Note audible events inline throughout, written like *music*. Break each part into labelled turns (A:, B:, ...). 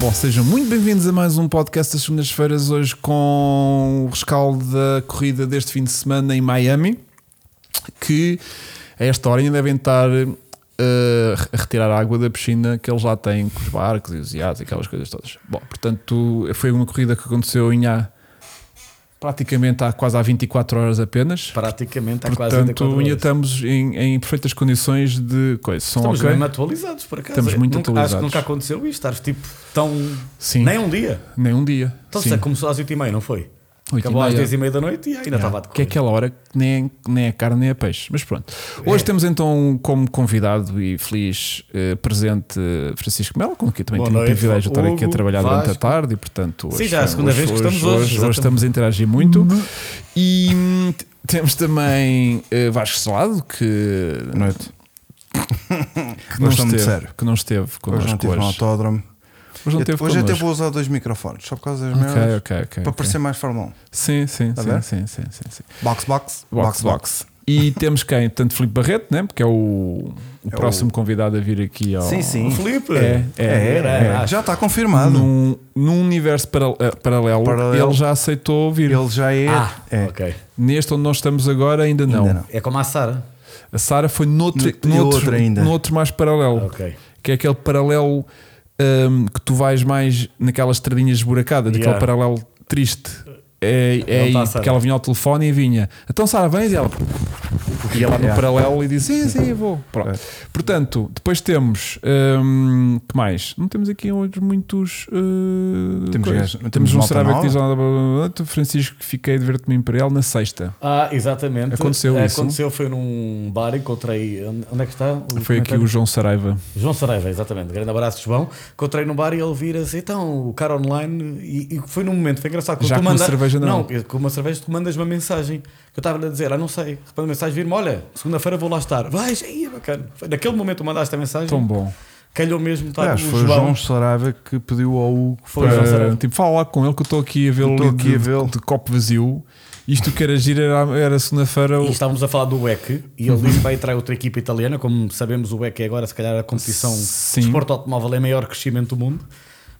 A: Bom, sejam muito bem-vindos a mais um podcast das segundas-feiras, hoje com o rescaldo da corrida deste fim de semana em Miami, que a esta hora ainda devem estar uh, a retirar a água da piscina que eles lá têm com os barcos e os iates e aquelas coisas todas. Bom, portanto, foi uma corrida que aconteceu em há praticamente há quase há 24 horas apenas.
B: Praticamente há quase
A: Portanto,
B: 24
A: ainda
B: horas.
A: estamos em, em perfeitas condições de coisa. São
B: Estamos
A: ok?
B: mesmo atualizados, por acaso.
A: Estamos muito
B: Nunca- Acho
A: atualizados.
B: que nunca aconteceu isto, estar tipo tão.
A: Sim.
B: Nem um dia.
A: Nem um dia.
B: Então
A: Sim.
B: se começou às 8h30, não foi?
A: Oito e
B: Acabou às
A: meia.
B: 10h30 da noite e ainda estava a
A: que é
B: decorrer.
A: aquela hora que nem, nem é carne nem é peixe. Mas pronto. Hoje
B: É.
A: temos então como convidado e feliz eh, presente eh, Francisco Melo, com quem também
B: Boa
A: tenho o
B: noite,
A: privilégio de estar aqui a
B: Hugo,
A: trabalhar durante a
B: Vasco.
A: tarde e portanto hoje.
B: Sim, já é a
A: foi-
B: segunda vez que estamos hoje,
A: Hoje,
B: exatamente.
A: estamos a interagir muito.
C: Uhum.
A: E hum, t- temos também eh, Vasco Salado, que.
C: noite.
A: Que não,
C: Hoje estou muito
A: esteve,
C: sério.
A: que não esteve
C: Hoje não
A: connosco
C: estive no
A: hoje.
C: autódromo.
A: Hoje não
C: Eu-
A: esteve
C: hoje até
A: connosco.
C: vou usar dois microfones, só por causa das
A: Ok, ok,
C: merdas.
A: ok.
C: Para
A: ok.
C: parecer mais Fórmula 1.
A: Sim, sim,
C: Tá
A: sim,
C: bem?
A: sim, sim, sim, sim.
C: Box, box,
A: Box Box. E temos quem? Tanto Filipe Barreto, né? porque é o, o próximo convidado a vir aqui ao.
C: Sim, sim.
B: O Felipe!
A: É, é, é,
B: Era,
A: é.
B: acho.
C: Já está confirmado.
A: Num, num universo paral- eh, paralelo,
C: Paralelo.
A: ele já aceitou vir.
C: Ele já é.
B: Ah,
C: é.
B: ok.
A: Neste onde nós estamos agora, ainda não.
C: Ainda não.
B: É como a Sara.
A: A Sara foi noutro,
C: Noutro-
A: noutro,
C: outro ainda.
A: noutro mais paralelo,
B: Ok.
A: que é aquele paralelo hum, que tu vais mais naquela estradinha esburacada, daquele
B: Yeah.
A: paralelo triste. É, é
B: Não tá,
A: aí,
B: Sara.
A: porque ela vinha ao telefone e vinha. Então, Sara, vens e ela. E ela no
C: Yeah.
A: paralelo e diz: Sim, sim, eu vou. Pronto.
C: É.
A: Portanto, depois temos. hum, que mais? Não temos aqui hoje muitos. uh,
C: Temos
A: coisas.
C: gajo- temos
A: temos um
C: malta
A: Sarabia que diz: "Ah,
C: nova.
A: blá, blá, blá, blá, Francisco, fiquei de ver-te no Imperial na sexta.
B: Ah, exatamente.
A: Aconteceu isso.
B: Aconteceu, foi num bar, encontrei. Onde onde é que está? o
A: Foi aqui
B: comentário?
A: o João Saraiva.
B: João Saraiva, exatamente. Grande abraço, João. Encontrei no bar e ele vira assim, então, o cara online. E, e foi num momento, foi engraçado. quando
A: Já
B: tu
A: com uma cerveja na
B: Não,
A: mão.
B: com uma cerveja tu mandas uma mensagem. Eu estava a dizer, ah, não sei. Repara a mensagem, vir-me, olha, segunda-feira vou lá estar. Vais, aí é bacana. Foi, naquele momento tu mandaste a mensagem,
A: Tão bom.
B: calhou mesmo,
A: É,
B: tá,
C: Aliás,
B: o
C: foi o
B: João.
C: João Saraiva que pediu ao Hugo
B: Foi o João
A: Ah,
B: Saraiva.
A: tipo, fala lá com ele que eu estou aqui a
C: Eu
A: vê-lo
C: estou
A: ali
C: aqui
A: de,
C: a vê-lo.
A: de copo vazio. Isto que era giro era, era segunda-feira.
B: E
A: o-
B: estávamos a falar do WEC e
A: Uhum.
B: ele disse que vai entrar outra equipa italiana, como sabemos o WEC é agora se calhar a competição
A: Sim.
B: de esporte automóvel em maior crescimento do mundo.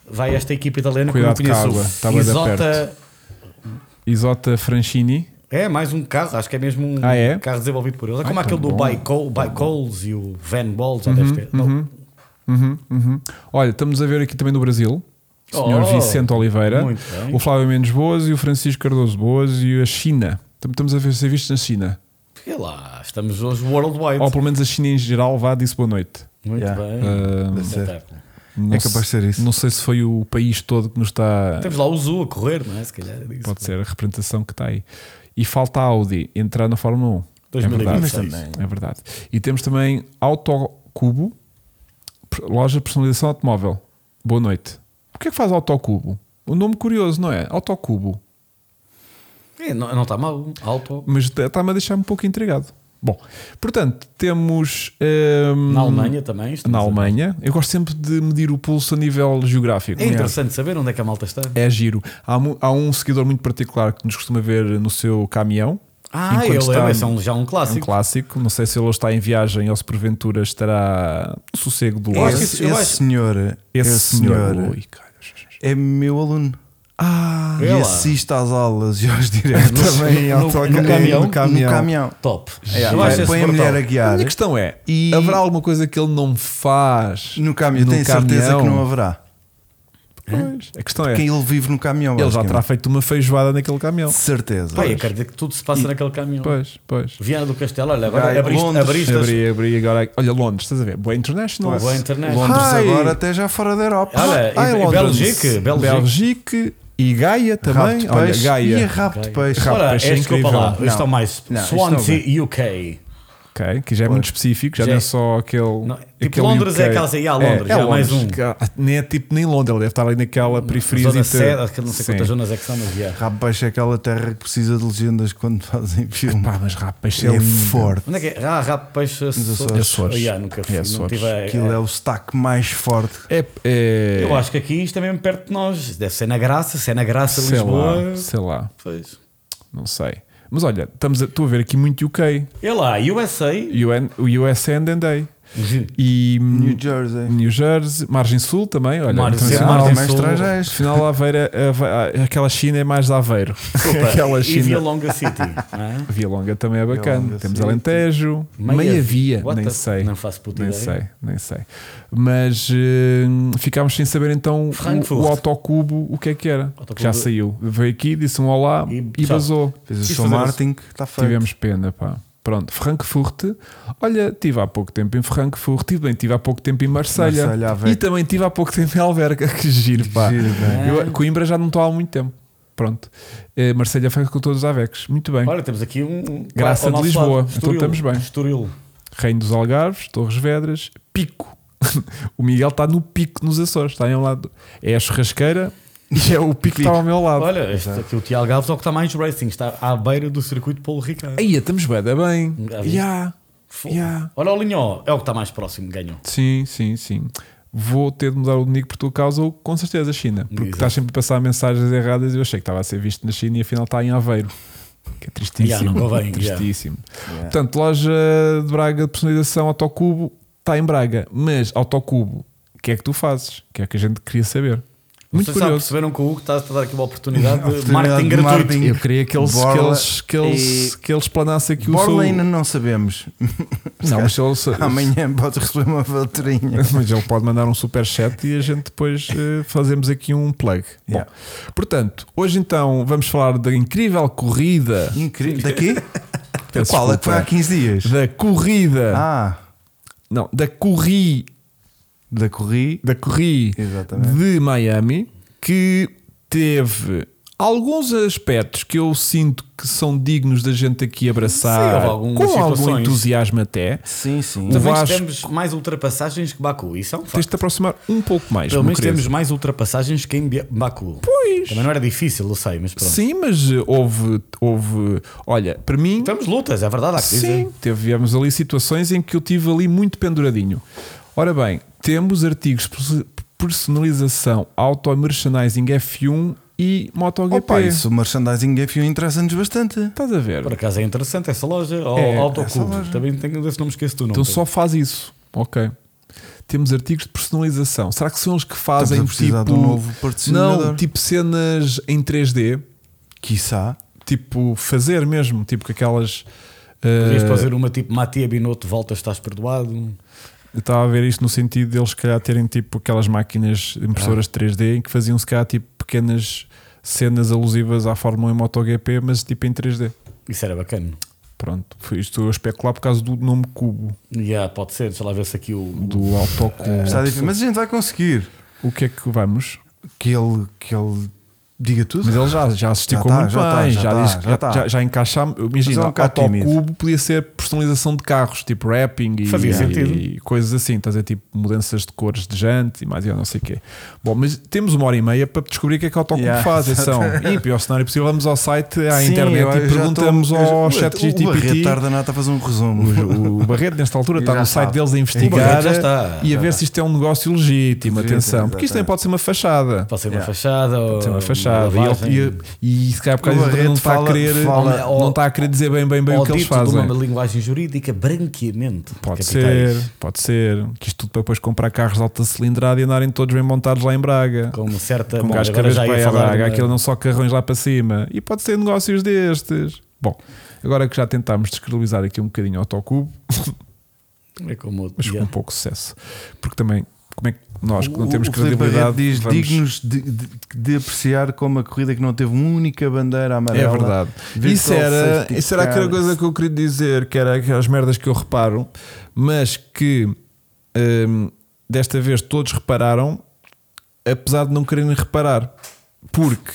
B: Vai esta equipa italiana que eu não
A: Cuidado com a
B: conheço.
A: água, tá está bué de
B: Isota,
A: Isota Franchini.
B: é mais um carro, acho que é mesmo um
A: Ah, é?
B: carro desenvolvido por eles. É como
A: tão
B: aquele do
A: bom.
B: Bicol, Bicols e o Van Ball, já deve ter. Não,
A: Uhum, uhum. Olha, estamos a ver aqui também do Brasil. O senhor
B: Oh,
A: Vicente Oliveira,
B: muito bem.
A: o Flávio Mendes Boas e o Francisco Cardoso Boas e a China. Também estamos a ver ser vistos na China.
B: sei lá, estamos hoje worldwide.
A: Ou pelo menos a China em geral vá disse boa noite.
B: Muito
C: Yeah.
B: bem.
A: Ah,
C: Deve ser.
B: Espetáculo.
A: não
C: É capaz de
A: se-
C: ser isso.
A: Não sei se foi o país todo que nos está.
B: Temos lá o Zoo a correr, não é? Se calhar. é disso.
A: Pode ser a representação que está aí. E falta a Audi entrar na Fórmula 1. É
B: 2026.
A: verdade. É verdade. E temos também Autocubo, per- loja de personalização automóvel. Boa noite. O que é que faz Autocubo? Um nome curioso, não é? Autocubo.
B: É, não, não está mal. Alto.
A: Mas t- está-me a deixar um pouco intrigado. Bom, portanto, temos. hum,
B: Na Alemanha também. estamos
A: Na
B: a-
A: Alemanha. Eu gosto sempre de medir o pulso a nível geográfico.
B: É interessante saber onde é que a malta está.
A: É giro. Há, mu- há um seguidor muito particular que nos costuma ver no seu caminhão.
B: Ah,
A: Enquanto
B: ele
A: está-
B: é, esse é um, já um
A: É um
B: clássico.
A: clássico. Não sei se ele está em viagem ou se porventura estará no sossego do lar.
B: acho que
C: Esse,
B: isso- eu
C: esse
B: acho-
C: senhor, esse, senhor,
A: Ui, cara.
C: é meu aluno.
A: Ah,
B: É
C: e
B: lá.
C: assiste às aulas e aos diretos.
A: também
B: no-
A: autoca-
B: no
A: é,
B: caminhão?
A: no caminhão.
C: No caminhão.
B: Top.
C: É,
B: Eu acho esse
C: põe a
B: brutal.
C: mulher a
A: A
C: guiar.
A: minha questão é:
C: E-
A: haverá alguma coisa que ele não faz
C: No caminhão, tenho certeza que não haverá.
A: Pois, A questão é:
C: Quem ele vive no caminhão.
A: ele já terá
C: basicamente.
A: feito uma feijoada naquele caminhão.
C: De certeza.
B: Pai, eu quero dizer que tudo se passa naquele caminhão.
A: Pois, pois.
B: Viana do Castelo, olha, agora
C: Vai,
B: abriste,
C: Londres,
B: abriste as-
A: Abri, abri agora. Olha, Londres, estás a ver? Boa International.
B: Boa internet.
C: Londres
A: Ai.
C: agora até já fora da Europa.
B: Olha, e-
A: Ah,
C: Ai,
B: e
C: Londres.
B: Belgique, Belgique.
A: é Bélgica e Gaia
C: Rabo
A: também.
C: de
A: Olha,
C: peixe. E é a
A: Gaia.
C: rabo de
B: Ok.
C: peixe.
A: Rabo
B: Ora,
A: Rapaz, é
B: é, desculpa
A: incrível.
B: lá,
C: Não.
B: estão mais
C: Não, isto não
B: Swansea UK.
A: Ok, que já é muito específico, já
B: Já
A: não é
B: é-
A: só aquele.
B: Não, tipo,
A: aquele
B: Londres é
A: UK.
B: aquela assim, ah, Londres, já mais um.
A: que- Nem é tipo nem Londres, ele deve estar ali naquela periferia.
B: Zona 7, aquele não sei quantas
A: Sim.
B: zonas é que são, mas yeah.
C: Rabo de peixe é aquela terra que precisa de legendas quando *laughs* fazem filme.
A: Pá, mas rapaz,
C: É forte.
B: Onde é que é? Ah, rabo, peixe, Açores.
C: Açores.
B: Oh, yeah, nunca fui,
A: É
B: não
A: Açores.
B: tive a-
C: Aquilo é o sotaque mais forte.
A: É, é-
B: Eu acho que aqui isto é mesmo perto de nós. Deve ser na Graça, se é na Graça,
A: sei
B: Lisboa.
A: lá, sei lá,
B: Pois.
A: não sei. Mas olha, estamos a, estou a ver aqui muito UK.
B: É lá, USA.
A: UN, o US End and Day. E hum,
C: New Jersey.
A: New Jersey, Margem Sul também, olha.
B: Margem Sul,
A: internacional.
B: Margem
C: mais
B: Sul.
C: estrangeiros.
A: Afinal, Aveira, Ave- aquela China é mais de Aveiro. *laughs*
B: Desculpa,
A: é aquela
B: e Via
A: China. *laughs*
B: Longa City. não é?
A: Via Longa também é bacana.
C: Longa,
A: Temos
C: sim.
A: Alentejo, Meia, Via,
B: What
A: nem
B: the-
A: sei.
B: Não faço puta
A: Nem
B: ideia.
A: sei, nem sei. Mas hum, ficámos sem saber então o,
B: Frankfurt.
A: o autocubo o que é que era.
B: Autocubo.
A: Já saiu. Veio aqui, disse um olá
B: E
A: e,
B: tchau.
A: vazou.
C: Fez o
B: Quis
C: São
B: fazer
C: Martin, que está feito.
A: Tivemos pena, pá. Pronto, Frankfurt. Olha, tive há pouco tempo em Frankfurt, tive bem, tive há pouco tempo em Marselha.
C: Marselha, a ver.
A: e também tive há pouco tempo em Alverca, *laughs* que giro, pá.
C: Giro, né?
B: Ah.
A: Eu- Coimbra já não estou há muito tempo. Pronto. Eh, Marselha foi com todos os Avecs. Muito bem.
B: Olha, temos aqui um. um-
A: Graça
B: ao
A: de
B: nosso
A: Lisboa.
B: lado,
A: Então estamos bem.
B: Estoril.
A: Reino dos Algarves, Torres Vedras, Pico. *laughs* o Miguel está no pico nos Açores, está em um lado. É a churrasqueira *laughs* e é o pico que está ao meu lado.
B: Olha, este aqui o Tiago Alves é o que está mais racing. Está à beira do circuito Paulo Ricardo.
A: Aí estamos bem, da bem.
B: Já viste?
A: Yeah.
B: Fogo.
A: Yeah.
B: Olha o Linhó, é o que está mais próximo, ganhou.
A: Sim, sim, sim. Vou ter de mudar o nick por tua causa ou com certeza China, porque
B: Exato.
A: estás sempre a passar mensagens erradas e eu achei que estava a ser visto na China e afinal está em Aveiro. Que é tristíssimo.
B: Yeah, não convém, yeah.
A: tristíssimo.
C: Yeah.
A: Portanto, loja de Braga de personalização Autocubo está em Braga, mas Autocubo, o que é que tu fazes? O que é que a gente queria saber? Muito
B: Vocês já
A: curioso.
B: perceberam que o Hugo está a dar aqui uma oportunidade, de
C: Oportunidade
B: marketing
C: de
B: gratuito.
C: marketing.
A: Eu queria que eles, que
C: Borla
A: eles, que eles,
C: e-
A: que eles planassem aqui o
C: Borla
A: seu.
C: ainda não Ah, sabemos.
A: Não, mas eles,
C: Amanhã *laughs* podes receber uma valetrinha.
A: *laughs* Mas ele pode mandar um super chat e a gente depois eh, fazemos aqui um plug. Bom,
C: Yeah.
A: portanto, hoje então vamos falar da incrível corrida.
C: Incrível. Daqui?
A: Peço
C: Qual? A que foi há
A: desculpa.
C: 15 dias?
A: Da corrida.
C: Ah,
A: Não, da corri,
C: da Corri.
A: da corri
C: Exatamente.
A: de Miami que teve alguns aspectos que eu sinto que são dignos da gente aqui abraçar
B: houve algumas
A: com algum
B: situações.
A: entusiasmo até.
C: Sim, sim.
A: Da-
B: Pelo menos
A: Vasco.
B: Então, temos mais ultrapassagens que Baku. Isso é um
A: Tens
B: facto.
A: de te aproximar um pouco mais.
B: Pelo
A: meu
B: menos
A: querido.
B: temos mais ultrapassagens que em Bia- Baku. Pois. Também não era difícil, eu sei, mas pronto.
A: Sim, mas eh, houve, houve. Olha, para mim.
B: Temos lutas, é verdade, há que dizer.
A: Sim, tivemos ali situações em que eu tive ali muito penduradinho. Ora bem, temos artigos perso- personalização, auto-merchandising F1 e MotoGP.
C: Opa, é. isso o merchandising F1 interessa-nos bastante.
A: Estás a ver?
B: Por acaso é interessante essa loja,
A: É,
B: ou Autocubo.
C: essa loja.
B: Também tenho desse não me esqueço do nome.
A: Então só faz isso. Ok. Temos artigos de personalização. Será que são os que fazem
C: Estamos a precisar
A: tipo.
C: de um novo patrocinador.
A: não, tipo cenas em 3D,
C: Quiçá.
A: tipo fazer mesmo, tipo que aquelas.
B: Podias
A: eh,
B: fazer uma tipo Matia Binotto, volta, estás perdoado.
A: Eu estava a ver isto no sentido deles, se calhar, terem tipo aquelas máquinas impressoras 3D em que faziam, se calhar, tipo pequenas cenas alusivas à Fórmula 1 e MotoGP, mas tipo em 3D.
B: Isso era bacana.
A: Pronto, foi isto eu especular por causa do nome Cubo,
B: Yeah, ah, pode ser, deixa lá ver se aqui o.
A: do autocubo.
C: Está difícil. Mas a gente vai conseguir
A: O que é que vamos?
C: que ele, que ele diga tudo.
A: Mas ele já, já se esticou
C: Já tá,
A: muito
C: já tá,
A: bem,
C: já
A: já,
C: tá,
A: disse que
C: já
A: já,
C: tá.
A: já, já encaixámos. Imagina,
C: Mas é um bocado tímido.
A: autocubo podia ser personalização de carros, tipo wrapping e,
B: Fazia
A: e-
B: sentido.
A: e coisas assim, estás a dizer, tipo mudanças de cores de jante e mais eu não sei o quê. Bom, mas temos uma hora e meia para descobrir o que é que o autocubo
C: Yeah,
A: faz. Atenção. E pior cenário possível, vamos ao site, é à internet
C: eu
A: e
C: já
A: perguntamos
C: tô- eu já-
A: ao
C: o-
A: chat
C: O Barreto
A: GTPT.
C: tarda nada a fazer um resumo.
A: O, o Barreto, nesta altura, está
C: Já
A: no site
C: sabe.
A: deles a
B: Barreto
A: investigar
B: já está,
A: e a
B: já
A: ver
B: está.
A: se isto é um negócio legítimo.
C: Legítimo,
A: Atenção, porque isto nem
C: exatamente.
A: pode ser uma fachada.
B: Pode ser uma
C: Yeah.
B: fachada. Ou
A: Tem uma fachada. E, ele- e, e se calhar por causa
C: O
A: disso também não
C: Barreto
A: está, a
C: fala-
A: querer,
C: fala-
A: não- não está a querer dizer bem, bem, bem o
B: ou
A: que eles
B: dito de uma
A: fazem.
B: linguagem jurídica, branqueamento.
A: Pode
B: capitais.
A: ser, pode ser. Que isto tudo para depois comprar carros de alta cilindrada e andarem todos bem montados lá em Braga.
B: Com uma certa.
A: Com um
B: Bom,
A: gajo
B: agora
A: cabeça
B: já
A: para
B: ia
A: a
B: falar. é?
A: Braga,
B: de-
A: aquilo não só carrões lá para cima. E pode ser negócios destes. Bom, agora que já tentámos descredibilizar aqui um bocadinho o autocubo,
B: É como.
A: mas com
B: yeah.
A: pouco sucesso. Porque também, como é que nós que não
C: O-
A: temos
C: o Filipe Barreto
A: credibilidade
C: diz
A: vamos-
C: dignos de, de- de apreciar como a corrida que não teve uma única bandeira
A: É
C: amarela.
A: verdade.
C: Virtual
A: Isso era,
C: safety
A: isso era
C: car.
A: aquela coisa que eu queria dizer, que era aquelas merdas que eu reparo, mas que hum, desta vez todos repararam, apesar de não quererem reparar, porque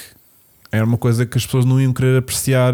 A: era uma coisa que as pessoas não iam querer apreciar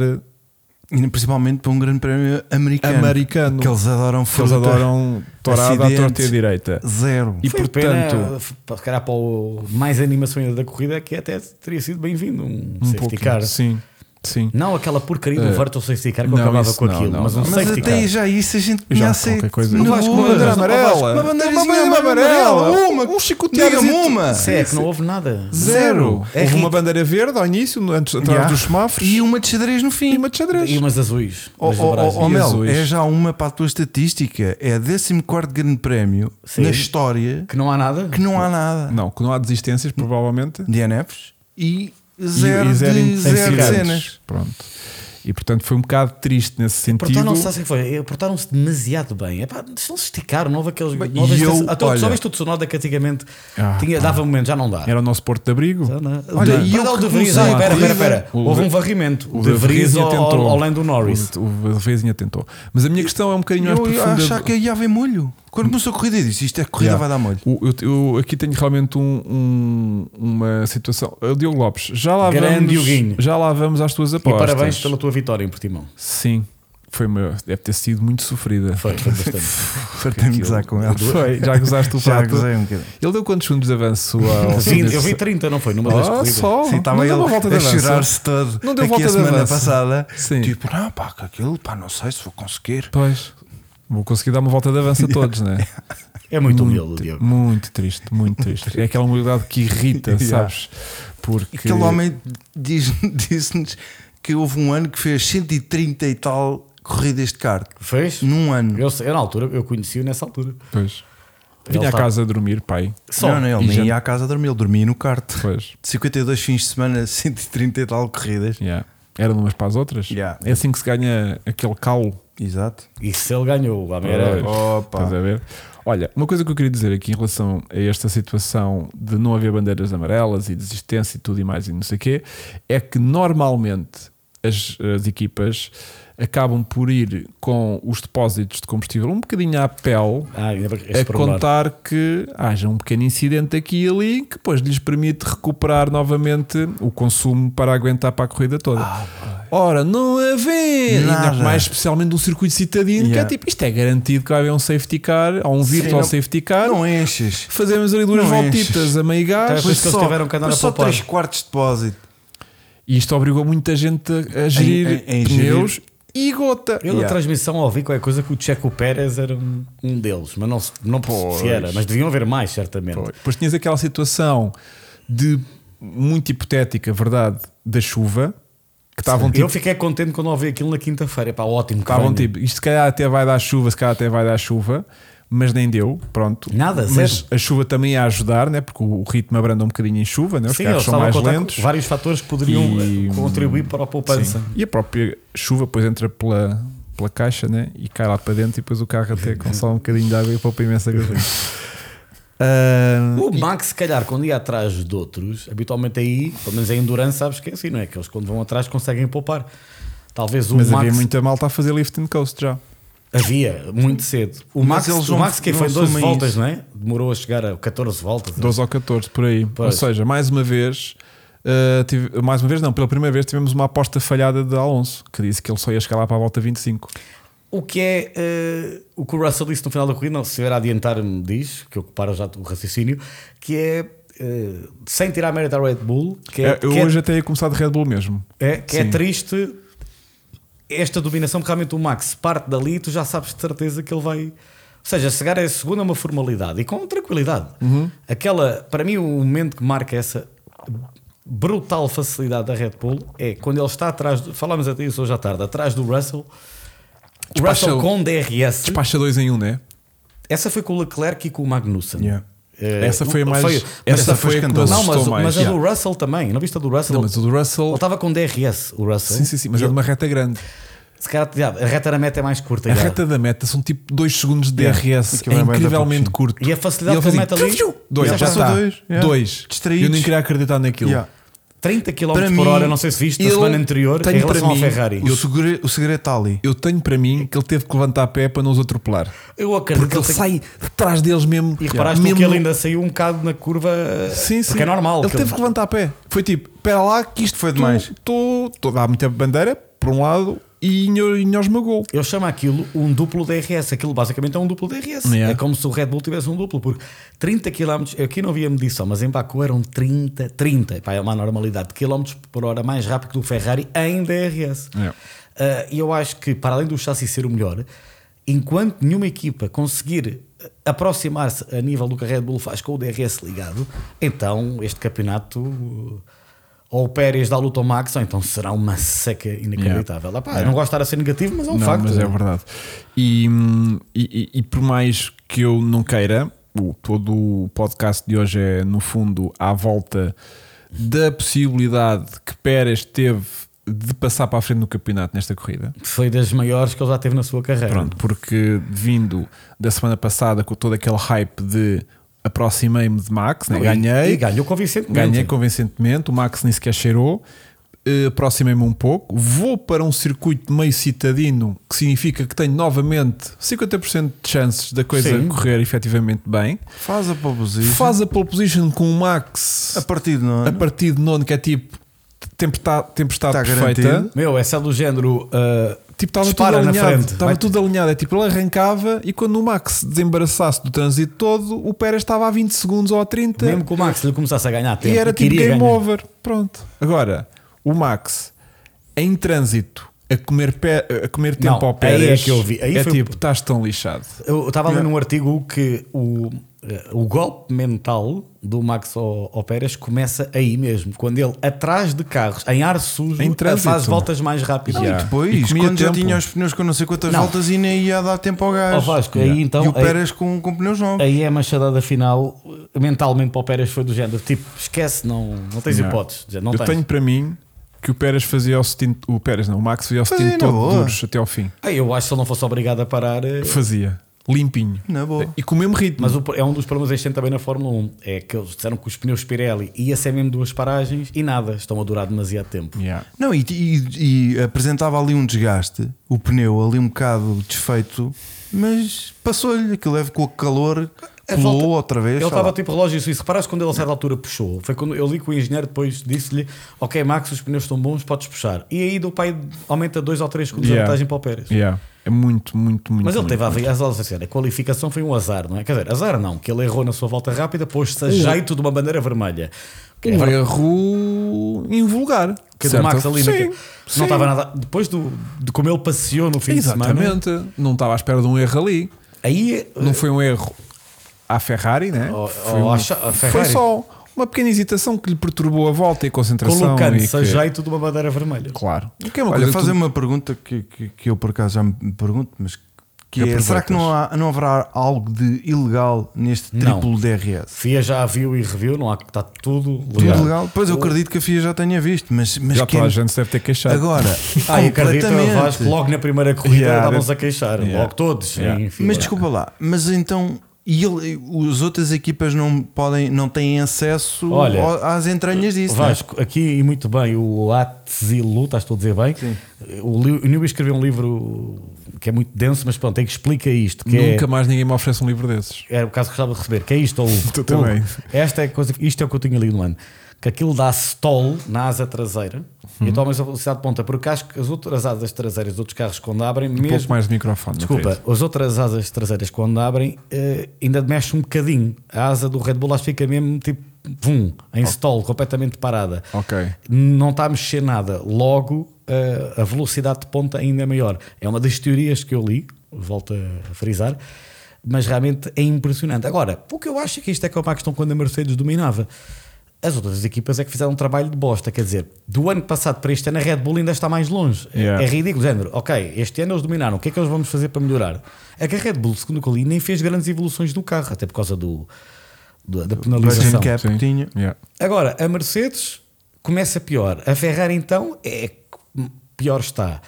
C: E Principalmente para um grande prémio americano.
A: americano,
C: Que eles adoram
A: que eles
C: fruta.
A: adoram torada à
C: acidentes.
A: torta e à direita.
C: Zero.
A: E
B: Foi
A: portanto,
B: pena, f- se calhar para o mais animação ainda da corrida, que até teria sido bem-vindo um,
A: um
B: safety
A: pouco,
B: car.
A: sim. Sim.
B: Não aquela porcaria do
A: É.
B: Vertel safety car que eu
A: Não,
B: acabava
A: isso
B: com
A: não,
B: aquilo,
A: não,
B: mas um
A: não.
C: Mas
B: safety
C: até
B: car.
C: aí já isso a gente
A: Já,
C: conhece.
A: qualquer coisa.
C: No
A: Não
B: vais com
C: Uber.
B: bandeira
A: amarela.
C: Uma bandeirinha
A: Uma bandeira
C: amarela.
A: amarela.
C: Uma.
A: Um chicoteadozinho.
C: Diga-me uma.
B: Se é que não houve nada.
A: Zero. Houve
C: É rico.
A: uma bandeira verde ao início, no- antes, atrás
C: Yeah.
A: dos semáforos.
C: E uma de xadrez no
A: e
C: fim.
A: uma de xadrez.
B: E umas azuis.
C: Oh,
B: umas
C: oh,
B: labragens.
C: oh, oh, Mel,
A: azuis.
C: é já uma para a tua estatística. É 14 Grande Prémio
B: Sim.
C: na história
B: Que não há nada.
C: que não há nada
A: Não, que não há desistências, provavelmente.
C: de NFs e zero,
A: e, e zero,
C: de,
A: em- sem
C: zero de
A: cigarros.
C: cenas.
A: Pronto. E portanto foi um bocado triste nesse sentido.
B: Portaram-se, sabe o que foi? Eh, Portaram-se demasiado bem. Epá, eles não se esticaram, não houve aqueles.
C: Bem,
B: não houve
C: e
B: esse-
C: eu,
B: até o- Só
C: olha-
B: viste o Tsunoda que antigamente
A: Ah,
B: tinha, dava um momento, já não dá.
A: Era o nosso porto de abrigo.
B: Já não-
C: Olha,
B: de,
C: e
B: mas
C: eu
B: não,
C: que
B: de Vries,
C: comecei
B: ah,
C: a
B: pera, pera,
C: corrida-
B: pera.
A: O
B: Houve
A: de-
B: um varrimento.
A: O
B: de
A: da
B: Vries
A: Vries
B: ao,
A: tentou.
B: ao, ao Lando Norris.
A: O, o da Vries tentou. Mas a minha questão é um bocadinho mais
C: Eu, eu
A: profunda.
C: achar que aí havia molho. Quando começou a corrida, eu disse isto é corrida,
A: Yeah.
C: vai dar molho.
A: O- eu, eu aqui tenho realmente um- um- uma situação. O Diogo Lopes, já lá
B: Grande
A: vamos.
B: Dioguinho.
A: Já lá vamos às tuas
B: E
A: apostas.
B: parabéns pela tua vitória em Portimão.
A: Sim, foi uma, deve ter sido muito sofrida.
B: Foi, foi bastante.
C: Fartei-me de gozar com ela.
A: é Foi, já gozaste o
C: *laughs* Já
A: prato.
C: gozei um bocadinho.
A: Ele deu quantos segundos de avanço
C: *laughs*
A: ao
B: Vinte- eu vi 30, não foi? Numa das
A: Ah,
B: corridas.
A: só.
C: Sim,
A: Não
C: estava
A: deu
C: ele
A: uma volta de
C: a
A: avanço.
C: chorar-se todo.
A: Não deu
C: aqui
A: volta
C: a
A: de
C: semana
A: avanço.
C: passada.
A: Sim.
C: Tipo, não, pá, que aquilo, pá, não sei se vou conseguir.
A: Pois. Vou conseguir dar uma volta de
C: *laughs*
A: avanço a todos, né?
B: É muito humilde, o Diogo.
A: Muito triste, muito triste. É aquela humildade que irrita,
C: *laughs* Yeah.
A: sabes? Porque.
C: Aquele homem diz- *laughs* disse-nos que houve um ano que fez 130 e tal corridas de kart.
B: Fez?
C: Num ano.
B: Eu, sei- eu na altura, eu conheci-o nessa altura.
A: Pois.
B: Ele
A: Vinha a
B: tá-
A: casa a dormir, pai.
B: Só.
C: Não, não, ele
A: E
C: nem
A: já-
C: ia à casa dormir, ele dormia no kart.
A: Pois.
C: 52 fins de semana, *laughs* 130 e tal corridas.
A: Yeah. Era de umas para as outras.
C: Yeah.
A: É assim que se ganha aquele calo.
C: Exato.
B: E se ele ganhou, a
A: Pois.
B: era.
C: Opa.
A: Estás a ver? Olha, uma coisa que eu queria dizer aqui em relação a esta situação de não haver bandeiras amarelas e desistência e tudo e mais e não sei o quê, é que normalmente as, as equipas acabam por ir com os depósitos de combustível um bocadinho à pele
B: Ah, ainda bem que
A: a
B: esse
C: um
B: pormenor.
A: É contar que haja um pequeno incidente aqui e ali que depois lhes permite recuperar novamente o consumo para aguentar para a corrida toda. Ora, não haver, ainda
C: Ah, Nada.
A: mais especialmente um circuito citadino que é
C: Yeah.
A: tipo, isto é garantido que vai haver um safety car ou um virtual
C: não-
A: safety
B: Ah,
A: car.
C: Não enches.
A: Fazemos ali duas
C: Não
A: voltitas
C: enches.
A: a meio
B: Então,
A: gás
B: Por isso que eles tiveram que andar
C: mas
B: a
C: só
B: poupar.
C: 3 quartos de depósito.
A: e isto obrigou muita gente a, a gerir
C: em- em
A: pneus e gota.
B: Eu na
C: Yeah.
B: transmissão ouvi qualquer coisa que o Checo Pérez era um, um deles, mas não, se- não se era, mas deviam haver mais, certamente.
A: Pois. Depois tinhas aquela situação de muito hipotética, verdade, da chuva que estavam tipo
B: Eu fiquei contente quando ouvi aquilo na quinta-feira. Pá, ótimo, que
A: Estavam
B: venha.
A: tipo, isto se calhar até vai dar chuva, se calhar até vai dar chuva, mas nem deu, pronto.
B: Nada,
A: Mas
B: zero.
A: a chuva também ia ajudar, né? porque o ritmo abranda um bocadinho em chuva, né? os
B: Sim, eles
A: carros são
B: estavam a
A: mais
B: contar
A: lentos.
B: com vários fatores que poderiam
A: E-
B: eh, contribuir para a poupança.
A: Sim. E a própria chuva depois entra pela, pela caixa né? e cai lá para dentro e depois o carro
B: *laughs*
A: até com só um bocadinho de água e poupa imensa gasolina. Ah,
B: O Max, se calhar, quando ia atrás de outros, habitualmente aí, pelo menos a endurance, sabes que é assim, não é? Que eles quando vão atrás conseguem poupar. Talvez o
A: mas
B: Max
A: havia muita malta a fazer lift and coast já.
B: havia muito cedo. O
C: Mas
B: Max,
C: eles
B: o
C: não-
B: Max que
C: não
B: foi 12
C: assumem
B: voltas,
C: isso.
B: não é? Demorou a chegar a 14 voltas.
A: 12 ou 14 por aí. Ou
B: Pois.
A: seja, mais uma vez, uh, tive- mais uma vez, não, pela primeira vez tivemos uma aposta falhada de Alonso, que disse que ele só ia chegar lá para a volta 25.
B: O que é eh, o que o Russell disse no final da corrida, não, se estiver a adiantar-me, diz, que eu paro já o raciocínio, que é eh, sem tirar mérito à Red Bull, que é,
A: É, eu
B: que é-
A: hoje até ia começar de Red Bull mesmo.
B: é- que é
A: Sim.
B: triste esta dominação, porque realmente o Max parte dali e tu já sabes de certeza que ele vai. Ou seja, chegar a segunda é uma formalidade e com tranquilidade.
A: Uhum.
B: Aquela, para mim, o momento que marca essa brutal facilidade da Red Bull é quando ele está atrás, do, falámos até isso hoje à tarde, atrás do Russell. O
A: Despacha
B: Russell
A: o-
B: com DRS
A: Despacha 2 em 1, um, né?
B: essa foi com o Leclerc e com o Magnussen.
C: Yeah.
B: Eh,
A: Essa foi a
B: não-
A: mais.
B: foi- mas
A: essa
C: essa
A: foi
C: foi
A: a que me
C: escandalosa.
B: Não, mas,
A: assustou
B: o-
A: mais.
B: mas a
A: Yeah.
B: do Russell também. Não viste a do Russell?
A: Não, mas o do Russell.
B: Ele tá- estava com DRS, o Russell.
A: Sim, sim, sim, mas é de uma reta grande.
B: Se calhar, já, a reta da meta é mais curta.
A: A
B: já.
A: reta da meta são tipo 2 segundos de
C: Yeah.
A: DRS,
C: Aquilo
A: é
C: é bem da
A: incrivelmente
C: pouquinho.
A: curto.
B: E a facilidade
A: ele
B: que ele
A: faz
B: mete
A: assim,
B: ali-
A: Dois,
B: Já
A: já
B: passou
A: está.
C: dois, yeah.
A: Dois.
C: Distraídos.
A: Eu nem queria acreditar naquilo.
C: Yeah.
B: 30 km
C: Para
B: por
C: mim,
B: hora, não sei se viste, na
A: ele-
B: semana anterior, em
A: tenho para
B: relação ao
A: mim,
B: Ferrari.
C: O, segre- o segredo está ali.
A: Eu tenho para mim que ele teve que levantar a pé para não os atropelar.
B: Eu acredito
A: Porque
B: que
A: ele
B: ele tem-
A: sai de trás deles mesmo.
B: E reparaste
A: mesmo
B: que ele ainda saiu um bocado na curva. eh,
A: Sim, sim.
B: Porque é normal.
A: Ele
B: que
A: teve que levantar a pé. Foi tipo, espera lá que isto
C: Foi
A: tu-
C: demais.
A: Tu, tu, dá muita bandeira, por um lado, e nho- e nós magou.
B: Eu chamo aquilo um duplo DRS. Aquilo basicamente é um duplo DRS.
A: Yeah.
B: É como se o Red Bull tivesse um duplo, porque 30 km, aqui não havia medição, mas em Baku eram 30, 30, pá, é uma normalidade, de km por hora mais rápido que o Ferrari em DRS.
A: Yeah.
B: Ah, E eu acho que, para além do chassi ser o melhor, enquanto nenhuma equipa conseguir aproximar-se a nível do que a Red Bull faz com o DRS ligado, então este campeonato. uh, Ou o Pérez dá luta ao Max, ou então será uma seca inacreditável. Ah, pá, eu Não gosto de estar a ser negativo, mas é um
A: não,
B: facto.
A: mas é verdade. E, hum, e- e- e por mais que eu não queira, o, todo o podcast de hoje é, no fundo, à volta da possibilidade que Pérez teve de passar para a frente no campeonato nesta corrida.
B: Foi das maiores que ele já teve na sua carreira.
A: Pronto, porque vindo da semana passada com todo aquele hype de aproximei-me de Max, né?
B: Não, e-
A: ganhei,
B: E ganhou convincentemente.
A: ganhei convincentemente, o Max nem sequer cheirou, eh, aproximei-me um pouco, vou para um circuito meio citadino, que significa que tenho novamente 50% de chances da coisa
B: Sim.
A: correr efetivamente bem,
C: Faz a proposição.
A: faz a pole position com o Max
C: a partir de
A: a
C: nono.
A: partir de nono, que é tipo tempestade, tempestade
C: Está
A: perfeita.
C: garantido.
B: Meu, essa é do género. ah,
A: Tipo, estava tudo
B: Dispara na
A: alinhado.
B: frente.
A: Estava
B: Vai-
A: tudo alinhado. É tipo, ele arrancava e quando o Max se desembaraçasse do trânsito todo, o Pérez estava a 20 segundos ou a 30
B: mesmo que o Max lhe começasse a ganhar tempo.
A: e era tipo
B: queria
A: game
B: ganhar.
A: over. Pronto. Agora, o Max em trânsito a comer, pé- a comer tempo
B: Não,
A: ao
B: aí
A: Pérez
B: é que eu vi. Aí
A: é
B: foi-
A: tipo, estás tão lixado.
B: Eu estava
A: É.
B: lendo um artigo que o, eh, o golpe mental do Max ao, ao Pérez começa aí mesmo, quando ele, atrás de carros, em ar sujo,
A: Em trânsito.
B: faz voltas mais rápidas.
A: Yeah. E
C: Depois,
A: comia
C: quando já
A: tempo.
C: tinha os pneus com não sei quantas
B: Não.
C: voltas e nem ia dar tempo ao gajo.
B: Ó Vasco,
A: Yeah.
B: aí então.
C: e o
B: aí-
C: Pérez com, com pneus novos.
B: Aí é a machadada final, uh, mentalmente para o Pérez foi do género, tipo, esquece, não, não tens
A: Não.
B: hipóteses. Não
A: eu
B: tens.
A: tenho para mim que o Pérez fazia o stint, o Pérez não, o Max fazia o
C: Fazia
A: stint
C: na
A: todo
C: boa.
A: duros até ao fim.
B: Ah, eu acho que se ele não fosse obrigado a parar. eh,
A: Fazia, limpinho.
C: Na boa.
A: E com o mesmo ritmo.
B: Mas o- é um dos problemas este ano também na Fórmula 1. É que eles disseram que os pneus Pirelli ia ser mesmo duas paragens e nada, estão a durar demasiado tempo.
A: Yeah.
C: Não, e, e- e apresentava ali um desgaste, o pneu ali um bocado desfeito, mas passou-lhe, aquilo leve com o calor,
B: A
C: pulou
B: volta-
C: outra vez.
B: Ele
C: sei lá.
B: estava tipo relógio suíço. Reparaste quando ele a certa altura puxou? Foi quando eu li que o engenheiro depois disse-lhe: Ok, Max, os pneus estão bons, podes puxar. E aí do pai aumenta 2 ou 3 segundos
A: Yeah.
B: a vantagem para o Pérez.
A: Yeah. É muito, muito, muito.
B: Mas ele
A: muito,
B: teve a
A: muito.
B: as aulas a sério. A qualificação foi um azar, não é? Quer dizer, azar não, que ele errou na sua volta rápida,
A: Uhum.
B: pôs-se a jeito de uma bandeira vermelha. Que é
A: um erro invulgar.
B: Que é do
A: certo?
B: Max ali
A: Sim,
B: naquele-
A: sim.
B: não estava nada. Depois do, de como ele passeou no fim de semana,
A: Exatamente. Não estava à espera de um erro ali.
B: aí eh,
A: Não foi um erro à Ferrari, né?
B: Uh. Ou-
A: foi,
B: ou
A: um-
B: à cha- à
A: foi
B: Ferrari.
A: só uma pequena hesitação que lhe perturbou a volta e a concentração. e
B: colocando-se a
A: que-
B: jeito de uma bandeira vermelha.
A: Claro. O que é uma
C: Olha,
A: coisa
C: fazer
A: que
C: uma pergunta que, que, que eu por acaso já me pergunto, mas que é,
A: Aproveitas.
C: será que não, há- não haverá algo de ilegal neste
B: Não.
C: triplo DRS?
B: FIA já viu e reviu, não há que está tudo
C: Tudo
B: legal.
C: legal? Pois eu acredito que a FIA já tenha visto, mas,
A: tu,
C: mas
A: já
C: que é
A: toda a gente se deve ter queixado.
C: agora
B: Ah, e acredito, eu Vasco,
C: completamente.
B: logo na primeira corrida
C: Yeah,
B: estavam-se a queixar,
A: yeah.
B: logo todos.
A: Yeah.
B: em fila.
C: Mas desculpa lá, mas então e ele, os outras equipas não podem, não têm acesso
B: Olha,
C: ao- às entranhas disso. não é?
B: Vasco, aqui e muito bem, o Atzilu, estás tu a dizer bem? O, Li- o Newey escreveu um livro que é muito denso, mas pronto, é que explica isto. Que é-
A: Nunca mais ninguém me oferece um livro desses.
B: era o caso que gostava de receber, que é isto, ou
A: *laughs* Tu também.
B: esta é a coisa, isto é o que eu tinha lido no ano, que aquilo dá stall na asa traseira
A: Uhum.
B: e toma a velocidade de ponta, porque acho que as outras asas traseiras dos outros carros quando abrem,
A: Um pouco
B: mesmo,
A: mais de microfone. não
B: desculpa,
A: querido?
B: as outras asas traseiras quando abrem, eh, ainda mexe um bocadinho, a asa do Red Bull acho que fica mesmo tipo, vum, em stall, completamente parada
A: Ok.
B: não está a mexer nada. Logo, eh, a velocidade de ponta ainda é maior. É uma das teorias que eu li, volto a frisar, mas realmente é impressionante. Agora, o que eu acho é que isto é como a questão quando a Mercedes dominava. As outras equipas é que fizeram um trabalho de bosta, quer dizer, do ano passado para este ano a Red Bull ainda está mais longe. É-
A: Yeah.
B: É ridículo, género. Ok, este ano eles dominaram, o que é que eles vamos fazer para melhorar? É que a Red Bull, segundo o que eu li, nem fez grandes evoluções no carro, até por causa do, do- da penalização.
C: budget
A: é.
C: cap que tinha.
A: Yeah.
B: Agora, a Mercedes começa pior. A Ferrari, então, é que pior está.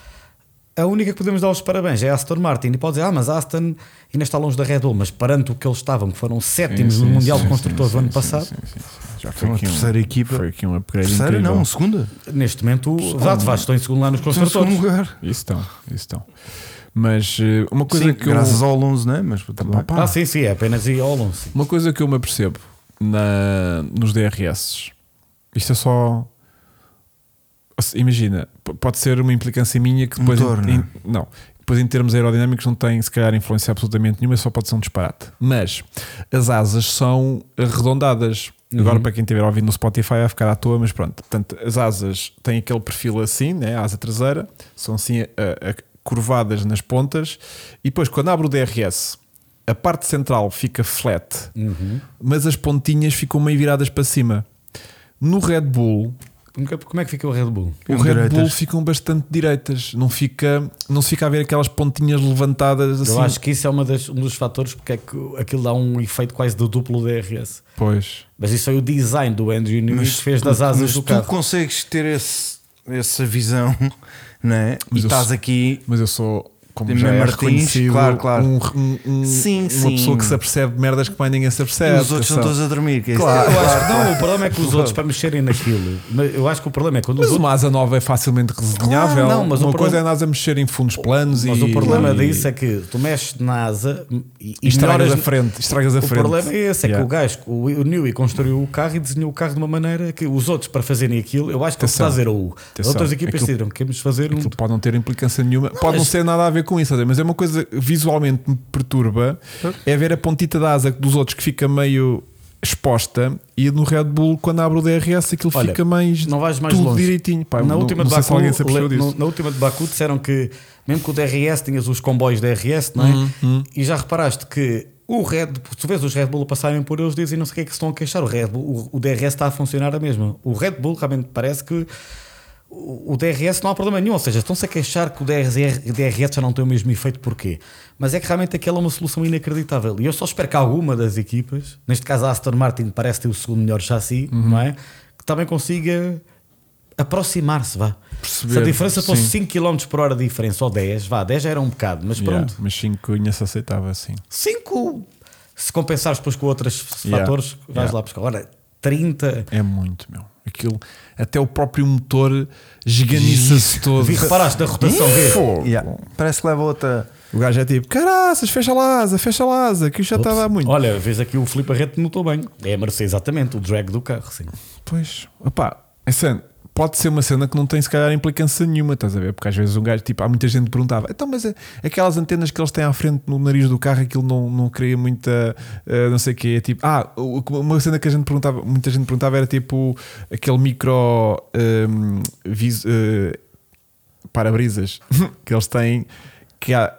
B: A única que podemos dar os parabéns é a Aston Martin. E pode dizer, ah, mas a Aston ainda está longe da Red Bull. Mas perante o que eles estavam, que foram sétimos
A: Sim,
B: no
A: sim,
B: Mundial
A: sim,
B: de Construtores
A: sim,
B: do ano
A: sim,
B: passado,
A: sim, sim, sim. Já
C: Foi
A: foi
C: uma
A: aqui um-
C: terceira equipa.
A: Foi aqui um
B: é
A: upgrade
C: Terceira,
A: incrível.
C: não, segunda.
B: neste momento, o Zato Vaz estão em segundo lá nos
C: Segundo
B: Construtores.
C: lugar.
A: Isso estão, isso estão. Mas eh, uma coisa
C: Sim,
A: que
C: graças
A: eu,
C: ao Alonso, né? Mas tudo bem.
A: Opa,
B: Ah, sim, sim, é apenas ir ao Alonso.
A: uma coisa que eu me apercebo na, nos DRS, isto é só Imagina, p- pode ser uma implicância minha que depois.
C: Motor,
A: em-
C: não é?
A: em- não. Depois, em termos aerodinâmicos, não tem se calhar influência absolutamente nenhuma, só pode ser um disparate. Mas as asas são arredondadas.
C: Uhum.
A: Agora, para quem estiver ouvindo no Spotify, vai ficar à toa, mas pronto. Portanto, as asas têm aquele perfil assim, né? a asa traseira, são assim a- a- curvadas nas pontas. E depois, quando abre o DRS, a parte central fica flat,
C: Uhum.
A: mas as pontinhas ficam meio viradas para cima. No Red Bull,
B: Nunca- Como é que fica o Red Bull?
A: o
C: Ficam
A: Red
C: direitas.
A: Bull ficam bastante direitas, não, fica, não se fica a ver aquelas pontinhas levantadas assim.
B: Eu acho que isso é uma das- um dos fatores porque é que aquilo dá um efeito quase do duplo DRS.
A: Pois.
B: Mas isso foi o design do Andrew Newey que fez
C: tu-
B: das asas
C: mas
B: do
C: tu
B: carro.
C: consegues ter esse- essa visão, né? E
A: Mas eu
C: estás
A: sou-
C: aqui.
A: Mas eu sou, como
C: Também
A: já é
C: Martins,
A: reconhecido,
C: claro, claro.
A: um- um- um-
C: Sim,
A: uma
C: sim.
A: pessoa que se apercebe de merdas que mais ninguém se apercebe.
C: os outros são
A: atenção.
C: todos a dormir. que é isso.
A: Claro.
B: *laughs* Eu acho que não, o problema é que os
A: *laughs*
B: outros para mexerem naquilo. mas Eu acho que o problema é quando os
A: Mas
B: outros.
A: uma asa nova é facilmente resenhável.
B: Claro, não, mas o
A: uma
B: problema-
A: coisa é nós a mexer em fundos planos
B: Mas
A: e.
B: o problema
A: e-
B: disso é que tu mexes na asa e,
A: E estragas
B: melhoras-
A: a frente. Estragas a
B: O
A: frente.
B: problema é esse, é
A: Yeah.
B: que o gajo, o, o Newey construiu o carro e desenhou o carro de uma maneira que os outros para fazerem aquilo, eu acho que ele está
A: Atenção.
B: a dizer ou
A: Atenção.
B: outras equipas
A: Aquilo-
B: decidiram, queremos fazer um
A: Aquilo pode não ter implicância nenhuma, pode não
B: mas-
A: ser nada a ver com isso, mas é uma coisa que visualmente me perturba é ver a pontita da asa dos outros que fica meio exposta e no Red Bull quando abre o DRS aquilo
B: Olha,
A: fica mais
B: não vais mais
A: tudo
B: longe.
A: direitinho. Pá,
B: na
A: não,
B: última
A: não
B: de
A: sei se
B: Baku,
A: alguém se apercebeu
B: le-
A: disso.
B: no- na última de Baku disseram que mesmo que o DRS tinhas os comboios DRS, não é?
A: Uhum,
B: E já reparaste que o Red, tu vês os Red Bull a passarem por eles, dizem não sei o que é que se estão a queixar. O Red Bull, o, o DRS está a funcionar a mesma. O Red Bull realmente parece que o o DRS não há problema nenhum, ou seja, estão-se a queixar que o DRS, DRS já não tem o mesmo efeito, porquê? Mas é que realmente aquela é uma solução inacreditável. E eu só espero que alguma das equipas, neste caso a Aston Martin parece ter o segundo melhor chassi,
A: Uhum.
B: não é? Que também consiga aproximar-se, vá.
A: Perceber,
B: Se a diferença fosse
A: sim.
B: 5 km por hora de diferença ou 10, vá, 10 já era um bocado, mas
A: Yeah,
B: pronto,
A: mas 5 ainda se aceitava assim.
B: 5 se compensares depois com outros
A: Yeah,
B: fatores, vais
A: yeah.
B: lá buscar. Agora, 30.
A: É muito, meu. Aquilo, até o próprio motor esganiça-se todo.
B: Vi, reparaste da rotação, vê?
A: Fogo.
C: Yeah. Parece que leva outra.
A: O gajo é tipo, caraças, fecha lá a asa, fecha lá a asa, que isto já
B: Ops.
A: estava há muito.
B: Olha, vês aqui o Filipe Arrete notou bem. É a Mercedes, exatamente, o drag do carro, sim.
A: Pois, opá, é cena- pode ser uma cena que não tem se calhar implicância nenhuma, estás a ver? Porque às vezes um gajo, tipo, há muita gente que perguntava, então, mas a- aquelas antenas que eles têm à frente no nariz do carro, aquilo não, não cria muita, eh, não sei o quê, é tipo, ah, o- uma cena que a gente perguntava, muita gente perguntava era tipo, aquele micro ehm, vis- eh, para-brisas *laughs* que eles têm, que há...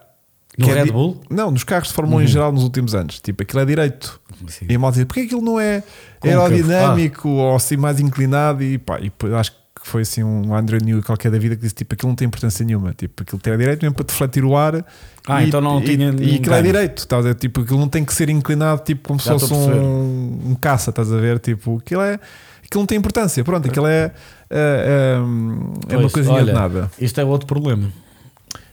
B: No
A: que é
B: Red
A: di-
B: Bull? Uhum.
A: Não, nos carros de Fórmula 1 em geral nos últimos anos. Tipo, aquilo é direito.
B: Sim.
A: E a malta dizia, porque aquilo não é
B: Côncavo,
A: aerodinâmico ou assim mais inclinado e pá, e depois acho que foi assim um Andrew New qualquer da vida que disse tipo aquilo não tem importância nenhuma, tipo aquilo tem direito mesmo para defletir o ar.
B: Ah,
A: e,
B: então não
A: e,
B: tinha
A: E aquilo é
B: ganho.
A: direito, estás a ver? Tipo, aquilo não tem que ser inclinado tipo como
B: Já
A: se fosse
B: estou a perceber.
A: um, um caça, estás a ver? Tipo, aquilo é. Aquilo não tem importância, pronto, aquilo é. É, é, é uma
B: Pois,
A: coisinha
B: olha,
A: de nada.
B: Isto é outro problema.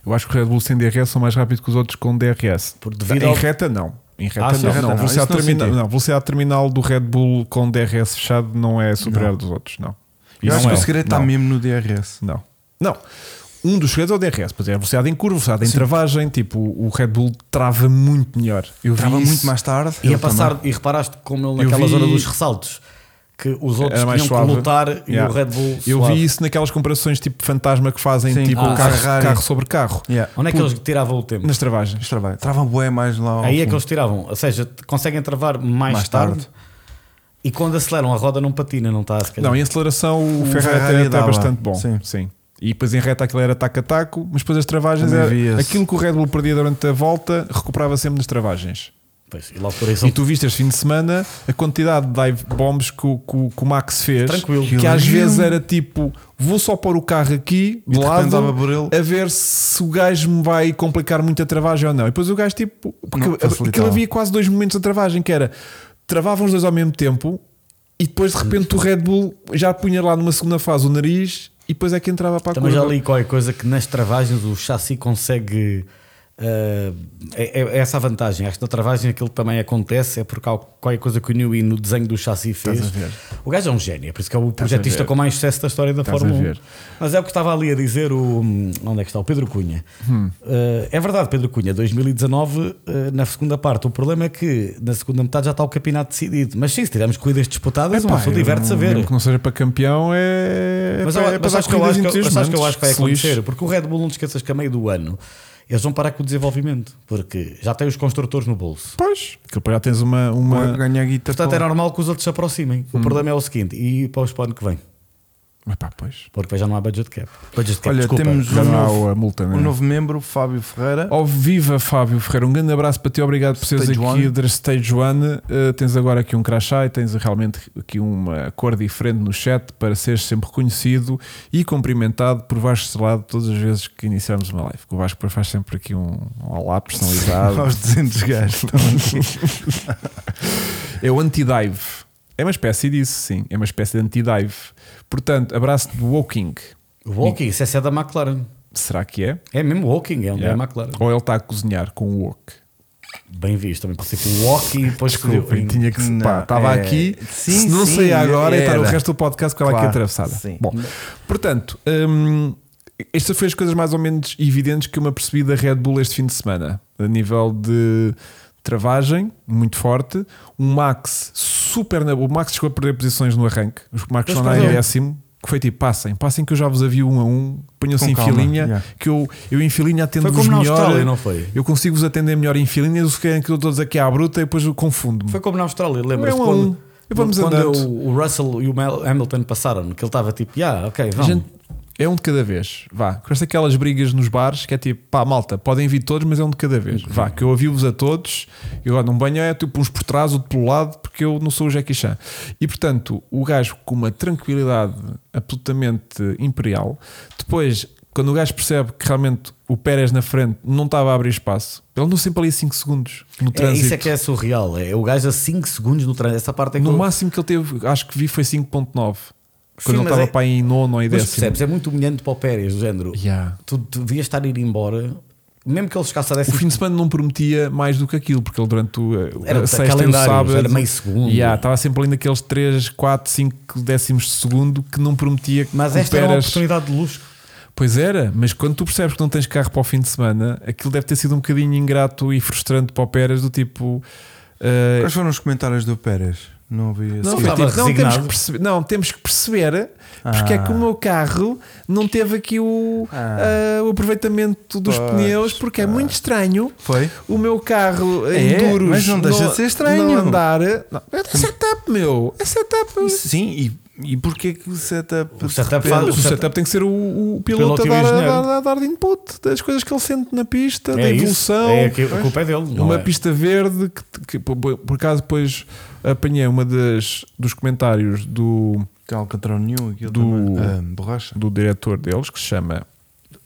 A: Eu acho que o Red Bull sem DRS são mais rápido que os outros com DRS.
B: Por devido
A: em
B: ao-
A: reta, não. Em reta,
B: Ah, sim, é.
A: não.
B: reta
A: não.
C: não.
A: Velocidade,
C: Isso não
A: termina-
C: senti.
A: não, velocidade terminal do Red Bull com DRS fechado não é superior dos outros, não.
C: Eu
A: Isso
C: acho que
B: é.
A: não. é
C: o segredo
B: tá
C: está
A: Não.
C: mesmo no DRS.
A: Não. Não. Um dos segredos é o DRS, pois é a velocidade em curva, velocidade em travagem. Tipo, o Red Bull trava muito melhor. Eu vi
C: Estava
A: isso.
C: muito mais tarde.
B: E, a passar, e reparaste como ele
A: Eu
B: naquela
A: vi-
B: zona dos ressaltos que os outros
A: Era mais
B: tinham
A: suave.
B: que lutar e
A: Yeah.
B: o Red Bull
A: Eu
B: suave. Ah,
A: vi isso naquelas comparações tipo fantasma que fazem,
C: Sim,
A: tipo
C: com o
A: carro,
C: Ferrari.
A: carro sobre carro.
C: Yeah.
B: Onde é que eles tiravam o tempo?
A: Nas travagens.
C: Mas trava- Trava bué mais lá. ao
B: Aí é que
C: fundo.
B: eles tiravam, ou seja, t- conseguem travar mais,
C: Mais
B: tarde.
C: tarde.
B: e quando aceleram a roda não patina, não está a se calhar.
A: Não, em aceleração o, Ferrari,
C: Ferrari
A: até- até é
C: dava.
A: bastante bom. Sim.
C: Sim.
A: E depois em reta aquilo era taco a taco, mas depois as travagens
C: Também
A: era
C: vi esse.
A: aquilo que o Red Bull perdia durante a volta, recuperava sempre nas travagens.
B: Pois, e logo por isso
A: E tu viste este fim de semana a quantidade de dive bombs que, o- que o- que o Max fez,
B: Tranquilo.
A: que às
C: Aquilo.
A: vezes era tipo: vou só pôr o carro aqui de
C: de repente
A: lado
C: dava por ele.
A: a ver se o gajo me vai complicar muito a travagem ou não. E depois o gajo tipo, porque
C: Não,
A: aquilo
C: facilitava.
A: havia quase dois momentos de travagem que era travavam os dois ao mesmo tempo e depois de repente o Red Bull já punha lá numa segunda fase o nariz e depois é que entrava para a
B: Também já
A: curva.
B: li qualquer coisa que nas travagens o chassi consegue eh, é, é essa a vantagem. Acho que na travagem aquilo que também acontece é porque há qualquer coisa que o Newey no desenho do chassi fez.
A: a ver.
B: O gajo é um gênio, é por isso que é o projetista
A: ver.
B: com mais sucesso da história da
A: Estás
B: Fórmula
A: a
B: 1.
A: ver.
B: Mas é o que estava ali a dizer o. Onde é que está? O Pedro Cunha.
A: Hum.
B: Eh, é verdade, Pedro Cunha, 2019, eh, na segunda parte. O problema é que na segunda metade já está o campeonato decidido. Mas sim, se tivermos corridas disputadas,
A: Epá,
B: uma pessoa
A: eu
B: diverte-se a
A: não-
B: ver.
A: Mesmo que não seja para campeão, é.
B: Mas,
A: é,
B: olha,
A: para- é
B: mas
A: para
B: acho, que
A: dar
B: eu acho, que,
A: corridas
B: mas acho que eu acho que vai
A: entusiasmantes, se lixe.
B: acontecer, porque o Red Bull, não te esqueças que a meio do ano eles vão parar com o desenvolvimento, porque já têm os construtores no bolso.
A: Pois, que para já tens uma.
C: Uma...
A: uma...
C: Ganhar guita
B: Portanto, é
C: com-
B: normal que os outros se aproximem.
A: Hum.
B: O problema é o seguinte: e para os para o ano que vem?
A: Epá, pois.
B: Porque já não há budget cap. Budget cap
C: Olha,
B: desculpa.
C: temos
A: Já
C: um
A: não há
C: novo,
A: a multa, né?
C: um novo membro, Fábio Ferreira.
A: Ó, viva Fábio Ferreira, um grande abraço para ti, obrigado por seres
C: Stage
A: aqui
C: one.
A: da Stage One. Uh, tens agora aqui um crachá e tens realmente aqui uma cor diferente no chat para seres sempre reconhecido e cumprimentado por Vasco Selado todas as vezes que iniciarmos uma live. O Vasco depois faz sempre aqui um, um olá
C: *laughs*
A: personalizado.
C: Aos 200 gajos. Então,
A: é o anti-dive. É uma espécie disso, sim. É uma espécie de anti-dive. Portanto, abraço de Woking.
B: O Walking, isso é sede da McLaren.
A: Será que é?
B: É mesmo Walking, é onde
A: Yeah.
B: é a McLaren.
A: Ou ele está a cozinhar com o wok?
B: Bem visto, também pode ser com o Walking e depois
A: Desculpem, tinha que
C: Não,
A: pá, Estava
C: é-
A: aqui.
C: sim,
A: se não
C: sim,
A: sair agora, está o
C: era.
A: resto do podcast com ela aqui
C: Claro,
A: atravessada.
C: sim.
A: Bom, portanto, hum, estas foram as coisas mais ou menos evidentes que eu me apercebi da Red Bull este fim de semana, a nível de travagem muito forte. Um Max super na O Max chegou a perder posições no arranque. O Max
B: Pois
A: Schoenheim é
B: perdeu.
A: décimo. Que foi tipo, passem, passem que eu já vos havia um a um, ponham-se
C: Com
A: em
C: calma,
A: filinha,
C: yeah.
A: que eu, eu em filinha
B: Foi
A: atendo-vos
B: como na
A: melhor,
B: Austrália, não foi?
A: eu consigo vos atender melhor em filinha, eles querem que eu todos aqui à bruta e depois eu confundo-me.
B: Foi como na Austrália, lembras-te?
A: É um a
B: quando
A: um. E vamos
B: quando
A: andando.
B: o o Russell e o Mel- Hamilton passaram, que ele estava tipo, yeah, ok,
A: A
B: vamos.
A: gente- é um de cada vez, vá. Com esta aquelas brigas nos bares que é tipo, pá, malta, podem vir todos, mas é um de cada vez. Vá, que eu ouvi-vos a todos e agora não banho é tipo uns por trás, outro pelo lado, porque eu não sou o Jackie Chan. E portanto, o gajo com uma tranquilidade absolutamente imperial, depois, quando o gajo percebe que realmente o Pérez na frente não estava a abrir espaço, ele não sempre ali 5 segundos no
B: É,
A: trânsito.
B: isso é que é surreal. É o gajo a 5 segundos no trânsito. Essa parte é que
A: No
B: eu-
A: máximo que ele teve, acho que vi foi 5.9.
B: Sim,
A: Quando ele
B: mas
A: estava
B: é-
A: para aí em nono ou em
B: Mas
A: décimo.
B: percebes, é muito humilhante para o Pérez, do género.
A: Yeah.
B: Tu devias estar a ir embora, mesmo que ele chegasse a
A: O
B: décimo.
A: fim de semana não prometia mais do que aquilo, porque ele durante o, eh,
B: Era
A: a sexta e o
B: calendários,
A: sábado
B: era meio segundo.
A: Yeah, estava sempre ali naqueles 3, 4, 5 décimos de segundo que não prometia que
B: Mas
A: o
B: esta era uma
A: Pérez-
B: oportunidade de luxo.
A: Pois era, mas quando tu percebes que não tens carro para o fim de semana, aquilo deve ter sido um bocadinho ingrato e frustrante para o Pérez, do tipo. eh,
C: Quais foram os comentários do Pérez? Não ouvi esse.
A: Não,
B: Sim,
A: foi
B: estava
A: tipo, não, temos
B: resignado.
A: que perceber, não, temos que perceber porque é que o meu carro não teve aqui o,
C: Ah.
A: ah, o aproveitamento dos
C: Pois,
A: pneus porque é muito estranho
C: Foi?
A: o meu carro
C: É,
A: em duros
C: mas não deixa de ser estranho.
A: não andar. Não, é setup, meu. É setup.
C: Sim, e, e porquê que o setup.
B: O setup
C: de repente-
A: Pá,
B: faz-
A: mas o setup tem que ser o, o piloto,
B: Piloto e
A: a
B: o
A: dar, a
B: engenheiro.
A: dar- a dar input das coisas que ele sente na pista, da
B: é isso.
A: evolução.
B: É que a culpa é dele. não
A: uma
B: é?
A: pista verde que, que, por, por acaso depois apanhei uma das dos comentários do
C: Que Alcatrão nenhum, aquilo
A: Do-
C: também. Ah, borracha.
A: do diretor deles, que se chama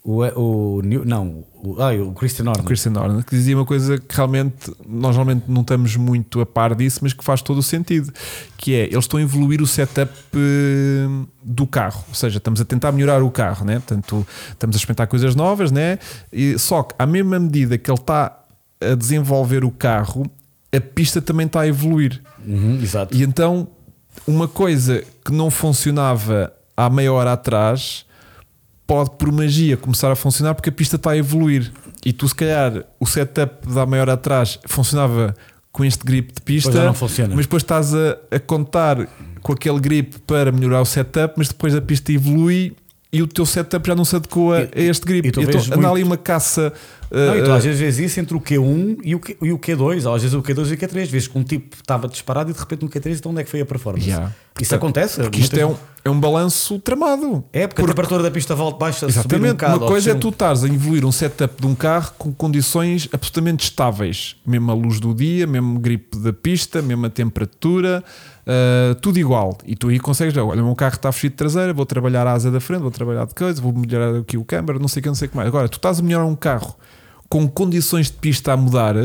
B: O, é, o, New- não, o, ah, o Christian Horner.
A: Christian Horner, que dizia uma coisa que realmente nós normalmente não estamos muito a par disso, mas que faz todo o sentido, que é eles estão a evoluir o setup eh, do carro, ou seja, estamos a tentar melhorar o carro, né? Portanto, estamos a experimentar coisas novas, né? E, só que à mesma medida que ele está a desenvolver o carro, a pista também está a evoluir.
B: Uhum, exato.
A: E então, uma coisa que não funcionava há meia hora atrás pode, por magia, começar a funcionar porque a pista está a evoluir. E tu, se calhar, o setup da meia hora atrás funcionava com este grip de pista,
B: Pois já não funciona.
A: mas depois estás a, a contar com aquele grip para melhorar o setup, mas depois a pista evolui. E o teu setup já não se adequa a
B: E-
A: este grip.
B: e tu
A: então
B: vês
A: anda
B: muito-
A: ali uma caça.
B: Não, e tu
A: ah,
B: às vezes vês isso entre o Q1 e o, Q, e o Q2, ou às vezes o Q2 e o Q3. Vês que um tipo estava disparado e de repente no Q3, então onde é que foi a performance?
A: Yeah.
B: Isso acontece.
A: porque isto é um, é um balanço tramado.
B: É, porque, a temperatura da pista volta baixa, subir um
A: Então, Exatamente.
B: bocado,
A: uma
B: ou
A: coisa é
B: descer
A: tu
B: um-
A: estares a evoluir um setup de um carro com condições absolutamente estáveis, mesmo a luz do dia, mesmo gripe da pista, mesma temperatura, ah, tudo igual. E tu aí consegues, olha, o meu carro está fugido de traseira, vou trabalhar a asa da frente, vou trabalhar de coisa, vou melhorar aqui o câmara, não sei o que, não sei o que mais. Agora, tu estás a melhorar um carro com condições de pista a mudar.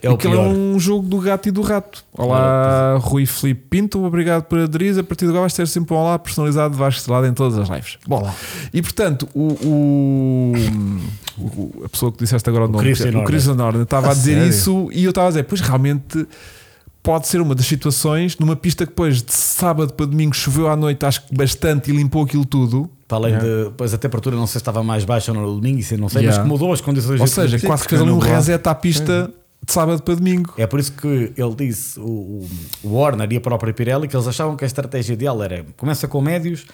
B: É o
A: aquilo é
B: pior.
A: um jogo do gato e do rato. Olá, Rui Filipe Pinto, obrigado por aderir. A partir de agora vais ter sempre um olá personalizado de Vasco Estrelado em todas as lives. Bom, e portanto, o, o, o- a pessoa que disseste agora o, nome,
B: Christian
A: o Chris Norton, estava
C: A
A: a dizer
C: sério?
A: isso e eu estava a dizer, pois realmente pode ser uma das situações numa pista que depois de sábado para domingo choveu à noite, acho que bastante e limpou aquilo tudo.
B: Para além de. Pois a temperatura não sei se estava mais baixa no domingo, isso eu não sei,
A: Yeah.
B: mas que mudou as condições
A: Ou
B: de-
A: seja,
C: sim,
A: quase que
C: porque
A: fez ali um
C: nublado.
A: reset à pista de sábado para domingo.
B: É por isso que ele disse, o, o Warner e a própria Pirelli, que eles achavam que a estratégia ideal era começa com médios,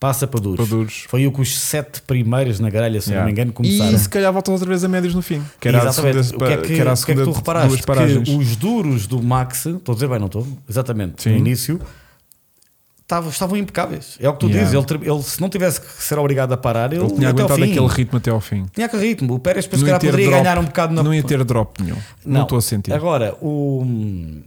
B: passa para duros.
A: Para duros.
B: Foi o que os sete primeiros na grelha, se não
A: Yeah.
B: me engano, começaram.
A: E se calhar voltam outra vez a médios no fim. Que era a
B: Exatamente.
A: segunda,
B: o que é que,
A: que era a
B: o que é que
A: segunda
B: tu
A: de
B: reparaste?
A: duas paragens.
B: Que os duros do Max, estou a dizer bem, não estou? Exatamente,
A: Sim.
B: no início, estavam, estavam impecáveis. É o que tu
A: Yeah.
B: dizes, ele, ter- ele se não tivesse que ser obrigado a parar, ele,
A: Ele tinha
B: ia até ao
A: aguentado
B: fim.
A: aquele ritmo até ao fim.
B: Tinha aquele ritmo. O Pérez, depois,
A: Não
B: se
A: ia
B: calhar,
A: ter
B: poderia
A: drop.
B: ganhar um bocado na
A: Não ia ter drop nenhum. Não estou a sentir.
B: Agora, o.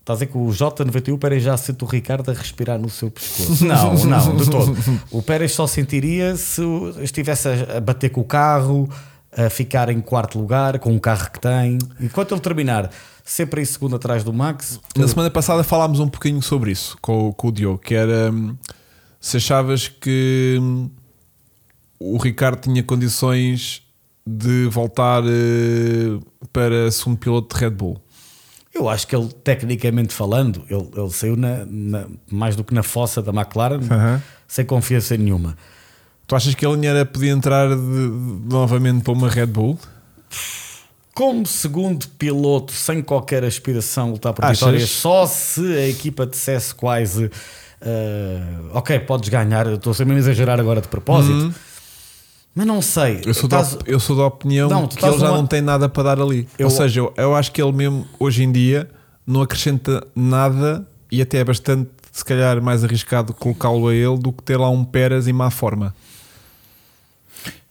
B: Estás a dizer que o J91 o Pérez já sente o Ricardo a respirar no seu pescoço. Não, não, de todo. O Pérez só sentiria se o- estivesse a a bater com o carro, a ficar em quarto lugar, com o carro que tem. Enquanto ele terminar sempre em segundo atrás do Max,
A: Na semana passada falámos um pouquinho sobre isso com, o- com o Diogo, que era hum, se achavas que hum, o Ricardo tinha condições de voltar eh, para segundo piloto de Red Bull.
B: eu acho que ele, tecnicamente falando, ele, ele saiu na- na- mais do que na fossa da McLaren,
C: Aham.
B: sem confiança nenhuma.
A: Tu achas que ele era podia entrar de- de- novamente para uma Red Bull?
B: como segundo piloto, sem qualquer aspiração, lutar por vitória,
A: Achas?
B: só se a equipa dissesse quase ah, ok, podes ganhar. Eu Estou sempre a exagerar agora de propósito, mas não sei.
A: Uhum. Eu sou,
B: Estás-
A: da, op- eu sou da opinião
B: Não, tu
A: que
B: estás
A: ele já
B: numa-
A: não tem nada para dar ali.
B: Eu-
A: Ou seja, eu, eu acho que ele mesmo hoje em dia não acrescenta nada e até é bastante, se calhar, mais arriscado colocá-lo a ele do que ter lá um Peras em má forma.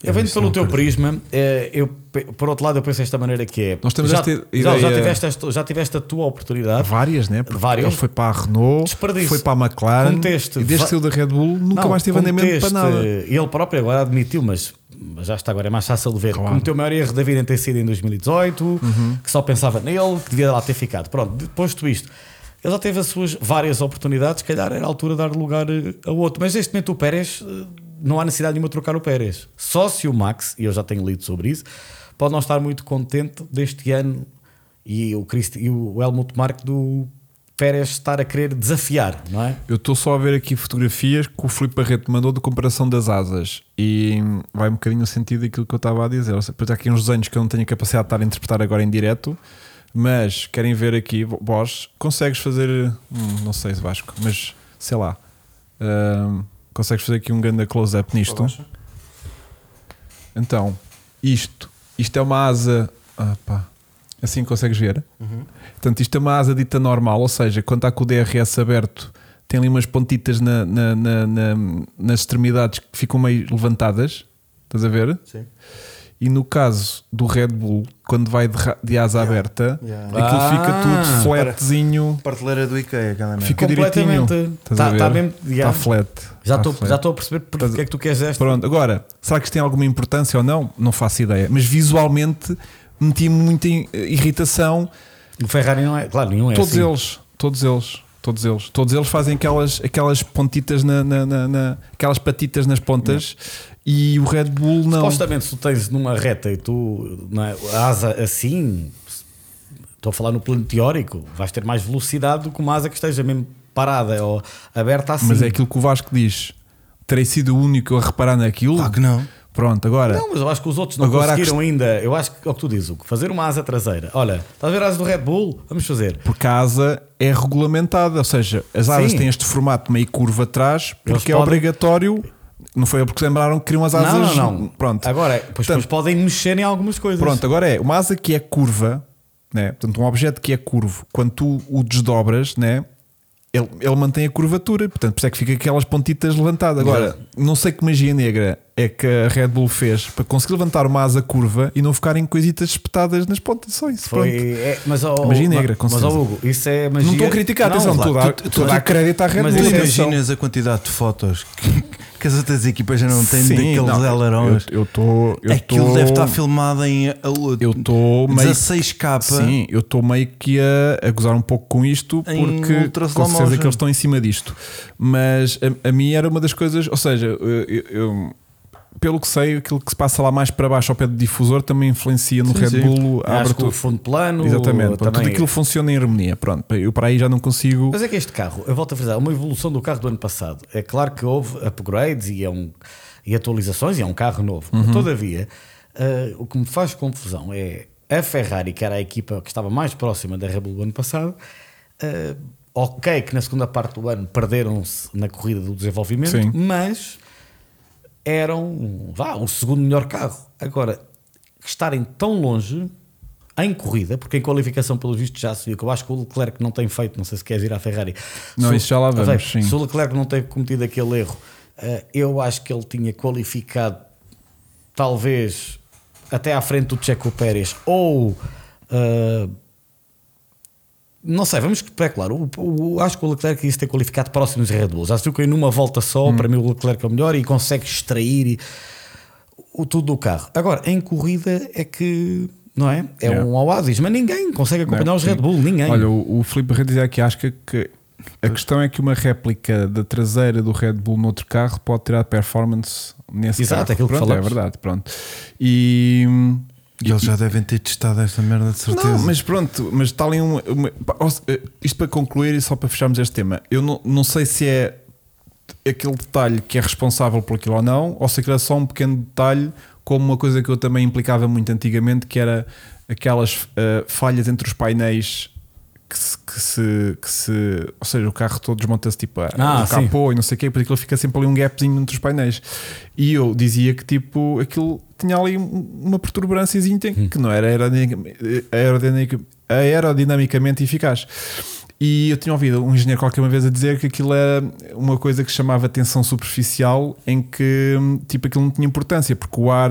B: Eu vendo pelo teu prisma, eh, eu, pe- por outro lado, eu penso desta maneira que é.
A: Nós temos
B: já,
A: esta
B: já-
A: ideia-
B: já tiveste, esta- já tiveste a tua oportunidade.
A: Várias, né? Porque
B: Várias.
A: ele foi para a Renault,
B: Desperdício.
A: foi para a McLaren
B: Contexto.
A: e desde
B: Va-
A: que saiu da Red Bull nunca
B: Não,
A: mais teve andamento para
B: cometeste-
A: nada.
B: Ele próprio agora admitiu, mas mas já está agora, é mais fácil de ver.
A: Claro. Uhum.
B: Cometeu o maior erro da vida em ter sido em 2018, que só pensava nele, que devia lá ter ficado. Pronto, de- posto isto, ele já teve as suas várias oportunidades, se calhar era a altura de dar lugar eh, a outro. Mas neste momento o Pérez, eh, não há necessidade nenhuma de trocar o Pérez. Só se o Max, e eu já tenho lido sobre isso, pode não estar muito contente deste ano e o, Christi, e o Helmut Mark do Pérez estar a querer desafiar, não é?
A: Eu estou só a ver aqui fotografias que o Filipe Barreto mandou de comparação das asas e vai um bocadinho no sentido daquilo que eu estava a dizer. Ou seja, Depois há aqui uns desenhos que eu não tenho capacidade de estar a interpretar agora em direto, mas querem ver aqui, vós consegues fazer, hum, não sei se Vasco, mas sei lá, hum, consegues fazer aqui um grande close-up nisto? Então, isto, isto é uma asa, ah, pá, assim consegues ver?
C: Uhum.
A: Portanto, isto é uma asa dita normal, ou seja, quando está com o DRS aberto, tem ali umas pontitas na- na- na- na- nas extremidades que ficam meio levantadas. Estás a ver?
C: Sim.
A: E no caso do Red Bull, quando vai de, ra- de asa aberta,
C: Yeah.
A: aquilo
B: Ah,
A: fica tudo flatzinho,
C: Parteleira do IKEA, aquela merda.
A: fica direitinho.
B: Completamente.
A: Estás
B: Tá-
A: a ver?
B: tá mesmo- yeah.
A: Tá flat.
B: Já
A: Tá
B: estou
A: flat.
B: já estou a perceber porque
A: Estás-
B: é que tu queres esta.
A: Pronto, agora, será que isto tem alguma importância ou não? Não faço ideia. Mas visualmente meti-me muita i- irritação.
B: O Ferrari não é, claro, nenhum é
A: todos
B: assim.
A: eles, todos eles, todos eles, todos eles fazem aquelas, aquelas pontitas na, na- na- na- aquelas patitas nas pontas e o Red Bull não.
B: Supostamente, se tu tens numa reta e tu não é, a asa assim, se- estou a falar no plano teórico, vais ter mais velocidade do que uma asa que esteja mesmo parada ou aberta assim.
A: Mas é aquilo que o Vasco diz. Terei sido o único a reparar naquilo.
C: Claro que não.
A: Pronto, agora.
B: Não, mas eu acho que os outros não
A: Agora a
B: conseguiram ainda. Eu acho que é o que tu dizes, o que fazer uma asa traseira. Olha, estás a ver a asa do Red Bull? Vamos fazer.
A: Porque a asa é regulamentada, ou seja, as asas
B: Sim.
A: têm este formato meio curva atrás, porque
B: Eles
A: é
B: podem-
A: obrigatório. Não foi porque lembraram que queriam as asas.
B: não, não, não.
A: Pronto.
B: Agora, pois,
A: Portanto,
B: pois podem mexer em algumas coisas.
A: Pronto, agora é uma asa que é curva, né? portanto, um objeto que é curvo, quando tu o desdobras, né? ele, ele mantém a curvatura, portanto, por isso é que fica aquelas pontitas levantadas. Agora, não sei que magia negra é que a Red Bull fez para conseguir levantar uma asa curva e não ficarem coisitas espetadas nas pontas. Só isso, pronto.
B: Foi, é, mas, ó,
A: Magia
B: ó,
A: negra, com
B: mas, ó,
A: certeza.
B: Hugo, isso é magia.
A: Não estou a criticar, atenção,
B: Vlad,
A: tu dá- tu dá crédito à Red
B: mas
A: Bull.
B: isso
C: Tu
B: é-
C: imaginas a quantidade de fotos que, que as outras equipas já não têm
A: Sim,
C: daqueles
A: não,
C: ailerões.
A: Eu estou.
C: Aquilo deve estar filmado em
A: Eu estou meio.
C: 16 k
A: Sim, eu estou meio que a, a gozar um pouco com isto
C: Em um
A: porque
C: ultra
A: com
C: slow
A: certeza
C: motion.
A: que eles estão em cima disto. Mas a, a mim era uma das coisas, ou seja, eu, eu- eu- pelo que sei, aquilo que se passa lá mais para baixo ao pé do difusor também influencia no
C: Sim,
A: Red
C: sim.
A: Bull a
B: Acho que o
A: abertura.
B: fundo plano.
A: Exatamente, pronto,
B: também... é.
A: tudo aquilo funciona em harmonia. Pronto, eu para aí já não consigo.
B: Mas é que este carro, eu volto a frisar, é uma evolução do carro do ano passado. É claro que houve upgrades e, é um, e atualizações e é um carro novo. Todavia, eh, o que me faz confusão é a Ferrari, que era a equipa que estava mais próxima da Red Bull do ano passado, eh, ok que na segunda parte do ano perderam-se na corrida do desenvolvimento,
A: Sim.
B: mas eram um, vá, o segundo melhor carro. Agora, estarem tão longe em corrida, porque em qualificação, pelo visto, já se viu que eu acho que o Leclerc não tem feito, não sei se queres ir à Ferrari.
A: Não,
B: Se o-
A: isso já lá vamos,
B: Olha,
A: sim.
B: Se o Leclerc não tem cometido aquele erro, eh, eu acho que ele tinha qualificado talvez até à frente do Checo Pérez ou. eh, não sei, vamos especular. O, o, acho que o Leclerc ia se ter qualificado próximo dos Red Bulls. Já se viu que em uma volta só, para mim o Leclerc é o melhor e consegue extrair e- o tudo do carro. Agora, em corrida é que, não é? É
A: Yeah.
B: um oásis, mas ninguém consegue acompanhar
A: Não,
B: os
A: sim.
B: Red Bull, ninguém.
A: Olha, o, o Filipe Rei dizia aqui, acho que, que a questão é que uma réplica da traseira do Red Bull noutro carro pode tirar performance nesse
B: Exato,
A: carro.
B: aquilo que
A: pronto,
B: falamos.
A: É verdade, pronto. E.
C: E eles já devem ter testado esta merda de certeza.
A: Não, mas pronto, mas está ali uma, uma- pá, ó, eh, Isto para concluir e só para fecharmos este tema, eu não, não sei se é aquele detalhe que é responsável por aquilo ou não, ou se aquilo é só um pequeno detalhe, como uma coisa que eu também implicava muito antigamente, que era aquelas eh, falhas entre os painéis. Que se, que, se, que se- Ou seja, o carro todo desmonta-se tipo a-
B: Ah,
A: o
B: sim.
A: capô e não sei o quê, porque aquilo fica sempre ali um gapzinho entre os painéis. E eu dizia que tipo aquilo tinha ali um- uma perturbânciazinha
B: Hum.
A: que não era aerodinamic- aerodinamic- aerodinamicamente eficaz. E eu tinha ouvido um engenheiro qualquer uma vez a dizer que aquilo era uma coisa que se chamava tensão superficial, em que tipo aquilo não tinha importância, porque o ar,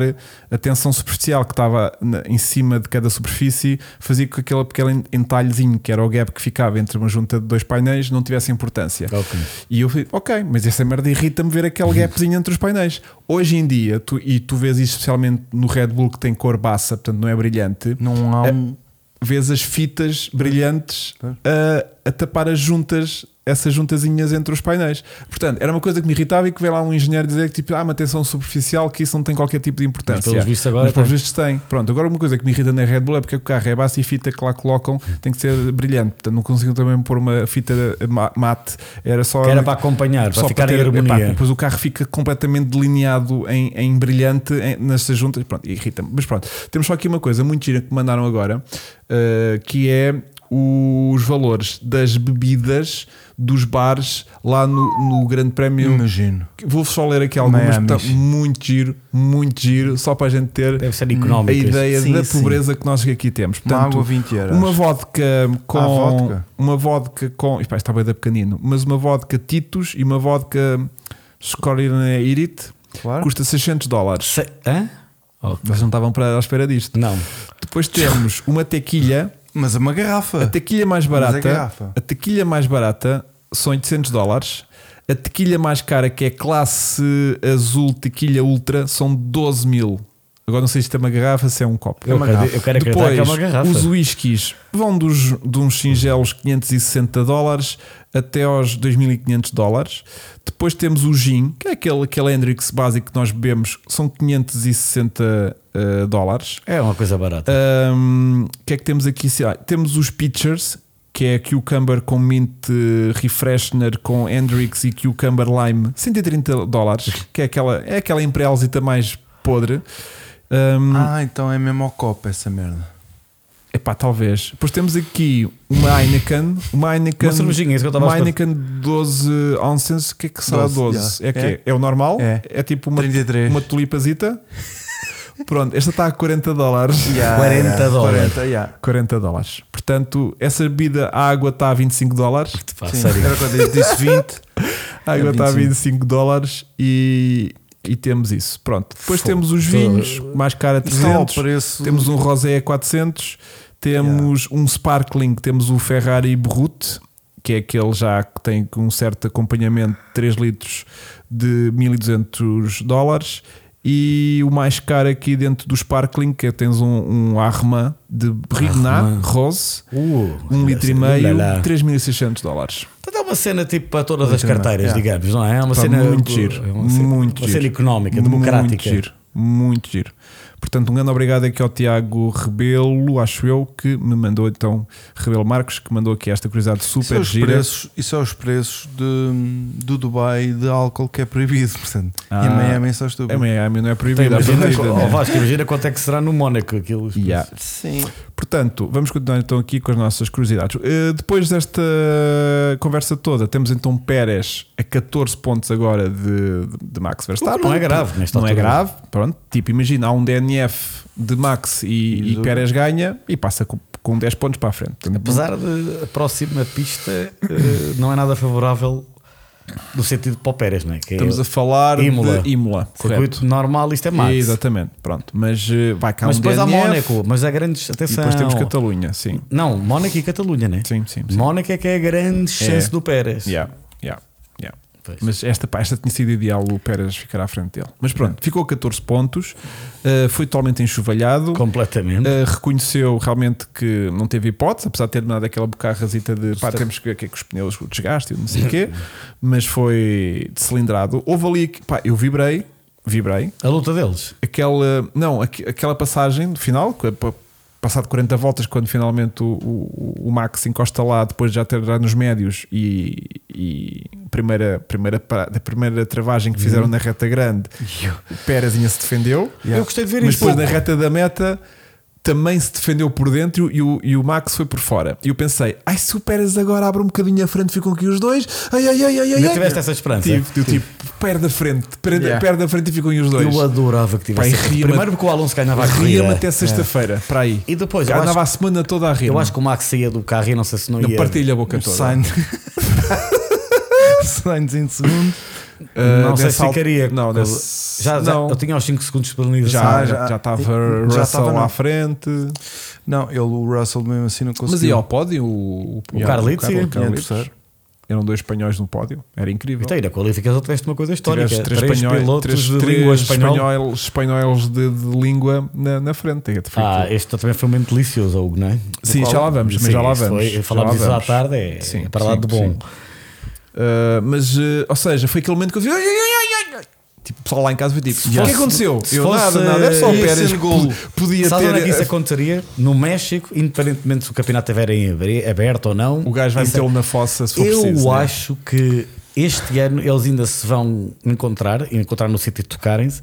A: a tensão superficial que estava na- em cima de cada superfície, fazia com que aquele pequeno entalhezinho que era o gap que ficava entre uma junta de dois painéis não tivesse importância.
B: Ok.
A: E eu falei, ok, mas essa merda irrita-me ver aquele gapzinho entre os painéis. Hoje em dia, tu, e tu vês isso especialmente no Red Bull que tem cor baça, portanto não é brilhante,
C: não
B: É,
C: há um.
A: vês as fitas brilhantes a, a tapar as juntas, essas juntazinhas entre os painéis. Portanto, era uma coisa que me irritava e que veio lá um engenheiro dizer que tipo, ah, uma tensão superficial, que isso não tem qualquer tipo de importância.
B: Mas pelos vistos agora
A: Mas pelos
B: tem.
A: vistos tem. Pronto, agora uma coisa que me irrita na Red Bull é porque o carro é baço e a fita que lá colocam tem que ser brilhante. Portanto, não conseguiam também pôr uma fita ma- mate, era só.
B: que era para acompanhar, para
A: Só
B: ficar
A: ter-
B: em harmonia.
A: epá, depois o carro fica completamente delineado em, em brilhante em, nestas juntas. Pronto, irrita-me. Mas pronto, temos só aqui uma coisa muito gira que me mandaram agora, eh, que é os valores das bebidas dos bares lá no, no Grande Prémio.
B: Hum.
C: Imagino.
A: Vou só ler aqui algumas,
C: Miamis.
A: portanto, muito giro, muito giro, só para a gente ter
B: Deve ser
A: a
B: económico. isto.
A: ideia
C: Sim,
A: da
C: sim.
A: pobreza que nós aqui temos.
C: Uma
A: Portanto,
C: água 20 euros.
A: uma vodka com.
C: Ah, vodka.
A: Uma vodka com. Isto está bem da pequenino, mas uma vodka Titus e uma vodka Scorina Irit
C: Claro.
A: custa 600 dólares.
B: Se- hã? Oh,
A: Mas não estavam para, à espera disto.
B: Não.
A: Depois temos uma tequilha.
C: Mas é uma garrafa.
A: A tequilha mais
C: é
A: barata.
C: garrafa.
A: a tequilha mais barata são 800 dólares. A tequilha mais cara, que é classe azul, tequilha ultra, são 12 mil. Agora não sei se isto é uma garrafa, se é um copo.
B: Eu,
C: uma
B: acredito-
C: garrafa.
B: eu quero acreditar
A: Depois,
B: que é uma garrafa.
A: os whiskies vão dos, de uns singelos 560 dólares até aos 2.500 dólares. Depois temos o gin, que é aquele, aquele Hendrix básico que nós bebemos, são 560 eh, dólares.
B: É uma coisa barata.
A: Ahm, O que é que temos aqui? Sei lá, temos os pitchers, que é cucumber com mint eh, refreshener com Hendrix e cucumber lime, 130 dólares, que é aquela, é aquela imperialzita mais podre. Ahm,
C: Ah, então é mesmo ao copo essa merda.
A: Epá, talvez. Depois temos aqui uma Heineken. Uma Heineken.
B: Uma cervejinha, é isso que eu estava a
A: Uma
B: esperar.
A: Heineken 12 ounces. O que é que será
C: 12,
A: 12?
C: já.
A: É que é,
C: É?
A: o normal?
C: É.
A: tipo uma,
C: 33.
A: uma tulipazita? Pronto, esta está a 40 dólares.
B: 40
C: Ah,
B: dólares.
C: 40, yeah.
A: 40 dólares. Portanto, essa bebida, a água está a 25 dólares.
B: Pá,
C: Sim,
B: sério.
C: era quando eu disse *laughs* 20.
A: A água
C: É
A: está a
C: 25.
A: 25 dólares e, e temos isso. Pronto. Depois
B: Fogo.
A: temos os vinhos, mais é cara
C: Está é ao
A: 300.
C: preço.
A: Temos um Rosé a 400, temos um Sparkling, temos o Ferrari Brut, que é aquele já que tem com um certo acompanhamento de 3 litros de 1200 dólares. E o mais caro aqui dentro do Sparkling, que é tens um, um Arma de Rignat Rose,
B: Uh,
A: um litro e meio,
B: lalá.
A: 3.600 dólares.
B: Portanto, é uma cena tipo para todas as carteiras, digamos, não é? É uma
A: Pá,
B: cena
A: muito
B: é
A: giro,
B: uma cena,
A: muito
B: uma
A: giro.
B: cena económica,
A: Muito
B: democrática.
A: giro, muito giro. Portanto, um grande obrigado aqui ao Tiago Rebelo, acho eu, que me mandou então, Rebelo Marcos, que mandou aqui esta curiosidade
C: Isso é
A: super
C: os
A: gira.
C: preços, isso é os preços de, do Dubai de álcool que é proibido, portanto. e
A: Ah.
C: em Miami só estou.
A: É Miami, não é proibido. à
B: Imagina,
A: partida,
B: oh,
A: né?
B: Vasco, imagina quanto é que será no Mónaco aquilo.
A: Yeah.
C: Sim.
A: Portanto, vamos continuar então aqui com as nossas curiosidades. Eh, depois desta conversa toda, temos então Pérez a 14 pontos agora de, de Max Verstappen.
B: não é grave nesta
A: Não é
B: altura.
A: grave, pronto. Tipo, imagina, há um DNF de Max e, e
C: Isso.
A: Pérez ganha e passa com, com 10 pontos para a frente.
B: Apesar de a próxima pista eh, não é nada favorável no sentido para o Pérez, não é? Que é
A: Estamos a falar
B: Imola.
A: de Imola, correto?
B: circuito normal, isto é Max.
A: Exatamente, pronto. Mas eh, vai cá
B: Mas
A: um
B: depois há
A: DNF
B: Mónaco, mas há grandes.
A: e
B: Atenção.
A: depois temos Catalunha, sim.
B: Não, Mónaco e Catalunha, né?
A: Sim, sim, sim.
B: Mónaco é que é a grande chance do Pérez.
A: Yeah, yeah, yeah.
B: Pois.
A: Mas esta, pá, esta tinha sido ideal, o Pérez ficar à frente dele. Mas pronto, ficou a 14 pontos, uh, foi totalmente enxovalhado,
B: Completamente.
A: uh, reconheceu realmente que não teve hipótese, apesar de ter dado aquela bocarrazita de pá, temos que ver o que é que os pneus o desgaste e não sei o quê, mas foi cilindrado. Houve ali, que- pá, eu vibrei, vibrei,
B: A luta deles.
A: aquela, não, aqu- aquela passagem do final, que é pa- passado 40 voltas, quando finalmente o, o- o Max encosta lá, depois de já ter já nos médios e, e primeira, primeira, pa- da primeira travagem que
B: Uhum.
A: fizeram na reta grande, o Pérez ainda se defendeu,
C: Yeah.
B: Eu gostei de ver
A: mas
B: isso.
A: depois na reta da meta. Também se defendeu por dentro e o, e o Max foi por fora. E eu pensei, ai, se o Pérez agora abre um bocadinho a frente, ficam aqui os dois. Ai, ai, ai, ai, ai.
B: Ainda
A: ai.
B: tiveste essa esperança?
A: Tive, tive, tipo, perde a frente, perde,
C: Yeah.
A: perde a frente e ficam aí os dois.
B: Eu adorava que tivesse.
A: Pá, e ria-me-
B: Primeiro porque o Alonso ganhava a
A: Ria-me
B: corrida.
A: até sexta-feira, para aí.
B: É. E depois, eu
A: andava
B: acho,
A: a semana toda a rir.
B: eu acho que o Max saía do carro e não sei se não
A: não
B: ia.
A: partilha a boca toda.
C: Sign. *laughs* Signs em segundo.
A: Ah,
B: não sei
A: nessa
B: se
A: al-
B: ficaria.
A: Não,
B: Eu-
A: nesse-
B: já, já-
A: não.
B: eu tinha os 5 segundos de penalização.
A: já
C: Ah,
A: já
C: já-
A: já estava
C: já
A: Russell
C: estava, não.
A: à frente.
C: Não, ele, o Russell mesmo assim não
A: Mas e
C: conseguiu.
A: ao pódio? O,
B: O Carlitos,
A: Carl-
B: sim.
A: o Carlitos.
C: Tinha terceiro.
A: Eram dois espanhóis no pódio. Era incrível.
B: Então, e na qualificação tiveste uma coisa histórica.
A: Tiveste
B: é Três, pilotos
A: três-
B: de
A: três
B: língua espanhola.
A: espanhol- espanhóis de, de língua na, na frente.
B: Ah, este também foi um momento delicioso, Hugo, não é? Do
A: Sim,
B: qual-
A: já lá vamos, mas
B: Sim,
A: já lá
B: isso
A: vamos, já
B: Foi, falámos
A: lá
B: isso à
A: vamos.
B: tarde, é,
A: Sim,
B: é para lá
A: sim,
B: de bom.
A: sim. Uh, mas, uh, ou seja, foi aquele momento que eu disse. "Ai, ai, ai, ai, ai." Tipo, o pessoal lá em casa foi tipo:
B: Se
A: O
B: fosse-
A: que aconteceu?
B: se
A: Eu
B: fosse,
A: nada, nada. É só o
B: eh,
A: Pérez
C: esse
A: que
C: gol.
A: pod- podia
B: Sabe onde é que isso
A: ter.
B: aconteceria? No México, independentemente se o campeonato estiver em abre- aberto ou não.
A: O gajo vai
B: isso- é-
A: metê-lo na fossa se for
B: Eu
A: preciso. né?
B: acho que este ano eles ainda se vão encontrar, encontrar no sítio de tocarem-se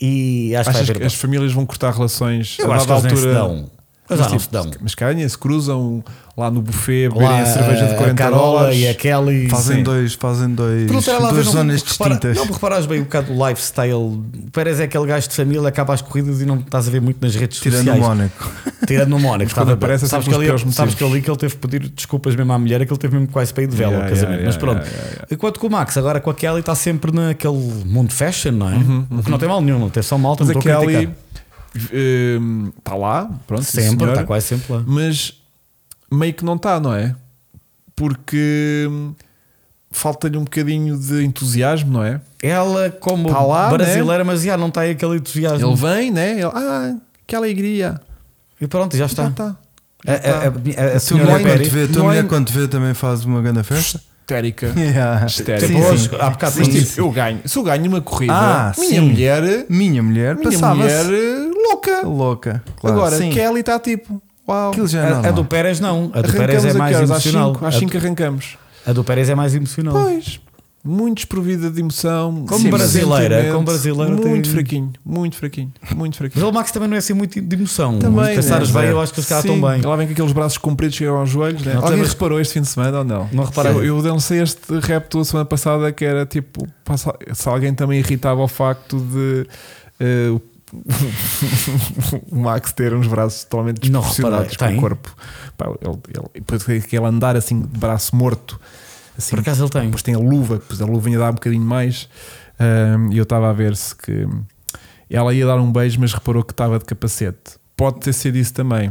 B: e acho
A: Achas
B: que vai
A: que
B: haver.
A: as famílias vão cortar relações
B: Eu
A: a
B: acho que
A: dada
B: eles nem se
A: altura.
B: dão. Eles já não se dão.
A: Mas calhem, se cruzam lá no buffet, beberem
B: Lá, eh,
A: a cerveja de 40
B: a Carola
A: dólares.
B: e a Kelly.
C: Fazem
A: Sim.
C: dois, fazem dois,
B: Tu não tens lá a ver,
C: duas
B: um não-
C: zonas
B: repara-
C: distintas.
B: Não, porque reparares bem um bocado o lifestyle. O Pérez é aquele gajo de família, acaba as corridas e não estás a ver muito nas redes
C: tirando o
B: sociais.
C: Mónaco.
B: Tirando
A: *laughs*
B: no Mónaco.
A: quando
B: estava-
A: aparece é
B: sabes, que
A: sempre os
B: ali,
A: piores
B: sabes que ali que ele teve que pedir desculpas mesmo à mulher, é que ele teve mesmo quase para ir de vela
A: Yeah,
B: ao casamento.
A: yeah,
B: Mas
A: yeah,
B: pronto.
A: yeah, yeah, yeah.
B: Enquanto que o Max, agora com a Kelly, está sempre naquele mundo fashion, não é? O que não tem mal nenhum, não tem só malta,
A: Uhum, Mas
B: não
A: a
B: estou a
A: Kelly
B: criticar.
A: hum, está lá, pronto, sim,
B: Sempre, tá
A: senhora.
B: está quase sempre lá.
A: mas meio que não está, não é? Porque hum, falta-lhe um bocadinho de entusiasmo, não é?
B: Ela, como
A: Tá lá, né?
B: brasileira, mas já não tem aquele entusiasmo.
C: um
A: Ele vem, né? Ele, ah, que alegria.
B: E pronto, já
A: Já tá.
B: está.
A: está.
B: A, a, a- a, a
C: A tua
B: senhora
C: mulher,
B: Pérez.
C: quando vê, a tua
A: não é-
C: mulher quando vê também faz uma
A: *laughs*
C: grande festa. *laughs*
A: Histérica.
C: Yeah.
A: Histérica.
B: Tipo,
C: Sim,
B: hoje,
C: sim.
B: há bocado,
A: Mas,
B: quando-
A: tipo, eu ganho. Se eu ganho uma corrida,
C: Ah,
A: minha
C: sim.
A: mulher.
C: Minha mulher
A: Minha
C: passava-se.
A: mulher eh, louca.
C: Louca. Claro,
A: Agora,
C: sim.
A: Kelly está tipo. Uau.
C: Aquilo já é
B: a, a
C: normal.
B: do Pérez não. A do
A: Arrancamos
B: Pérez é
A: a
B: mais
A: que horas? Às
B: emocional.
A: cinco- Às
B: A
A: 5
B: do-
A: arrancamos.
B: A do Pérez é mais emocional.
A: Pois. Muito desprovida de emoção.
B: Como
A: sem
B: brasileira,
A: sentimento,
B: como brasileira
A: Muito
B: tem-
A: fraquinho, muito fraquinho, muito fraquinho.
B: Mas o Max também não é assim muito de emoção.
A: Também,
B: Também, pensares
A: né?
B: bem, eu acho que eles caras estão
A: Sim,
B: bem.
A: Ela vem com aqueles braços compridos que chegam aos joelhos. Né?
B: Não te
A: Alguém
B: lembras-
A: reparou este fim de semana ou não?
B: Não reparei.
A: Eu, eu lancei este rap toda semana passada que era tipo: pá, se- se alguém também irritava o facto de eh, o- *laughs* o Max ter uns braços totalmente
B: Não
A: desproporcionados
B: reparei.
A: com o
B: Tem?
A: corpo. Pá, ele, ele, e depois tem aquele andar assim de braço morto. Assim,
B: Por acaso ele tem.
A: depois tem a luva, depois a luva ia dar um bocadinho mais. Ahm, E eu estava a ver-se que ela ia dar um beijo, mas reparou que estava de capacete. Pode ter sido isso também.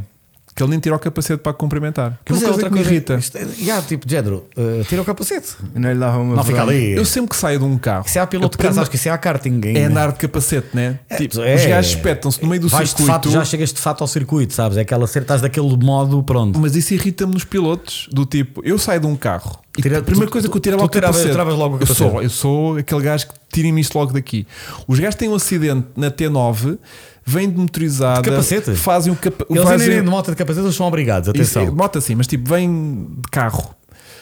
A: Que ele nem tira o capacete para cumprimentar. Que é uma
B: Pois é,
A: coisa que me irrita.
B: Isto é- yeah, tipo, de género, eh, tira o capacete.
C: Não lhe dava uma
B: Não fica
C: frase.
B: ali.
A: Eu sempre que saio de um carro.
B: é. Se há piloto de
A: eu
B: casa, acho que se há karting ainda.
A: É andar de capacete, né? tipo,
B: é.
A: os gajos espetam-se no meio do
B: Vais de
A: circuito.
B: fato, já chegas de fato ao circuito, sabes? É aquela cena, estás daquele modo, pronto.
A: Mas isso irrita-me nos pilotos. Do tipo, eu saio de um carro. e
B: Tira-
A: a primeira
B: tu-
A: coisa que eu tirava
B: tu
A: é o
B: tirava-
A: capacete.
B: tiravas logo o
A: eu
B: capacete.
A: sou, eu sou aquele gajo que tirem-me isto logo daqui. Os gajos têm um acidente na T9, vêm de motorizada,
B: De capacete?
A: fazem o capa
B: Eles ainda
A: fazem-
B: irem de moto de capacete, eles são obrigados,
A: Isso,
B: atenção.
A: é, moto assim, mas tipo, vêm de carro.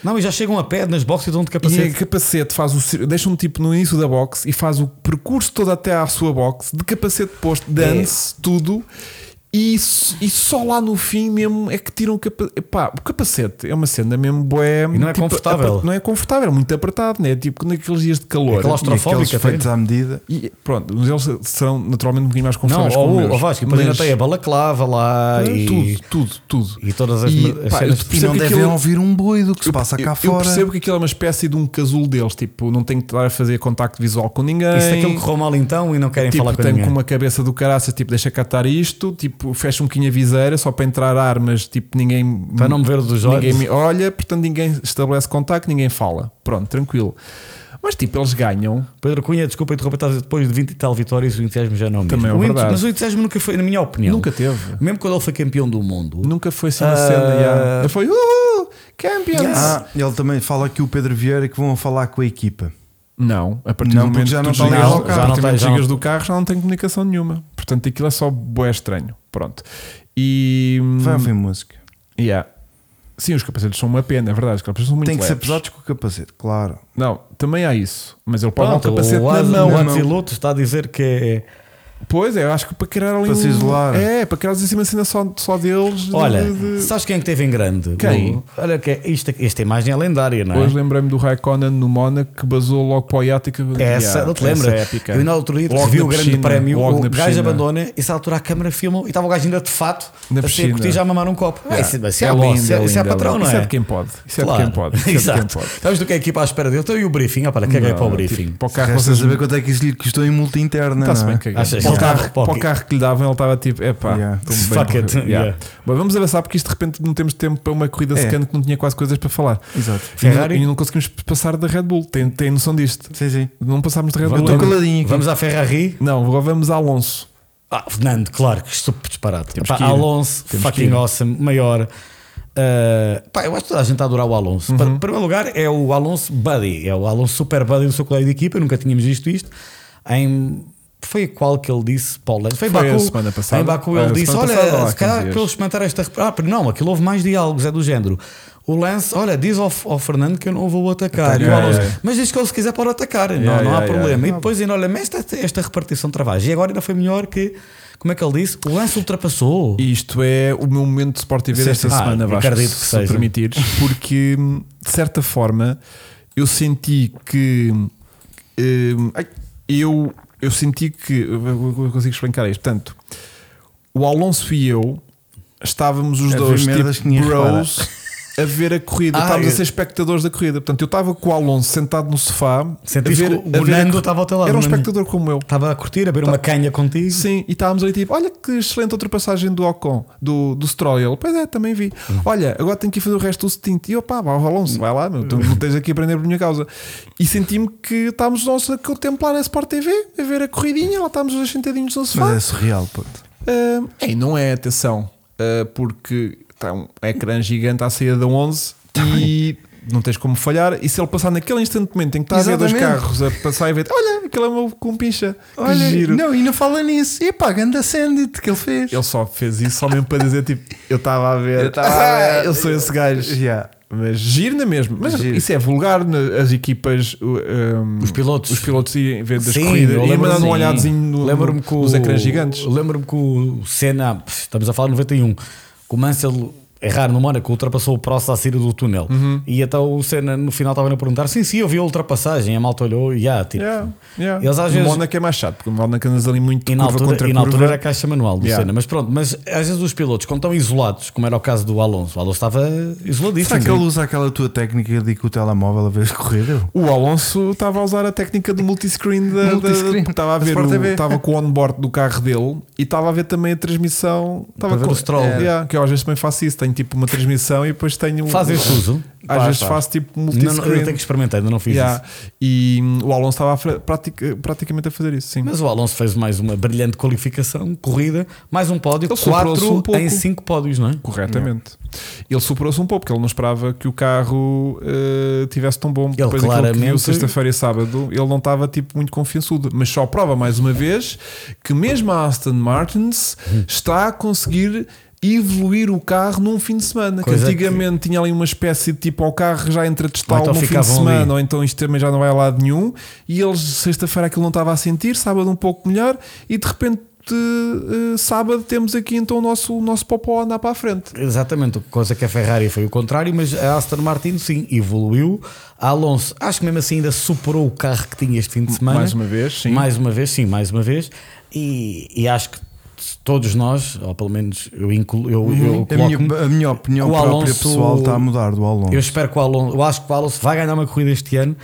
B: Não, e já chegam a pé nas boxes e dão de
A: E é a
B: capacete.
A: capacete faz o cir- deixa um tipo no início da box e faz o percurso todo até à sua box de capacete
B: É.
A: posto, dance, tudo. E, s- e só lá no fim mesmo é que tiram o capacete. o capacete é uma cena mesmo boé.
B: não é confortável.
A: apre- Não é confortável, é muito apertado, né? Tipo naqueles dias de calor.
B: É claustrofóbico.
C: Aqueles feitos à medida.
A: E pronto, mas eles serão naturalmente um bocadinho mais
B: Não,
A: confortáveis com
B: ou,
A: meus,
B: ou Vasco, e depois ainda
A: mas-
B: tem a balaclava lá e,
A: Tudo, tudo, tudo.
B: e todas as,
A: E,
B: as
A: pá,
B: cenas.
A: eu
C: E
A: Percebo
C: não
A: que
C: devem
A: aquilo-
C: ouvir um boido que se passa
A: eu,
C: cá
A: eu
C: fora.
A: percebo que aquilo é uma espécie de um casulo deles, tipo, não tenho que estar a fazer contacto visual com ninguém.
B: E se é aquilo correu mal então e não querem
A: Tipo,
B: falar com
A: tenho
B: ninguém?
A: com uma cabeça do caraças, tipo, deixa catar isto, tipo, fecha um bocadinho a viseira só para entrar armas, tipo, ninguém.
B: Para não me ver dos olhos.
A: Ninguém me olha, portanto, ninguém estabelece contacto, ninguém fala. Pronto, tranquilo. Mas, tipo, eles ganham.
B: Pedro Cunha, desculpa interromper, estás a dizer, depois de 20 e tal vitórias, o entusiasmo já não é o
A: Também é
B: mesmo. O entu-
A: verdade.
B: Mas o entusiasmo nunca foi, na minha opinião.
A: Nunca teve.
B: Mesmo quando ele foi campeão do mundo.
A: Nunca foi assim na
B: Ah.
A: cena. já. Foi, uh, champions!
C: Ah, ele também fala que o Pedro Vieira é que vão falar com a equipa.
A: Não, a partir
C: Não,
A: do
C: porque
A: momento
C: já
A: que
C: não tá
A: tu
C: está
A: chegas ao
C: ligado ao
A: carro,
B: carro. Já não tá
A: a partir do momento
B: está-
A: que
B: já
A: chegas
B: não-
A: do carro já não tem comunicação nenhuma. Portanto, aquilo é só boé estranho. Pronto. E.
C: Vai ouvir música.
A: yeah. Sim, os capacetes são uma pena, é verdade. Os capacetes são muito
C: Tem que ser
A: leves.
C: pesados com o capacete, claro.
A: Não, também há isso. Mas ele pode dar um
B: Pronto,
A: capacete
B: o
A: na
B: Asa-
A: mão.
B: o Aziloto está a dizer que é.
A: Pois é, eu acho que para criar ali.
C: Para se
A: um-
C: isolar.
A: É, para criar assim uma cena só, só deles. de-
B: Olha,
A: de- de-
B: sabes quem é que teve em grande?
A: eh, Quem?
B: O- Olha, que é isto, esta imagem é lendária, não é?
A: Hoje lembrei-me do Raikkonen no Mónaco que basou logo para o iate que
B: Essa,
A: Yeah,
B: não te lembras?
A: essa é épica.
B: Eu na altura dia
A: Logo
B: que vi
A: na
B: o grande
A: piscina,
B: prémio,
A: logo
B: o
A: na
B: gajo
A: piscina.
B: abandona e essa altura a câmara filmou e estava o gajo ainda de fato
A: Na
B: a ser
A: piscina.
B: curtir já a mamar um copo. Ah, isso, mas isso é,
A: É
B: a
A: lindo,
B: boss, isso
A: é
B: é, isso é
A: lindo, é
B: patrão,
A: lindo.
B: não é?
A: Isso é de quem pode, isso é de quem pode, isso é de
B: *laughs* Exato.
A: quem pode.
B: Sabes do que a equipa à espera dele? Então e o briefing? Ah, para, caguei
A: Não,
B: para
A: tipo,
B: o briefing.
A: Para o carro,
C: Resta
A: vocês
C: saber quanto é que isso lhe custou em multa interna.
A: Está-se
C: não é?
A: bem cagado. Para
B: Achas?
A: o
B: Ele
A: carro,
B: estava-
A: para o carro que lhe davam, ele estava tipo, epá,
C: Yeah.
A: estou-me bem
B: Fuck it.
A: corrido.
B: Yeah.
A: Mas vamos avançar porque isto de repente não temos tempo para uma corrida
C: É.
A: secante que não tinha quase coisas para falar.
C: Exato.
A: E não,
B: Ferrari?
A: e não conseguimos passar da Red Bull. Tem, tem noção disto?
C: Sim, sim.
A: Não passámos da Red
C: Eu
A: Bull.
C: estou
A: ainda.
C: caladinho aqui.
B: Vamos à Ferrari.
A: Não, agora vamos a Alonso.
B: Ah, Fernando, claro, que estúpido disparate.
A: Temos
B: Epá,
A: que ir.
B: Alonso,
A: Temos que
B: fucking
A: ir.
B: awesome, maior. Ah, pá, eu acho que toda a gente está a adorar o
A: Uhum.
B: Alonso. Em primeiro lugar, é o Alonso Buddy, é o Alonso Super Buddy do seu colega de equipa. Nunca tínhamos visto isto. Em, foi qual que ele disse, Paulo? Foi, em
A: Foi
B: Baku.
A: a semana passada.
B: Em Baku
A: Ah,
B: ele
A: a
B: disse:
A: semana
B: Olha,
A: passada, ou há
B: se calhar
A: 15 dias?"
B: para eles comentar esta. rep- Ah, não, aquilo houve mais diálogos, é do género. O lance, olha, diz ao, ao Fernando que eu não o vou atacar. E o
A: Atacar,
B: Alonso,
A: é.
B: mas diz que ele se quiser pode atacar, não,
A: Yeah,
B: não há
A: yeah,
B: problema.
A: yeah.
B: E depois ainda, olha, mas esta, esta repartição de travagem. E agora ainda foi melhor que, como é que ele disse? O lance ultrapassou.
A: E Isto é o meu momento de Sport TV
B: Sim,
A: desta
B: sim. Ah,
A: semana, Vasco,
B: acredito que
A: se
B: seja.
A: permitires, porque hum, de certa forma eu senti que hum, ai, eu, eu senti que eu- eu eu consigo explicar isto. Portanto, o Alonso e eu estávamos os
C: A ver
A: dois
C: merdas
A: tipo
C: que ninguém
A: bros a ver a
B: *laughs*
A: corrida,
B: Ah,
A: estávamos
B: eu-
A: a ser espectadores da corrida. Portanto, eu estava com o Alonso sentado no sofá, a
B: Sentiste
A: ver,
B: que o
A: a ver a
B: Nando
A: cor-
B: estava ao teu lado,
A: Era um
B: não é?
A: espectador como eu.
B: Estava a curtir, a beber uma canha contigo.
A: Tá. Sim, e estávamos ali tipo: olha que excelente ultrapassagem do Ocon, do, do Stroll. E Ele, pois é, também vi.
C: Uhum.
A: Olha, agora tenho que ir fazer o resto do stint. E opá, vai ao Alonso, vai lá, meu, tu
C: Uhum.
A: não tens aqui a aprender por minha causa. E senti-me que estávamos nós a contemplar a Sport TV, a ver a corridinha, lá estávamos os dois sentadinhos no
C: Mas
A: sofá.
C: é surreal, puto.
A: Ah, ei, não é, atenção, ah, porque está um ecrã gigante à saída da 11
C: Tá
A: e não tens como falhar. E se ele passar naquele instante momento em que estás a ver dois
C: Exatamente.
A: carros a passar e ver, olha, aquele é o meu compincha, que
C: Olha,
A: giro.
C: não, e não fala nisso. E pá, ganda sandit que ele fez.
A: Ele só fez isso só mesmo para dizer tipo, eu estava a ver,
C: Eu tava a
A: *laughs*
C: ver.
A: eu sou esse gajo.
C: Yeah.
A: Mas giro na mesma. Mas
C: Giro.
A: isso é vulgar né? as equipas, o, um,
B: Os pilotos.
A: os pilotos em vez das
B: Sim,
A: corridas
B: eu
A: e
B: lembro-me-
A: mandando um
B: sim.
A: olhadozinho no,
B: Lembro-me
A: no,
B: que o-
A: nos ecrãs gigantes.
B: Lembro-me que um, o Senna, pff, estamos a falar de 91, que o Mansell errar no Mónaco, ultrapassou o Prost à saída do túnel.
A: Uhum.
B: E até o Senna no final estava a perguntar: sim, sim, eu vi a ultrapassagem. A malta olhou e ah, tipo.
A: Yeah, yeah.
B: Eles às
A: O
B: vezes-
A: Mónaco é mais chato, porque o Mónaco andas ali muito de
B: E na,
A: curva
B: altura,
A: contra
B: e na
A: curva.
B: altura era a caixa manual do
A: Yeah.
B: Senna, mas pronto, mas às vezes os pilotos, quando estão isolados, como era o caso do Alonso, o Alonso estava
C: Será
B: isoladíssimo.
C: que ele usa aquela tua técnica de ir com o telemóvel a ver *laughs* a corrida?
A: O Alonso estava a usar a técnica do multiscreen da,
C: Multiscreen.
A: da- estava a
C: Da
A: ver
C: Sport
A: o-
C: TV.
A: estava com o onboard do carro dele e estava a ver também a transmissão estava
B: Para ver
A: com
B: o stroll.
A: É, yeah, que eu às vezes também faço isso tenho tipo uma transmissão e depois tenho um-
B: Faz esse uso?
A: às
C: Faz,
A: vezes
C: faz.
A: faço tipo
B: Não, não, eu
A: multiscreen
B: tenho que experimentar, ainda não fiz isso.
A: Yeah. e hum, o Alonso estava a fra- pratica- praticamente a fazer isso sim
B: Mas o Alonso fez mais uma brilhante qualificação, corrida, mais um pódio,
A: Ele superou-se
B: quatro
A: um pouco.
B: em cinco pódios, não é?
A: corretamente ele superou-se um pouco porque ele não esperava que o carro eh, tivesse tão bom depois daquilo que viu
B: claramente-
A: sexta-feira e sábado ele não estava tipo muito confiançudo mas só prova mais uma vez que mesmo a Aston Martins está a conseguir evoluir o carro num fim de semana
B: Coisa
A: que antigamente tinha ali uma espécie de tipo ao carro já entra
B: Ou
A: testar
B: então
A: um fim de
B: ficavam
A: semana
B: ali.
A: ou então isto também já não vai a lado nenhum e eles sexta-feira aquilo não estava a sentir sábado um pouco melhor e de repente eh, sábado temos aqui então o nosso, o nosso popó a andar para a frente
B: Exatamente, coisa que a Ferrari foi o contrário, mas a Aston Martin sim, evoluiu. A Alonso, acho que mesmo assim ainda superou o carro que tinha este fim de semana.
A: Mais uma vez, sim.
B: Mais uma vez, sim, mais uma vez. E, e acho que todos nós, ou pelo menos eu, inclu, eu,
A: Uhum. É
B: eu
C: A minha,
B: coloco-me-
C: a minha opinião
B: O
C: própria
B: Alonso-
C: pessoal está a mudar do Alonso.
B: Eu espero que o Alonso, eu acho que o Alonso vai ganhar uma corrida este ano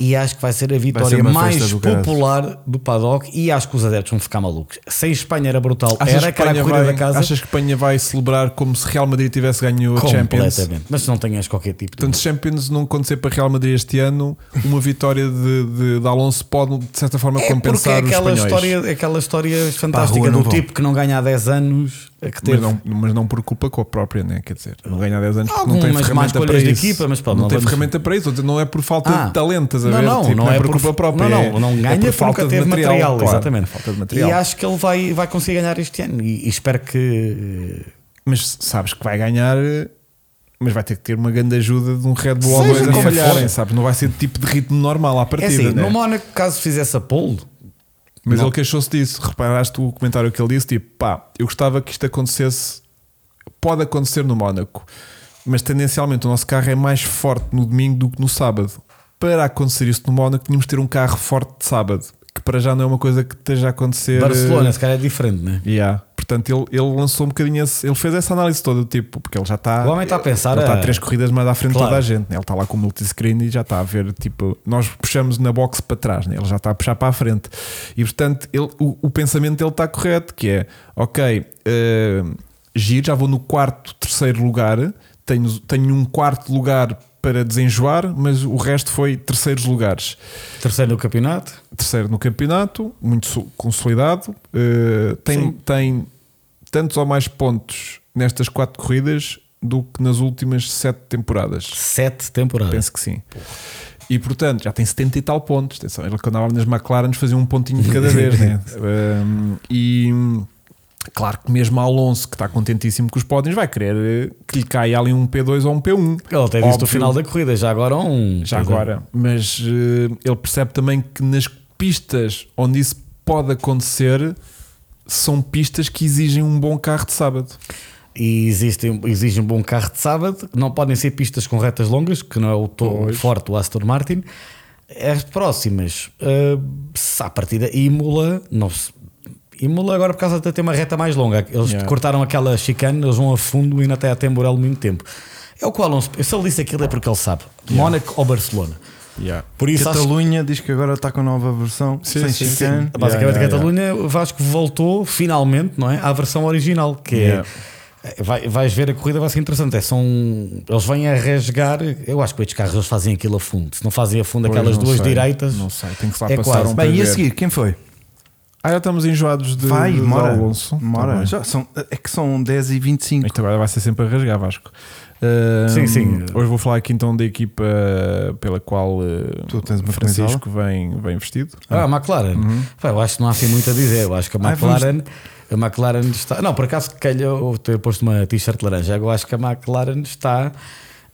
B: e acho que vai ser a vitória
C: ser uma
B: mais
C: festa do caralho.
B: popular do paddock e acho que os adeptos vão ficar malucos. Sem Espanha era brutal, era que era a corrida
A: vai,
B: da casa
A: achas que Espanha vai celebrar como se Real Madrid tivesse ganho a Champions?
B: completamente. Mas não tenhas qualquer tipo de
A: Portanto, se Champions não acontecer para Real Madrid este ano, uma vitória de, de, de Alonso pode, de certa forma,
B: É porque é
A: compensar
B: aquela
A: os espanhóis.
B: história, aquela história fantástica
C: rua
B: do
C: não vão.
B: tipo que não ganha há 10 anos, é que teve
A: Mas não, mas não por culpa com a própria, né? quer dizer, não ganha há 10 anos porque não
B: Algumas
A: tem
B: más
A: ferramenta
B: escolhas
A: para
B: de
A: isso.
B: equipa, mas pá,
A: não,
B: não
A: tem
B: vamos-
A: ferramenta para isso, não é por falta
B: Ah.
A: de talento, estás a
B: não,
A: ver?
B: não,
A: Tipo,
B: não,
A: é por culpa própria.
B: Não,
A: é-
B: não, não
A: é por
B: ganha
A: falta
B: nunca
A: de
B: teve material,
A: claro,
B: exatamente.
A: Falta de material.
B: E acho que ele vai, vai conseguir ganhar este ano e, e espero que
A: Mas sabes que vai ganhar, mas vai ter que ter uma grande ajuda de um Red Bull ou
B: Seja
A: dois a
B: como
A: falharem,
B: for.
A: sabes? Não vai ser de tipo de ritmo normal à
B: é
A: partida,
B: assim,
A: né?
B: no Mónaco, caso fizesse a pole,
A: mas
B: não.
A: ele queixou-se disso. Reparaste o comentário que ele disse: tipo, pá, eu gostava que isto acontecesse, pode acontecer no Mónaco, mas tendencialmente o nosso carro é mais forte no domingo do que no sábado. Para acontecer isso no Mónaco, tínhamos de ter um carro forte de sábado, que para já não é uma coisa que esteja a acontecer. eh,
B: Barcelona, se calhar é diferente, né?
A: Yeah. Portanto, ele, ele lançou um bocadinho esse, ele fez essa análise toda, tipo, porque ele já está.
B: O homem está a pensar,
A: Ele está
B: ah,
A: três corridas mais à frente de
B: claro.
A: toda a gente. Né? Ele está lá com o multiscreen e já está a ver, tipo, nós puxamos na box para trás, né? ele já está a puxar para a frente. E portanto, ele, o, o pensamento dele está correto, que é ok, eh, giro, já vou no quarto, terceiro lugar, tenho, tenho um quarto lugar para desenjoar, mas o resto foi terceiros lugares
B: Terceiro no campeonato,
A: terceiro no campeonato, muito so- consolidado, eh, tem, tem tantos ou mais pontos nestas quatro corridas do que nas últimas sete temporadas.
B: sete temporadas.
A: Penso que sim. E portanto, já tem 70 e tal pontos. Atenção, ele quando andava nas McLaren fazia um pontinho de cada vez, né? Um, e claro que mesmo Alonso, que está contentíssimo com os pódios, vai querer eh, que lhe caia ali um P2 ou um P1.
B: Ele até disse no
A: Óbvio.
B: final da corrida, já agora um.
A: Já agora, mas eh, ele percebe também que nas pistas onde isso pode acontecer são pistas que exigem um bom carro de sábado.
B: e existem, exigem um bom carro de sábado, não podem ser pistas com retas longas, que não é o to- forte do Aston Martin. As próximas, ah, à partida, Imola, não se. Imola agora por causa de ter uma reta mais longa. Eles
A: Yeah.
B: cortaram aquela chicane, eles vão a fundo e ainda até a temporal ao mesmo tempo. É o que o Alonso, se ele disse aquilo é porque ele sabe. Mónaco ou Barcelona. Por isso acho
C: Catalunha diz que agora está com a nova versão
A: Sim,
C: sem
A: sim, sim.
C: chicane.
B: Basicamente,
A: Yeah, yeah,
B: a Catalunha, o Vasco voltou finalmente não é, à versão original, que
A: Yeah.
B: é. Vai, vais ver a corrida, vai ser interessante. É, são, eles vêm a rasgar. Eu acho que estes carros eles fazem aquilo a fundo. Se não fazem a fundo
A: Pois,
B: aquelas
A: não
B: duas
A: sei,
B: direitas,
A: Não sei, tem que lá
B: é
A: passar
B: quase.
A: um
C: Bem, e a
A: PV.
C: seguir, quem foi?
A: Ah, já estamos enjoados de,
C: Vai,
A: de
C: demora.
A: Alonso.
C: Demora.
A: Tá bem. É
C: Já são, é que são 10 e 25
A: Isto agora vai ser sempre a rasgar, Vasco. Ahm,
B: Sim, sim.
A: Hoje vou falar aqui então da equipa pela qual eh,
C: Tu tens uma
A: Francisco vem, vem vestido.
B: Ah, a McLaren.
A: Uhum.
B: Pá, eu acho que não há assim muito a dizer. Eu acho que a
C: Ai, vamos-
B: McLaren. A McLaren está. Não, por acaso calhou ter posto uma t-shirt laranja. Eu acho que a McLaren está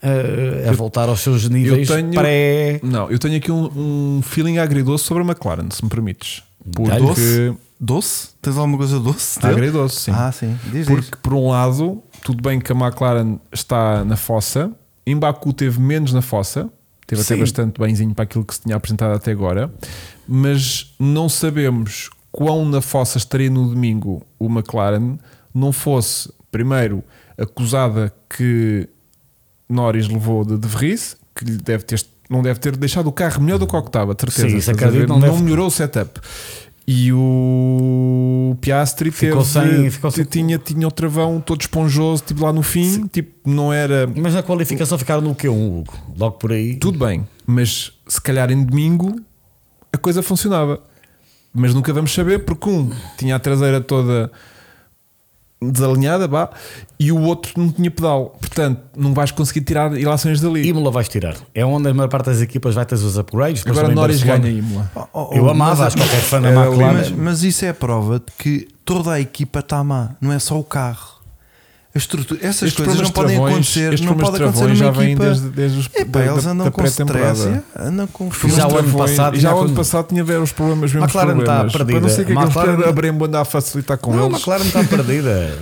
B: ah, a voltar aos seus níveis
A: tenho-
B: pré.
A: Não, eu tenho aqui um, um feeling agridoce sobre a McLaren, se me permites. Porque é
B: Doce?
C: Doce? Tens alguma coisa doce? dele?
A: agridoce, sim.
C: Ah, sim. Diz, diz.
A: Porque, por um lado, tudo bem que a McLaren está na fossa. Em Baku teve menos na fossa, teve até
C: Sim.
A: bastante benzinho para aquilo que se tinha apresentado até agora, mas não sabemos quão na fossa estaria no domingo o McLaren não fosse, primeiro, a acusada que Norris levou de De Vries, que lhe deve ter, não deve ter deixado o carro melhor do que o que estava, de certeza.
B: Sim, isso
A: Estás a ver?
B: acredito, não
A: não
B: deve-
A: melhorou o setup. E o Piastri
B: Ficou
A: teve-
B: sem- ficou sem-
A: tinha, tinha o travão todo esponjoso, tipo lá no fim, tipo, não era
B: Mas na qualificação ficaram no Q1, Hugo. Logo por aí.
A: tudo bem, mas se calhar em domingo a coisa funcionava. Mas nunca vamos saber porque um tinha a traseira toda desalinhada, vá, e o outro não tinha pedal. Portanto, não vais conseguir tirar ilações dali.
B: Imola vais tirar. É onde a maior parte das equipas vai ter os upgrades. depois
A: Agora
B: também
A: Norris
B: Barcelona.
A: ganha Imola.
C: Oh, oh,
B: Eu
C: oh,
B: amava,
C: mas-
B: acho que qualquer fã da
A: Era
B: McLaren.
A: lá,
C: Mas, mas isso é a prova de que toda a equipa está má, não é só o carro. A estrutura, essas
A: Estes
C: coisas
A: problemas
C: não
A: de
C: podem
A: travões-
C: acontecer,
A: estes
C: não
A: problemas
C: pode
A: de
C: acontecer
A: travões
C: numa
A: já vêm
C: equipa.
A: desde, desde os
C: Epá,
A: da-
C: eles
A: da-
C: andam
A: da
C: com stress, é?
A: pré-temporada.
C: andam com
A: Os
B: Já o ano
A: travões-
B: passado
A: e já é
B: tinha
A: o ano
B: acon-
A: passado tinha ver os problemas mesmos
B: McLaren está
A: problemas.
B: perdida.
A: Para não sei o que é que
B: McLaren-
A: eles- a Brembo anda a facilitar com
B: Não, a
A: eles.
B: McLaren está perdida.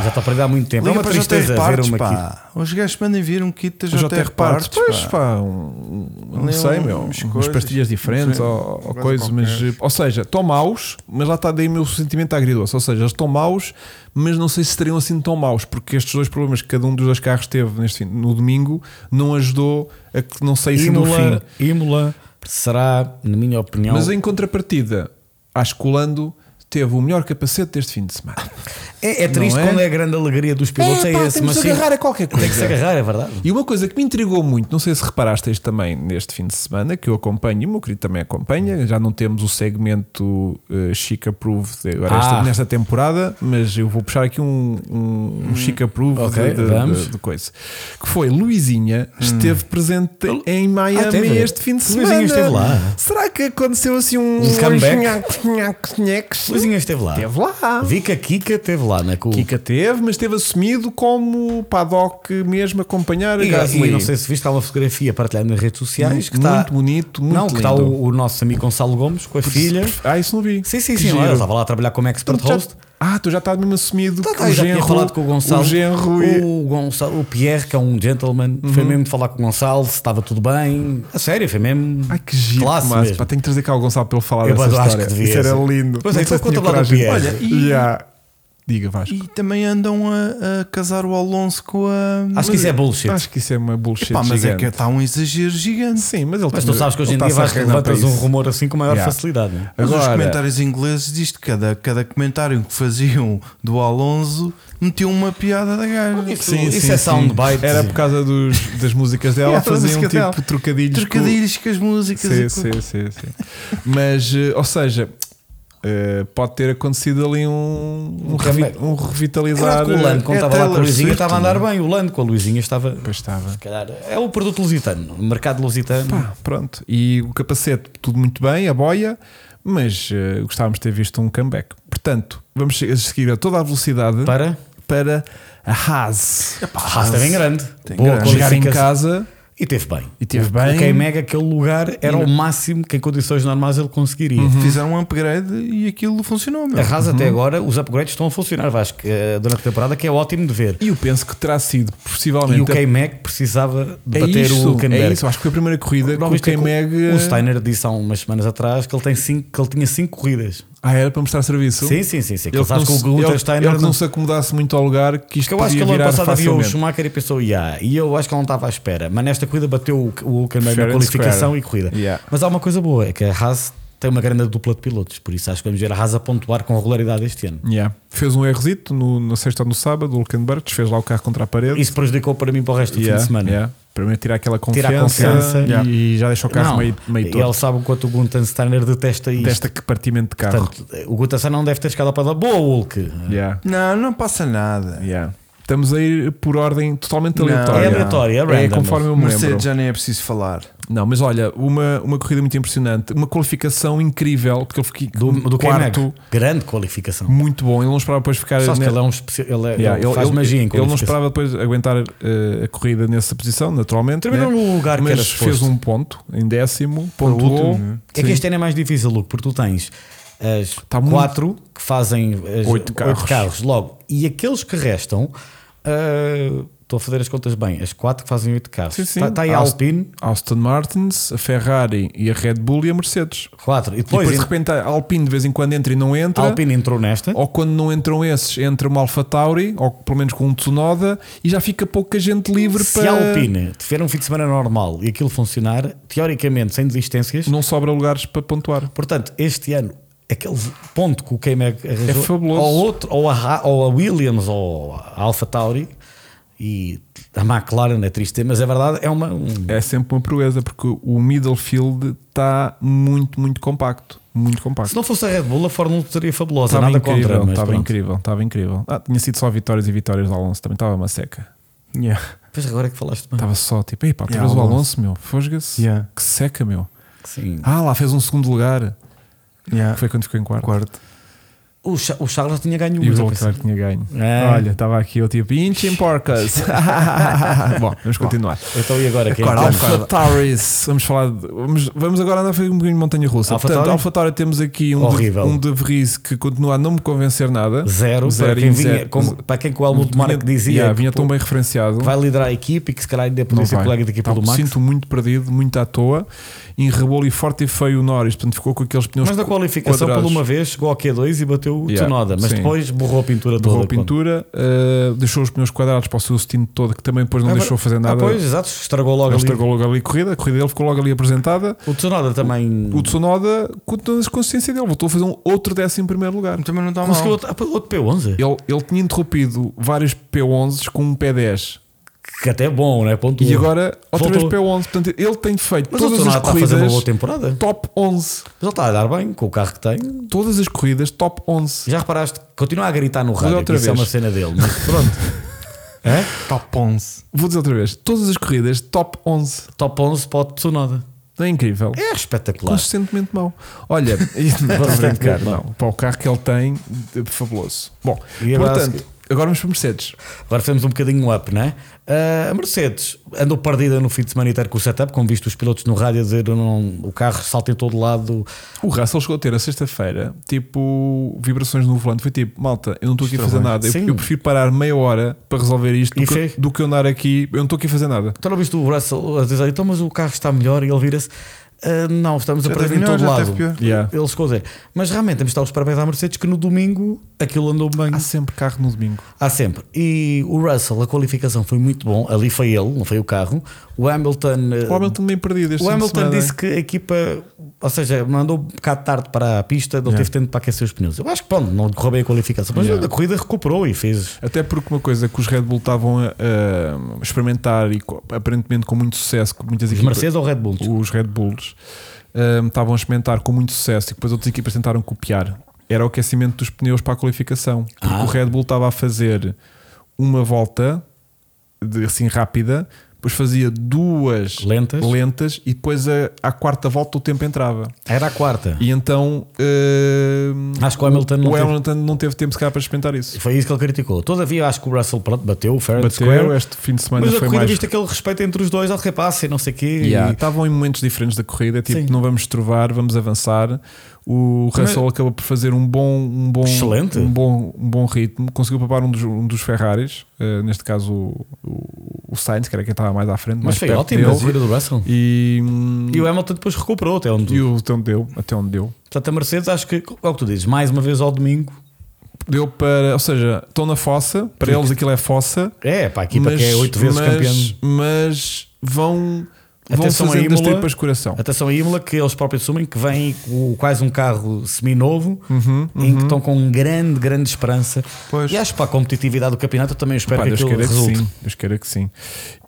B: Já está perdida há muito tempo.
C: Liga
B: é uma
C: para JR
B: tristeza ver
C: Parts,
B: uma aqui.
C: pá. Os gajos mandam vir um kit da
A: O JR
C: JR Parts.
A: Pois
C: pá.
A: pá, um- um- não
C: Ali
A: sei,
C: uns-
A: meu,
C: umas
A: umas
C: coisas.
A: pastilhas diferentes
C: Sim,
A: ou, ou
C: coisa
A: coisa, mas. eh, Ou seja, estão maus, mas lá está daí o meu sentimento agridoce. Ou seja, eles estão maus, mas não sei se seriam assim tão maus, porque estes dois problemas que cada um dos dois carros teve neste fim- no domingo não ajudou a que não saíssem do fim.
B: Imola, Imola assim será, na minha opinião.
A: Mas em contrapartida, acho que o Lando teve o melhor capacete deste fim de semana.
B: é, é triste
A: Não é?
B: quando é a grande alegria dos pilotos. É,
A: pá,
B: esse,
A: temos
B: mas
A: de
B: sim,
A: agarrar a qualquer coisa.
B: tem que se agarrar, é verdade.
A: E uma coisa que me intrigou muito, não sei se reparaste isto também neste fim de semana, que eu acompanho e o meu querido também acompanha, já não temos o segmento eh, Chic Approved agora esta-
B: Ah.
A: nesta temporada, mas eu vou puxar aqui um, um, um Chic Approved
B: Hum. ok,
A: de, de-
B: vamos. Hum.
A: de- de coisa. Que foi Luizinha esteve presente em Miami
B: teve?
A: este fim de semana.
B: Ah, Luizinha esteve lá.
A: Será que aconteceu assim um.
B: Um comeback?
A: Luizinha
B: Luizinha esteve lá.
A: esteve lá.
B: Vi que a Kika esteve lá, né? Com...
A: Kika teve, mas teve assumido como paddock mesmo acompanhar a
B: E,
A: Gasly.
B: e não sei se viste, há uma fotografia partilhada nas redes sociais que está.
A: muito bonito, muito
B: não, que está
A: lindo.
B: o, o nosso amigo Gonçalo Gomes com a filha.
A: Ah, isso não vi.
B: Sim, sim,
A: Que
B: sim.
A: giro.
B: lá, Ela estava lá a trabalhar como expert
A: Tu já-
B: host.
A: Ah, tu já estás mesmo assumido
B: Tá,
A: que
B: tá,
A: o
B: eu já
A: genro,
B: tinha falado com o Gonçalo.
A: o genro e- Uhum.
B: o, Gonçalo, o Pierre, que é um gentleman, foi mesmo de falar com o Gonçalo se estava tudo bem. A sério, foi mesmo.
A: Ai que giro,
B: Classe
A: Tomás.
B: mesmo.
A: Pá, tenho que trazer cá o Gonçalo para ele falar
B: Eu
A: dessa
B: acho
A: história.
B: que devia
A: Isso era
B: ser.
A: lindo.
B: Pois é,
A: Não sei
B: então
A: se tinha
B: conta lá do
A: coragem.
B: Pierre.
A: Olha, e... Yeah. Diga Vasco.
C: E também andam a, a casar o Alonso com a.
B: Acho que isso é bullshit.
A: Acho que isso é uma bullshit
C: Pá, mas é
A: gigante.
C: que está um exagero gigante.
A: Sim, mas ele
B: é Mas tu
A: também-
B: sabes que hoje em
A: ele
B: dia
A: está-se a
B: vais
A: arranjar para
B: levantas um
A: isso.
B: rumor assim com maior
A: Yeah.
B: facilidade. né?
C: Mas os
A: Agora-
C: comentários ingleses diz que cada, cada comentário que faziam do Alonso metiam uma piada da gaja.
B: Isso- isso é soundbite.
A: Era por causa dos- das músicas
B: *laughs*
A: dela,
C: Yeah, das
A: faziam
C: músicas dela.
A: tipo trocadilhos. com-
C: Trocadilhos com as músicas.
A: Sim,
C: e com-
A: sim, sim, sim. Mas, eh, ou seja, eh, pode ter acontecido ali um, um, revi- um
B: É verdade
A: revitalizar. eh,
B: que o Lando, quando
C: é
B: estava lá com a
C: Taylor
B: Luizinha,
C: Swift,
B: estava a andar bem. O Lando com a Luizinha estava.
A: Pois estava.
B: se calhar, é o produto lusitano, o mercado lusitano.
A: Pá, pronto. E o capacete, tudo muito bem, a boia, mas eh, gostávamos de ter visto um comeback. Portanto, vamos che- seguir a toda a velocidade
B: Para.
A: para a Haas.
B: Pá, a Haas também grande.
C: Tem
B: Boa
C: grande.
A: Chegar em
B: qualificação.
A: casa
B: E teve bem.
A: e teve
B: O
A: bem.
B: Quem mega aquele lugar era o máximo que em condições normais ele conseguiria.
C: Fizeram um upgrade e aquilo funcionou. Meu.
B: A Haas até
A: Uhum.
B: agora, os upgrades estão a funcionar, Vasco, eh, durante a temporada, que é ótimo de ver.
A: E eu penso que terá sido,
B: E o
A: possivelmente, a-
B: K-Mac precisava de
A: é
B: bater
A: isso,
B: o
A: é
B: Canberra.
A: isso. Acho que foi a primeira corrida que
B: Não,
A: o
B: viste é que
A: K-Mag. eh,
B: O Steiner disse há umas semanas atrás que ele, tem cinco, que ele tinha cinco corridas.
A: Ah, era para mostrar serviço?
B: Sim, sim, sim. sim. Que
A: Ele
B: Ele
A: que, não
B: sabe que o
A: se,
B: Gunther
A: ele-
B: Steiner.
A: ele que não
B: não-
A: se acomodasse muito ao lugar, que isto
B: Porque eu acho que
A: podia
B: ele ano
A: virar
B: passado havia o
A: facilmente.
B: Schumacher e pensou, yeah, e eu acho que ele não estava à espera. Mas nesta corrida bateu o- o Hulkenberg
A: Fair
B: na
A: and
B: qualificação
A: square.
B: e corrida.
A: Yeah.
B: Mas há uma coisa boa, é que a Haas tem uma grande dupla de pilotos, por isso acho que vamos ver a Haas a pontuar com regularidade este ano.
A: Yeah. Fez um errozito no, na sexta ou no sábado, o Hulkenberg fez lá o carro contra a parede.
B: Isso prejudicou para mim para o resto do
A: Yeah,
B: fim de semana.
A: yeah. Primeiro tirar aquela confiança,
B: Tirar a confiança.
A: e já deixa o carro
B: Não,
A: meio, meio todo.
B: ele sabe o quanto o Gunther Steiner detesta isto.
A: Desta que partimento de carro.
B: Portanto, o Gunther Steiner não deve ter chegado ao pé da boa, Hulk.
A: Yeah,
C: Não, não passa nada.
A: yeah. Estamos a ir por ordem totalmente
C: Não,
A: aleatória.
B: É aleatório, é random.
A: É conforme eu me lembro.
C: Mercedes já nem é preciso falar.
A: Não, mas olha, uma, uma corrida muito impressionante, uma qualificação incrível, porque ele fiquei
B: Do, do
A: quarto,
B: quarto. Grande qualificação.
A: muito bom. Ele não esperava depois ficar
B: Sabes
A: né,
B: que ele é um especial. Ele, é-
A: Yeah,
B: ele faz magia em
A: ele não
B: qualificação.
A: esperava depois aguentar eh, a corrida nessa posição, naturalmente.
B: Terminou
A: né?
B: no lugar que
A: mas
B: era
A: fez
B: suposto.
A: um ponto em décimo, pontuou.
C: último, né?
B: É que este ano é mais difícil, Luke, porque tu tens as
A: Tá muito-
B: quatro que fazem as
A: Oito carros.
B: carros logo e aqueles que restam ah, estou a fazer as contas bem, as quatro que fazem oito carros.
A: Sim, sim.
B: Está aí a
A: Aust-
B: Alpine,
A: Aston Martins, a Ferrari e a Red Bull e a Mercedes.
B: quatro. E
A: E depois
B: depois,
A: de
B: en-
A: repente a Alpine de vez em quando entra e não
B: a
A: entra.
B: Alpine né? entrou nesta.
A: Ou quando não entram esses, entra uma Alfa Tauri, ou pelo menos com um Tsunoda, e já fica pouca gente livre
B: Se
A: para.
B: a Alpine tiver um fim de semana normal e aquilo funcionar, teoricamente sem desistências,
A: Não sobra lugares para pontuar.
B: portanto, este ano, aquele ponto que o K-Mag arranjou,
A: É fabuloso.
B: ou, outro, ou, a, Ra- ou a Williams ou a Alpha Tauri e a McLaren é triste, mas é verdade, é uma. um-
A: É sempre uma proeza, porque o middle field está muito, muito compacto. Muito compacto.
B: Se não fosse a Red Bull, a Fórmula 1 seria fabulosa,
A: Estava
B: nada
A: Tá incrível,
B: contra. Mas
A: estava
B: pronto.
A: incrível, estava incrível. Ah, tinha sido só vitórias e vitórias do Alonso, também estava uma seca.
C: Yeah.
B: Pois agora é que falaste bem.
A: Estava só tipo, ei pá, outra
C: Yeah,
A: vez o
C: Alonso.
A: Alonso, meu, fosga-se,
C: Yeah.
A: que seca, meu.
B: Sim.
A: Ah, lá fez um segundo lugar,
C: Yeah.
A: foi quando ficou em quarto.
C: quarto.
B: O, Cha- o Charles já tinha ganho
A: E
B: uma.
A: o
B: já
A: Volkswagen
B: pensei.
A: tinha ganho.
B: É.
A: Olha, estava aqui eu tipo, inchem porcas.
B: *laughs*
A: Bom, vamos continuar.
B: Então e agora? Quem é
A: Agora,
B: que é?
A: Alpha Tauris, vamos falar. de- vamos, vamos agora andar a fazer um bocadinho de montanha russa.
B: Alpha
A: Portanto,
B: Tauri?
A: Alpha Tauri temos aqui um, de,
B: Horrível.
A: um de Vries que continua a não me convencer nada.
B: é? Zero,
A: Zero
B: para
A: e
B: quem
A: um
B: vinha,
A: zero.
B: como- para quem que o Helmut Marko dizia
A: Yeah, vinha
B: que,
A: tão
B: pô,
A: bem referenciado.
B: vai liderar a equipe e que se calhar ainda é
A: Não
B: podia ser
A: vai.
B: colega de equipa
A: Tá,
B: do Max.
A: Sinto muito perdido, muito à toa. Enrebou ali forte e feio o Norris, portanto ficou com aqueles pneus
B: Mas na
A: qu-
B: qualificação, por
A: quadrados.
B: uma vez, chegou ao Q2 e bateu o
A: Yeah,
B: Tsunoda, mas
A: sim.
B: depois borrou a pintura
A: Borrou
B: toda.
A: a pintura, eh, deixou os pneus quadrados para o seu destino todo, que também depois não
B: Agora-
A: deixou fazer
B: Ah,
A: nada.
B: pois, exato, estragou logo
A: Ele
B: ali.
A: estragou logo ali a corrida, a corrida dele ficou logo ali apresentada.
B: O Tsunoda também.
A: O Tsunoda, com toda a consciência dele, voltou a fazer um outro décimo em primeiro lugar.
C: Também não está mal.
B: conseguiu outro, ah, outro P11.
A: Ele, ele tinha interrompido vários P11s com um P10
B: Que até é bom, não é? Ponto
A: e
B: um.
A: agora outra
B: Voltou.
A: vez P11. Portanto, ele tem feito
B: Mas o
A: todas as
B: Tsunoda está a fazer uma boa
A: corridas
B: temporada.
A: top 11.
B: Mas ele está a dar bem com o carro que tem.
A: Todas as corridas top 11.
B: Já reparaste? Continua a gritar no rádio,
A: outra
B: que isso é
A: vez.
B: uma cena dele, mas
A: *laughs*
B: pronto. é?
C: Top 11.
A: Vou dizer outra vez: todas as corridas top 11.
B: Top 11 para o Tsunoda.
A: É incrível.
B: É espetacular.
A: Consistentemente mau.
B: *laughs*
A: Olha, isto não estou a brincar, não. Para o carro que ele tem, de- fabuloso. Bom,
B: E agora a
A: portanto, agora vamos para Mercedes.
B: Agora fizemos um bocadinho up, não é? Ah, a Mercedes andou perdida no fim de semana inteiro com o setup, como visto os pilotos no rádio a dizer não, o carro salta em todo lado.
A: O Russell chegou a ter a sexta-feira, tipo, vibrações no volante. Foi tipo, malta, eu não estou aqui a fazer
C: Estranho.
A: nada. Eu,
B: Sim.
A: eu prefiro parar meia hora para resolver isto do
B: E
A: que,
B: fez.
A: do que eu andar aqui. Eu não estou aqui a fazer nada.
B: Então não viste o Russell a dizer, então mas o carro está melhor e ele vira-se. "Ah, não, estamos a
C: Já
B: perder
C: teve
B: em
C: melhor,
B: todo
C: já
B: lado.
C: teve pior.
A: Yeah.
B: Ele chegou a dizer. Mas realmente temos de dar os parabéns à Mercedes que no domingo aquilo andou bem.
A: Há sempre carro no domingo.
B: Há sempre. E o Russell, a qualificação foi muito bom. Ali foi ele, não foi o carro. O Hamilton. eh,
A: O Hamilton meio perdido este fim
B: O
A: de
B: Hamilton
A: semana.
B: disse que a equipa, ou seja, mandou um bocado tarde para a pista, não
A: Yeah.
B: teve tempo para aquecer os pneus. Eu acho que pronto, não correu bem a qualificação, mas
A: Yeah.
B: a corrida recuperou e fez.
A: Até porque uma coisa que os Red Bull estavam a, a experimentar e co- aparentemente com muito sucesso, que muitas
B: Os
A: equipas,
B: Mercedes ou Red Bull?
A: os Red Bulls, hum, estavam a experimentar com muito sucesso e depois outras equipas tentaram copiar, era o aquecimento dos pneus para a qualificação. Porque
B: Ah.
A: o Red Bull estava a fazer uma volta de- assim rápida, depois fazia duas
B: Lentas.
A: lentas e depois a, à quarta volta o tempo entrava.
B: Era a quarta.
A: E então hum,
B: Acho que o Hamilton Ah, não
A: o
B: teve-
A: Hamilton não teve tempo sequer para experimentar isso.
B: Foi isso que ele criticou. Todavia, acho que o Russell pronto, bateu o Fair and
A: Bateu,
B: Square.
A: este fim de semana
B: Mas a
A: foi
B: corrida,
A: mais
B: viste aquele respeito entre os dois, ao repasse e não sei o quê.
A: Yeah,
B: e-
A: Estavam em momentos diferentes da corrida, tipo,
B: Sim.
A: não vamos trovar, vamos avançar. O Russell acabou por fazer um bom, um bom,
B: Excelente.
A: Um bom, um bom ritmo, conseguiu papar um dos, um dos Ferraris, eh, neste caso o, o, o Sainz, que era quem estava mais à frente, mais
B: Mas foi
A: perto
B: ótimo a
A: dele.
B: corrida do Russell.
A: E, hum,
B: E o Hamilton depois recuperou até onde.
A: e o até onde deu, até onde deu.
B: Portanto, a Mercedes, acho que, é o que tu dizes, mais uma vez ao domingo.
A: Deu para, ou seja, estão na fossa, para eles aquilo é fossa,
B: É, para a equipa
A: mas,
B: que é oito vezes
A: mas,
B: campeão.
A: mas vão, vão
B: Atenção a
A: fazendo as
B: Imola.
A: tripas de coração.
B: Atenção a Imola, que eles próprios assumem que vem com quase um carro seminovo,
A: Uhum,
B: em que estão com grande, grande esperança.
C: Pois.
B: E acho que para a competitividade do campeonato eu também espero
A: Pá,
B: que
A: Deus
B: aquilo
A: queira que
B: resulte.
A: sim, Deus queira que sim.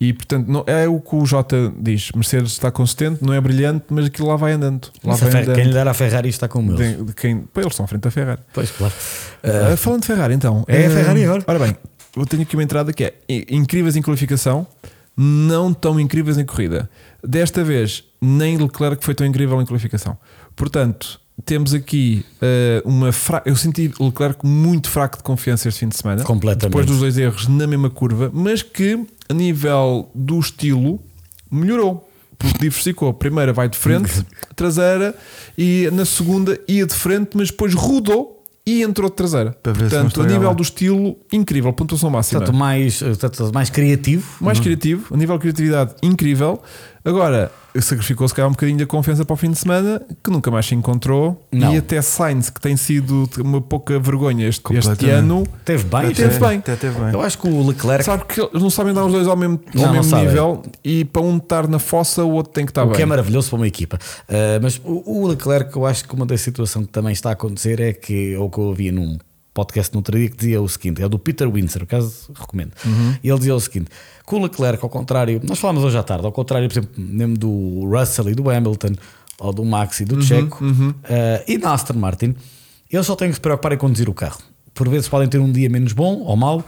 A: E portanto, não, é o que o Jota diz: Mercedes está consistente, não é brilhante, mas aquilo lá vai andando. Lá
B: Mas a
A: vai
B: Fer-
A: andando.
B: quem lhe der a Ferrari está com o meu.
A: De- de quem- pá, eles estão à frente da Ferrari.
B: Pois, claro.
A: Ah, falando de Ferrari, então.
B: É a
A: ah,
B: Ferrari agora.
A: Ora bem, eu tenho aqui uma entrada que é i- incríveis em qualificação, não tão incríveis em corrida. Desta vez, nem Leclerc foi tão incrível em qualificação. Portanto. Temos aqui ah, uma fraca. Eu senti Leclerc muito fraco de confiança este fim de semana.
B: Ah, Completamente.
A: Depois dos dois erros na mesma curva, mas que a nível do estilo melhorou. Porque diversificou. A primeira
C: *laughs*
A: vai de frente, a traseira, e na segunda ia de frente, mas depois rodou e e entrou de traseira.
C: Para ver se não
A: Portanto, a
C: estraga
A: nível
C: lá.
A: do estilo, incrível, pontuação máxima.
B: Portanto, mais, eh, portanto, mais criativo.
C: Uhum.
A: mais criativo, a nível de criatividade, incrível. Agora, sacrificou-se calhar um bocadinho da confiança para o fim de semana, que nunca mais se encontrou.
B: Não.
A: E até Sainz, que tem sido uma pouca vergonha este, este
C: Completamente.
A: ano,
B: Teve bem.
A: Teve
B: né?
A: bem.
C: Até teve bem.
B: Eu acho que o Leclerc,
A: sabe que eles não sabem dar os dois ao mesmo, ao
B: Não, não
A: mesmo
B: sabem.
A: nível. E para um estar na fossa, o outro tem que estar
B: o que é
A: tá bem.
B: maravilhoso para uma equipa. Ah, mas o, o Leclerc, eu acho que uma da situação que também está a acontecer é que, ou que eu ouvi num podcast no outro dia que dizia o seguinte: é do Peter Windsor, o caso recomendo. E ele dizia o seguinte: que o Leclerc, ao contrário, nós falámos hoje à tarde, ao contrário, por exemplo, mesmo do Russell e do Hamilton, ou do Max e do Checo, ah, e da Aston Martin, eles só têm que se preocupar em conduzir o carro. Por vezes podem ter um dia menos bom ou mau.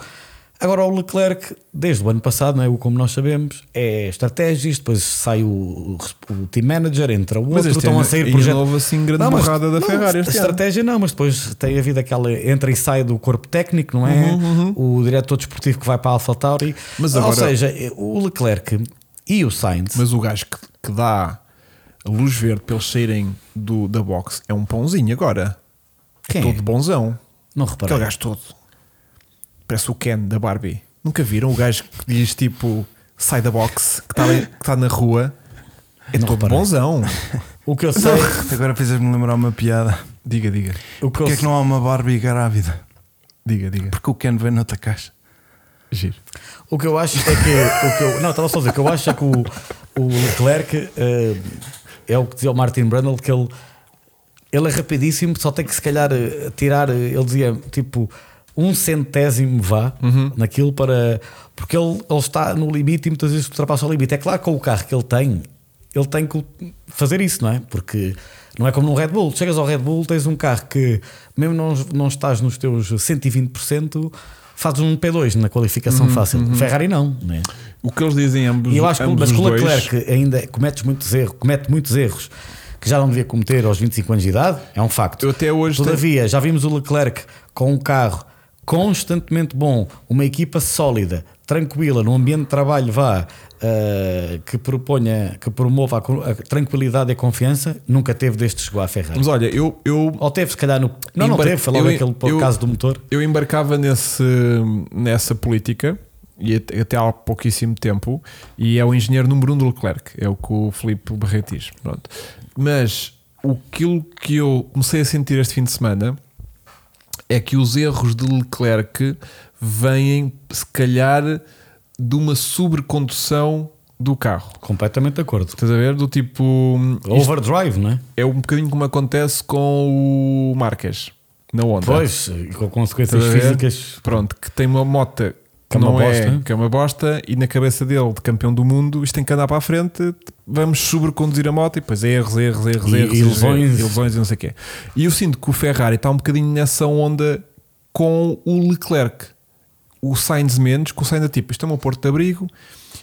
B: Agora, o Leclerc, desde o ano passado, não é? O- como nós sabemos, é estratégias. Depois sai o, o team manager, entra o
A: Mas
B: outro,
A: este
B: estão a
A: ano
B: sair
A: ainda
B: projetos.
A: não houve, assim, grande
B: mas-
A: borrada da Ferrari este ano.
B: estratégia não, mas depois tem havido aquela entra e sai do corpo técnico, não é? O diretor desportivo que vai para a AlphaTauri.
A: Uhum, Mas
B: Ou
A: agora-
B: seja, o Leclerc e o Sainz.
A: Mas o gajo que, que dá a luz verde para eles saírem do, da box é um pãozinho agora.
B: Quem é?
A: Todo bonzão.
B: Não
A: Aquele
B: reparei.
A: gajo todo. Parece o Ken da Barbie. Nunca viram o gajo que diz tipo sai da box, que está na rua. É
B: Não
A: todo
B: reparei. *laughs*
A: bonzão.
B: O que eu sei.
C: Agora fizes-me lembrar uma piada.
A: Diga, diga.
B: o que eu
C: Porquê é que não há uma Barbie grávida?
A: Diga, diga.
C: Porque o Ken vem noutra caixa.
A: Giro.
B: O que eu acho é que. O que eu, não, estava só a dizer. O que eu acho é que o, o Leclerc eh, é o que dizia o Martin Brundle que ele, ele é rapidíssimo, só tem que se calhar eh, tirar. eh, Ele dizia tipo um centésimo vá naquilo para. Porque ele, ele está no limite e muitas vezes ultrapassa o limite. É claro que com o carro que ele tem, ele tem que fazer isso, não é? Porque não é como num Red Bull. Chegas ao Red Bull, tens um carro que, mesmo não, não estás nos teus 120%, fazes um P2 na qualificação fácil. Ferrari não, não é?
A: O que eles dizem ambos,
B: E eu acho que,
A: ambos
B: mas
A: os
B: que o
A: dois,
B: Leclerc ainda cometes muitos erros, comete muitos erros que já não devia cometer aos 25 anos de idade, é um facto.
A: Eu até hoje tenho-
B: Todavia, já vimos o Leclerc com um carro constantemente bom, uma equipa sólida, tranquila, num ambiente de trabalho vá, ah, que proponha, que promova a, co- a tranquilidade e a confiança, nunca teve desde que chegou à Ferrari.
A: Mas olha, eu, eu,
B: Ou teve, se calhar, no. Não, não
A: Embar-
B: teve, falava
A: eu-
B: aquele
A: eu-
B: caso do motor.
A: eu embarcava nesse, nessa política e até, até há pouquíssimo tempo e é o engenheiro número um do Leclerc, é o que o Filipe Barreto diz. Pronto. Mas aquilo que eu comecei a sentir este fim de semana é que os erros de Leclerc vêm, se calhar, de uma sobrecondução do carro.
B: Completamente de acordo.
A: Estás a ver? Do tipo. isto
B: Overdrive, não é?
A: é um bocadinho como acontece com o Marques na onda.
B: Pois, e com consequências
A: Estás a ver?
B: físicas.
A: Pronto, que tem uma moto que
B: Que é uma
A: não é,
B: bosta.
A: que é uma bosta e na cabeça dele, de campeão do mundo, isto tem que andar para a frente, vamos sobreconduzir a moto e depois erros, erros, erros,
B: E
A: erros,
B: ilusões.
A: erros, ilusões e não sei o quê. E eu sinto que o Ferrari está um bocadinho nessa onda com o Leclerc. O Sainz menos, que o Sainz é tipo, isto é o meu porto de abrigo,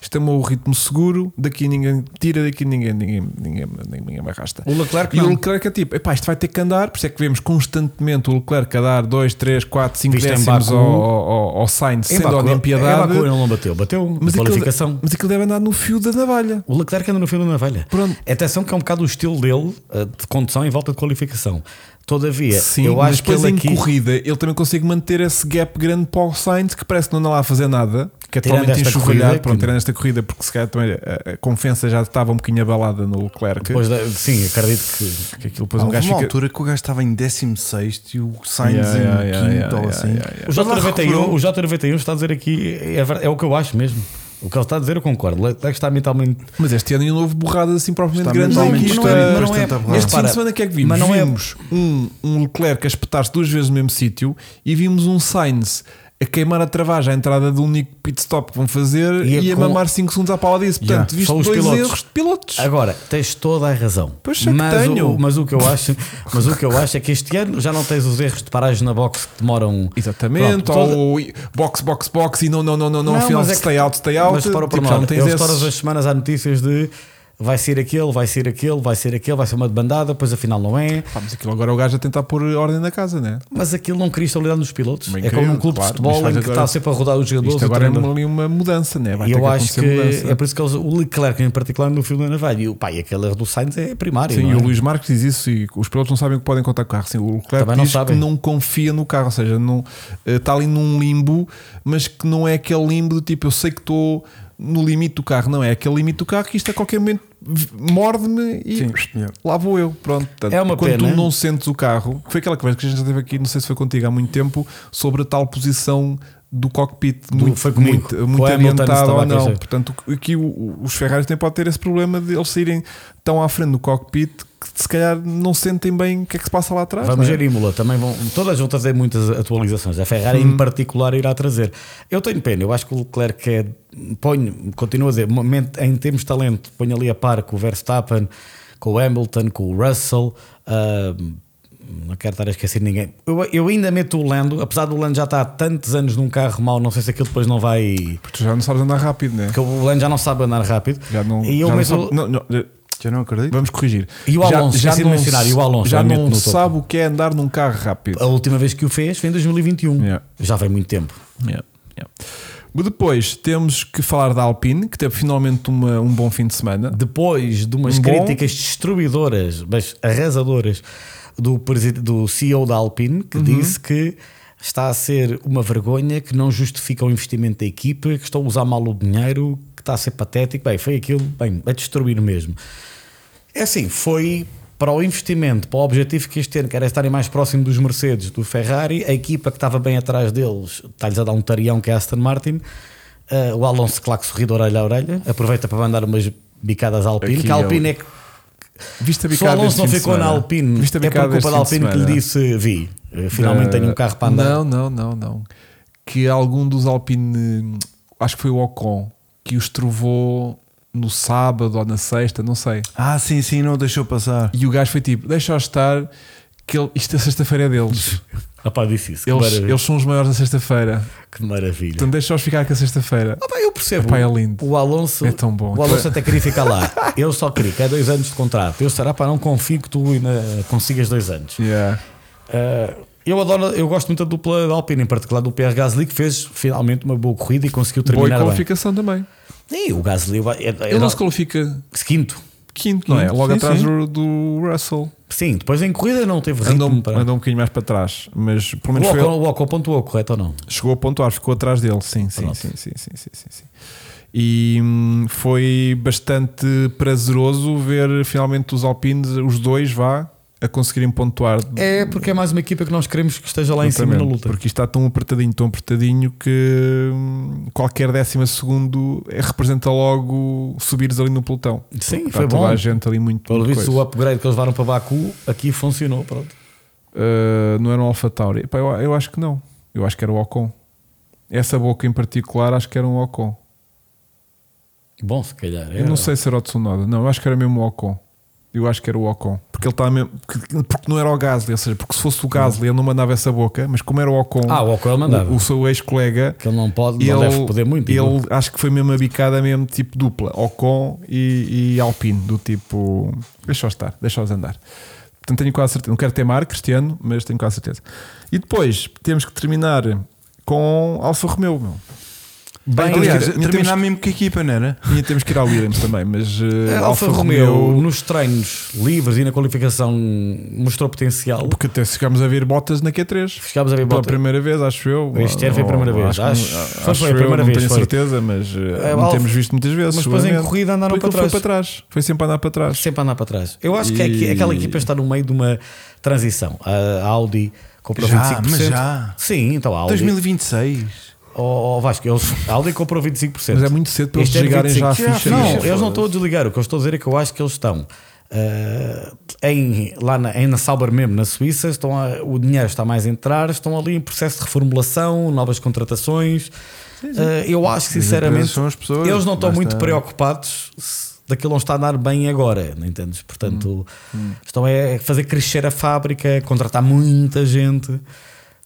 A: isto é o meu ritmo seguro, daqui ninguém me tira, daqui ninguém, ninguém, ninguém, ninguém, ninguém me arrasta.
B: O Leclerc
A: E o
B: não.
A: Leclerc é tipo, epá, isto vai ter que andar, por isso é que vemos constantemente o Leclerc a dar 2, 3, 4, 5
B: Viste é em
A: décimos
B: Baku?
A: ao, ao, ao- ao Sainz,
B: Em
A: sendo
B: Baku-
A: a Olimpiadade.
B: em Baku ele não bateu, bateu na
A: Mas aquilo,
B: um qualificação.
A: mas aquilo deve andar no fio da navalha.
B: O Leclerc anda no fio da navalha.
A: Pronto.
B: Atenção que é um bocado o estilo dele eh, de condução em volta de qualificação. Todavia,
A: Sim,
B: eu
A: mas
B: acho que
A: depois
B: ele
A: em
B: aqui,
A: corrida ele também consegue manter esse gap grande para o Sainz que parece que não anda lá a fazer nada, que é
B: Tirando
A: totalmente
B: esta corrida,
A: enxovalhado,
B: que-
A: pronto, tirando esta corrida, porque se calhar também a, a confiança já estava um bocadinho abalada no Leclerc.
B: depois da- sim, acredito que
A: que aquilo depois um
C: Houve uma
A: gajo fica.
C: altura que o gajo estava em 16 e o Sainz
A: Yeah, yeah,
C: em 5
A: yeah, yeah,
C: ou
A: yeah,
C: assim.
A: yeah, yeah.
B: o
C: Mas lá
B: J91,
C: recuperou.
B: o J91 está a dizer aqui, é, ver- é o que eu acho mesmo. O que ele está a dizer, eu concordo. O Leclerc está mentalmente.
A: Mas este ano ainda não houve borradas assim propriamente
C: Está
A: grandes
C: mesmo
A: da
C: aumento
A: equipa.
C: histórico,
A: Mas
C: mas
A: não é-
C: tanta borrada.
A: Este fim
B: Repara,
A: de semana que é que vimos?
B: mas não é-
A: vimos um, um Leclerc a espetar-se duas vezes no mesmo sítio e vimos um Sainz a queimar a travagem à entrada do único pit stop que vão fazer
B: E
A: e,
B: é
A: a
B: com-
A: mamar 5 segundos à pala disso.
C: Yeah.
A: Portanto, viste
B: São os
A: dois
B: pilotos.
A: erros de pilotos.
B: Agora, tens toda a razão.
A: Pois é que
B: mas,
A: tenho.
B: O, mas o que eu acho, mas o que eu acho é que este ano já não tens os erros de paragem na box que demoram.
A: *laughs* Exatamente,
B: Pronto, toda-
A: ou box, box, box e não, não, não, não, não,
B: Não,
A: afinal
B: mas é
A: stay
B: que-
A: out, stay out.
B: Mas para o
A: Tipo, já
B: pormenor,
A: não tens
B: eles
A: esses-
B: todas as semanas há notícias de vai ser aquele, vai ser aquele, vai ser aquele, vai ser uma de bandada, depois afinal não é.
A: Pá, mas aquilo agora é o gajo a tentar pôr ordem na casa, né?
B: Mas aquilo não cria estabilidade nos pilotos.
A: Bem
B: é como
A: incrível,
B: um clube
A: claro,
B: de
A: mas
B: futebol
A: faz
B: em que
A: agora-
B: está sempre a rodar os jogadores.
A: Isto
B: o
A: agora é
B: treinador.
A: ali uma mudança, né? Vai
B: E
A: ter
B: eu acho
A: acontecer
B: que
A: mudança.
B: é por isso que eles- o Leclerc, em particular, no filme da Navalha, e o pai, aquele do Sainz é primário.
A: Sim,
B: não
A: e
B: é?
A: o Luís Marques diz isso e os pilotos não sabem o que podem contar com o carro. Sim, o Leclerc
B: Também não
A: diz que
B: sabem.
A: não confia no carro, ou seja, não, eh, está ali num limbo, mas que não é aquele limbo do tipo eu sei que estou no limite do carro, não é aquele limite do carro que isto a qualquer momento v- morde-me e
C: Sim, yeah.
A: lá vou eu. Pronto, Portanto,
B: É uma
A: quando
B: pena.
A: tu não sentes o carro, que foi aquela conversa que a gente já teve aqui, não sei se foi contigo há muito tempo, sobre a tal posição do cockpit muito,
B: foi comigo.
A: muito, muito
B: O Hamilton
A: adiantado
B: estava
A: ou
B: aqui a
A: não.
B: dizer.
A: Portanto, o- aqui o- o- os Ferraris têm pode ter esse problema de eles saírem tão à frente do cockpit que se calhar não sentem bem o que é que se passa lá atrás.
B: Vamos
A: não é?
B: ver Imola, também vão, todas vão trazer muitas atualizações. A Ferrari em particular irá trazer. Eu tenho pena, eu acho que o Leclerc é, ponho, continuo a dizer, momento- em termos de talento, ponho ali a par com o Verstappen, com o Hamilton, com o Russell. ah, não quero estar a esquecer ninguém. Eu, eu ainda meto o Lando, apesar do Lando já estar há tantos anos num carro mau, não sei se aquilo depois não vai.
A: Porque tu já não sabes andar rápido, né?
B: Porque o Lando já não sabe andar rápido.
A: Já não, já
B: e eu
A: não
B: meto-
A: sabe- não, não, eh,
C: Já não acredito.
A: Vamos corrigir.
B: E o Alonso, esqueci de mencionar, e o Alonso,
A: já
B: eu meto
A: não
B: no topo.
A: sabe o que é andar num carro rápido.
B: A última vez que o fez foi em 2021.
A: Yeah.
B: Já vem muito tempo.
A: Yeah, yeah. Depois temos que falar da Alpine, que teve finalmente uma- um bom fim de semana.
B: depois de umas
A: Um Bom.
B: críticas destruidoras, mas arrasadoras, do, presid- do CEO da Alpine,
A: Uhum.
B: que disse que está a ser uma vergonha, que não justifica o investimento da equipe, que estão a usar mal o dinheiro, que está a ser patético. Bem, foi aquilo, bem, a destruir mesmo. É assim, foi para o investimento, para o objetivo que este ano, que era estarem mais próximo dos Mercedes, do Ferrari, a equipa que estava bem atrás deles está-lhes a dar um tarião que é a Aston Martin. Ah, o Alonso, claro que sorri de orelha a orelha, aproveita para mandar umas bicadas à Alpine,
A: Aqui
B: que a Alpine é que.
A: Viste a
B: Se o
A: bicada
B: Alonso
A: este
B: não
A: fim de
B: ficou na
A: semana?
B: Alpine,
A: Viste a
B: é por
A: bicada
B: culpa
A: este
B: da
A: fim de
B: Alpine que lhe
A: semana?
B: disse: Vi, finalmente
A: Eh,
B: tenho um carro para andar.
A: Não, não, não, não. Que algum dos Alpine, acho que foi o Ocon, que os trovou no sábado ou na sexta, não sei.
C: Ah, sim, sim, não deixou passar.
A: E o gajo foi tipo: deixa estar, que ele, isto é sexta-feira é
B: *laughs*
A: deles.
B: Rapaz, disse isso. Que
A: Eles,
B: maravilha.
A: eles são os maiores da sexta-feira.
B: Que maravilha.
A: Então deixa-os ficar com a sexta-feira.
B: Ah, pá, eu percebo.
A: Epá, é lindo.
B: O Alonso,
A: É tão bom.
B: O Alonso até queria ficar
A: *laughs*
B: lá. Eu só queria, que é dois anos de contrato. Eu será para não confio que tu ainda consigas dois anos.
A: Yeah.
B: Ah, eu adoro, eu gosto muito da dupla da Alpine, em particular do Pierre Gasly, que fez finalmente uma boa corrida e conseguiu
A: Boa
B: terminar bem.
A: qualificação também.
B: E o Gasly vai- é- é-
A: Ele não se qualifica
B: quinto.
A: quinto, não é?
C: Quinto,
A: Logo
C: sim,
A: atrás
C: sim.
A: do, do Russell.
B: Sim, depois em corrida não teve ritmo.
A: Andou,
B: para...
A: andou um bocadinho mais para trás, mas pelo
B: o
A: menos foi,
B: Ocon, o Ocon pontuou, correto ou não?
A: Chegou a pontuar, ficou atrás dele, sim, sim,
B: Pronto.
A: sim, sim, sim, sim, sim, sim. E hum, foi bastante prazeroso ver finalmente os Alpines, os dois, vá, a conseguirem pontuar.
B: É porque é mais uma equipa que nós queremos que esteja lá em cima na
A: Exatamente,
B: luta.
A: Porque isto está tão apertadinho, tão apertadinho que hum, qualquer décima segundo é- representa logo subires ali no pelotão.
B: Sim,
A: Está
B: foi
A: toda
B: bom.
A: a gente ali muito.
B: Pelo
A: muito
B: visto, o
A: coisa.
B: upgrade que eles levaram para Baku aqui funcionou. Pronto.
A: Uh, não era um Alpha Tauri. Epá, eu, eu acho que não. Eu acho que era o Ocon. Essa boca em particular, acho que era um Ocon.
B: Bom, se calhar. é.
A: Eu
B: era.
A: não sei se era o Tsunoda, não, eu acho que era mesmo o Ocon. Eu acho que era o Ocon, porque ele estava mesmo. Porque, porque não era o Gasly, ou seja, porque se fosse o Gasly ele não mandava essa boca, mas como era o Ocon,
B: Ah, o Ocon ele mandava.
A: o, o seu ex-colega,
B: que ele não pode,
A: ele,
B: não deve poder muito.
A: ele
B: não?
A: acho que foi mesmo a bicada mesmo tipo dupla, Ocon e, e Alpine, do tipo deixa-os estar, deixa-os andar. Portanto, tenho quase certeza, não quero temar Cristiano, mas tenho quase certeza. E depois temos que terminar com Alfa Romeo, meu.
B: Bem,
A: Ainda
C: Aliás,
A: temos que- ainda
C: terminar
A: temos
C: mesmo que a equipa, não era?
A: E temos que ir ao Williams também, mas eh,
B: A É, Alfa Romeo nos treinos livres e na qualificação mostrou potencial.
A: Porque até chegámos a ver botas na Q3.
B: Chegámos a ver
A: Pela
B: Bottas.
A: primeira vez, acho eu.
B: Este ano foi a
A: Ou-
B: primeira
A: Acho,
B: vez.
A: que-
B: Acho-
A: acho
B: foi- foi a
A: eu,
B: primeira
A: não
B: vez,
A: tenho
B: foi.
A: certeza, mas eh,
B: É,
A: não
B: Alfa-
A: temos visto muitas vezes.
B: Mas depois em
A: seguramente.
B: corrida andaram
A: Porque
B: para
A: ele Foi
B: trás.
A: para trás. Foi sempre a andar para trás.
B: Sempre andar para trás. Eu acho que é que
A: E-
B: aquela equipa está no meio de uma transição. A Audi comprou
C: Já,
B: 25%.
C: mas já.
B: Sim, então a Audi.
C: 2026.
B: Oh, oh, Vasco, eles, a Audi comprou 25%.
A: Mas é muito cedo para eles
B: Este ano
A: desligarem já a
B: 25.
A: ficha.
B: Não,
A: disso.
B: eles não estão a desligar. O que eu estou a dizer é que eu acho que eles estão ah, em, lá na, em, na Sauber mesmo, na Suíça, estão a- o dinheiro está mais a entrar, estão ali em processo de reformulação, novas contratações. Ah, eu acho que, sinceramente,
C: empresas são as pessoas.
B: eles não estão
C: Basta-
B: muito preocupados se daquilo não está a andar bem agora, não entendes? Portanto,
A: Hum.
B: estão a fazer crescer a fábrica, contratar muita gente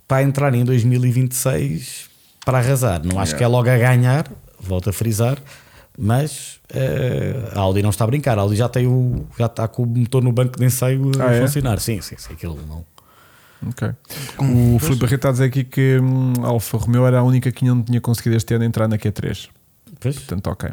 B: para entrar em 2026 para arrasar. Não acho que é logo a ganhar, volto a frisar, Mas eh, a Audi não está a brincar, a Audi já tem o. já está com o motor no banco de ensaio a
A: Ah, é?
B: funcionar. Sim, sim, sim, aquilo não.
A: Ok. O Filipe Barreto está a dizer aqui que hum, a Alfa Romeo era a única que não tinha conseguido este ano entrar na Q3.
B: Pois.
A: Portanto, ok.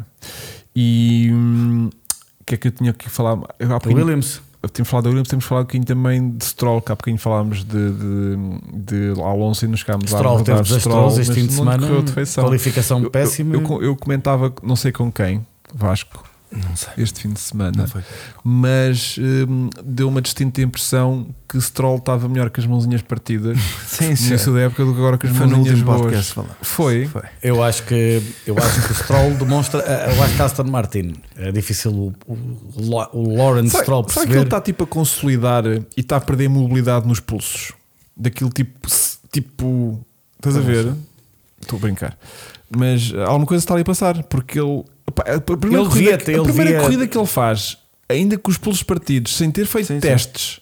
A: E hum, o que é que eu tinha que falar? Eu, há
B: O
A: bocadinho-
B: Williams.
A: Temos falado da Williams, temos falado um bocadinho também de Stroll, que há bocadinho falámos de, de, de Alonso e nos chegámos a
B: Stroll
A: abordar
B: teve desastroso este
A: mas
B: fim de
A: não
B: semana.
A: decorreu de feição.
B: Qualificação
C: um
A: Eu- eu-
B: péssima.
A: Eu, eu comentava, não sei com quem, Vasco,
C: Não sei.
A: este fim de semana,
C: Não foi.
A: mas hum, deu uma distinta impressão que Stroll estava melhor com as mãozinhas partidas
C: *laughs* Sim,
A: no início
C: sim.
A: da época do que agora com as
C: Foi no
A: mãozinhas
C: último
A: boas.
C: podcast falar.
A: Foi.
C: Foi.
B: Eu acho que eu acho que o Stroll demonstra. eh, Eu acho que a Aston Martin é difícil o, o, Lo- o Lawrence
A: Sabe,
B: Stroll
A: sabe que ele
B: perceber.
A: está tipo a consolidar e está a perder mobilidade nos pulsos? Daquilo tipo. se- tipo estás a ver?
B: assim?
A: Estou a brincar. Mas ah, alguma coisa está ali a passar, porque ele. opá, a primeira,
B: Ele
A: corrida,
B: devia
A: que-
B: ter-
A: a
B: ele
A: primeira
B: devia-
A: corrida que ele faz, ainda com os pulsos partidos, sem ter feito
C: Sim, sim.
A: testes,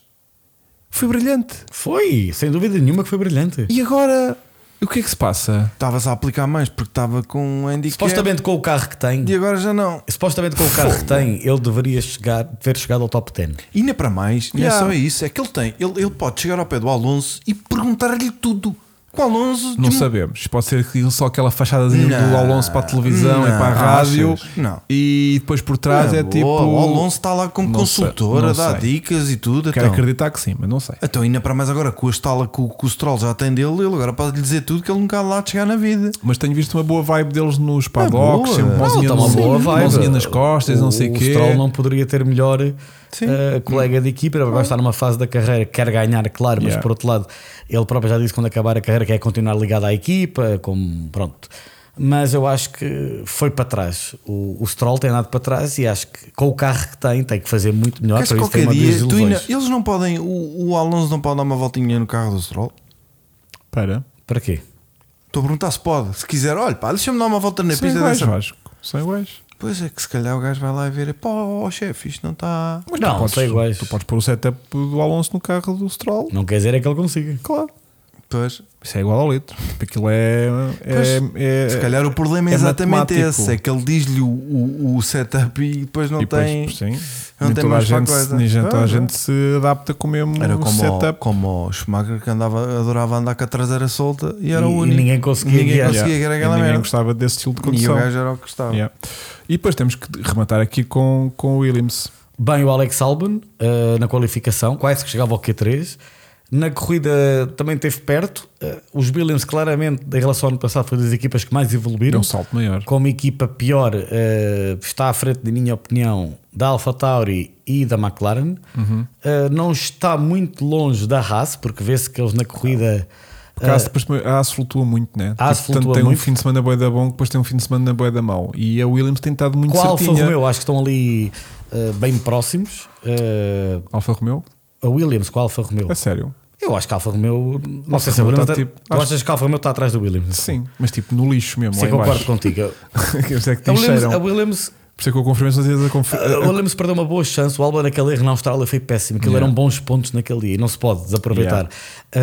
A: foi brilhante.
B: Foi, sem dúvida nenhuma que foi brilhante.
A: E agora, o que é que se passa?
C: Estava-se a aplicar mais porque estava com um
A: é-
C: handicap
B: Supostamente com o carro que tem.
C: e agora já não.
B: Supostamente com o carro que tem, ele deveria chegar, ter chegado ao top 10.
C: E não é para mais, não
A: Yeah.
C: é só isso. É que ele tem, ele, ele pode chegar ao pé do Alonso e perguntar-lhe tudo. Com o Alonso
A: Não
C: de- um-
A: sabemos. Pode ser que só aquela fachadazinha do
C: Não,
A: Alonso para a televisão e
C: não,
A: para a rádio.
C: achas? Não.
A: E depois por trás é,
C: Ah, boa,
A: tipo.
C: O Alonso está lá como
A: Não sei,
C: consultor
A: não
C: a dar
A: sei.
C: dicas e tudo.
A: Quero
C: Então,
A: acreditar que sim, mas não sei.
C: então ainda para mais agora, com a estala que o, que o Stroll já tem dele, ele agora pode lhe dizer tudo que ele nunca há lá de chegar na vida.
A: Mas tenho visto uma boa vibe deles nos paddocks,
C: É boa.
A: sempre
C: Não,
A: mãozinha,
B: está
A: no-
B: tá uma boa vibe.
A: tá mãozinha nas costas,
B: o,
A: não sei o
B: o
A: quê.
B: Stroll não poderia ter melhor
C: Sim.
B: eh, colega de equipa. Agora está numa fase da carreira, que quer ganhar, claro, mas
A: Yeah.
B: por outro lado, ele próprio já disse que quando acabar a carreira quer continuar ligado à equipa, como pronto. Mas eu acho que foi para trás. O, o Stroll tem andado para trás e acho que com o carro que tem, tem que fazer muito melhor.
C: Queres
B: Ah, Para
C: que
B: isso tem
C: qualquer
B: uma
C: dia, tu ainda-
B: desilusões.
C: eles não podem, o, o Alonso não pode dar uma voltinha no carro do Stroll.
A: Para.
B: Para quê?
C: Estou a perguntar se pode. Se quiser, olha, pá, deixa-me dar uma volta na
A: São
C: pista
A: iguais,
C: dessa.
A: Vasco. São iguais.
C: Pois é, que se calhar o gajo vai lá e ver, pô, ó, chefe, isto não tá-" está.
A: Mas
B: Não,
A: tu podes,
B: são iguais.
A: Tu podes pôr o setup do Alonso no carro do Stroll.
B: Não quer dizer é que ele consiga.
A: Claro.
C: Pois.
A: Isso é igual ao litro. Porque aquilo é. é,
C: Pois,
A: é-
C: Se calhar o problema é
A: é
C: exatamente
A: matemático.
C: esse: é que ele diz-lhe o, o, o setup e depois não
A: e depois,
C: tem.
A: sim,
C: não
A: nem
C: tem
A: toda a
C: mais para a
A: gente, se-
C: coisa.
A: nem gente- toda a
C: Ah,
A: gente se adapta com o mesmo
C: Era como o,
A: setup.
C: como o Schumacher que andava, adorava andar com a traseira solta e era
B: E-
C: o
B: e
C: único.
B: ninguém conseguia
C: Ninguém
B: guiar.
C: conseguia
A: Yeah.
C: que era
A: E
C: aquela
A: ninguém
C: merda.
A: gostava desse estilo de
C: E o
A: condução.
C: gajo era o que estava.
A: Yeah. E depois temos que rematar aqui com, com o Williams.
B: Bem, o Alex Albon eh, na qualificação, quase que chegava ao Q3. Na corrida também teve perto. Eh, os Williams, claramente, em relação ao ano passado, foi das equipas que mais
A: Deu
B: evoluíram.
A: um salto maior.
B: Como equipa pior, eh, está à frente, na minha opinião, da Alfa Tauri e da McLaren. Eh, não está muito longe da Haas, porque vê-se que eles na corrida.
A: Porque a Haas depois também- a Aço flutua muito, né?
B: eh, A Haas
A: Tipo, portanto,
B: flutua
A: tem
B: muito.
A: um fim de semana boeda bom, depois tem um fim de semana boeda mau. E a Williams tem estado muito
B: eh, Com a Alfa
A: certinha.
B: Romeo, acho que estão ali eh, bem próximos. Eh,
A: Alfa Romeo?
B: a Williams com a Alfa Romeo.
A: É sério?
B: Eu acho que a Alfa Romeo. Não sei se a
A: Romeo
B: Bruna
A: tá,
B: tá-
A: tipo,
B: Tu
A: acho-
B: achas que a Alfa Romeo está atrás do Williams?
A: Sim, mas tipo no lixo mesmo.
B: Sim,
A: lá
B: concordo
A: embaixo.
B: contigo. A
A: Eles é *laughs* que te
B: Williams,
A: encheram.
B: a Williams,
A: Por isso é que eu confirmo às vezes a conf...
B: a Williams perdeu uma boa chance. O Alba naquele erro na Austrália foi péssimo. Aquilo
A: Yeah.
B: eram bons pontos naquele dia e não se pode desaproveitar. Ah,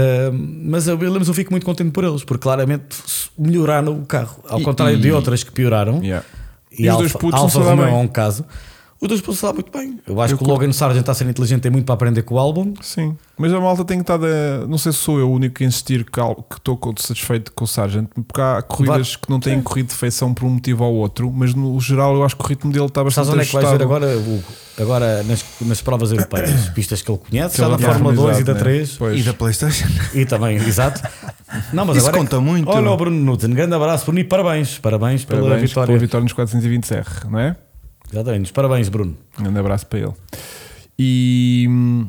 B: mas a Williams eu fico muito contente por eles, porque claramente melhoraram o carro. Ao
A: E-
B: contrário
A: e-
B: de outras que pioraram.
A: Yeah.
B: E,
A: E
B: a
A: os
B: Alfa,
A: dois putos não se
B: Alfa
A: dá
B: Romeo
A: bem.
B: é um caso. Os dois putos se dá muito bem. Eu acho
A: Eu
B: que o Logan Sargent está a ser inteligente, tem muito para aprender com o álbum.
A: Sim, mas a malta tem que estar. A... Não sei se sou eu o único que insistir que al- que estou com- satisfeito com o Sargent, porque há corridas que não têm corrido de feição por um motivo ou outro, mas no geral eu acho que o ritmo dele está
B: Sabes
A: bastante
B: onde é que vais ver
A: ajustado.
B: agora, Hugo? Agora nas, nas
A: *coughs*
B: provas europeias, pistas que ele conhece,
A: Que
B: já
A: ele
B: da
A: já
B: Fórmula 2 e
A: organizado,
B: da
A: né?
B: 3
A: Pois.
C: E da Playstation.
B: e também, exato. Não, mas
C: Isso
B: agora. é
C: conta muito.
B: Olha o Bruno Nutten, grande abraço, Bruno, e parabéns, parabéns, pela
A: Parabéns
B: vitória.
A: pela vitória nos 420R, não é?
B: Exatamente, parabéns, Bruno.
A: Um grande abraço para ele. E, hum,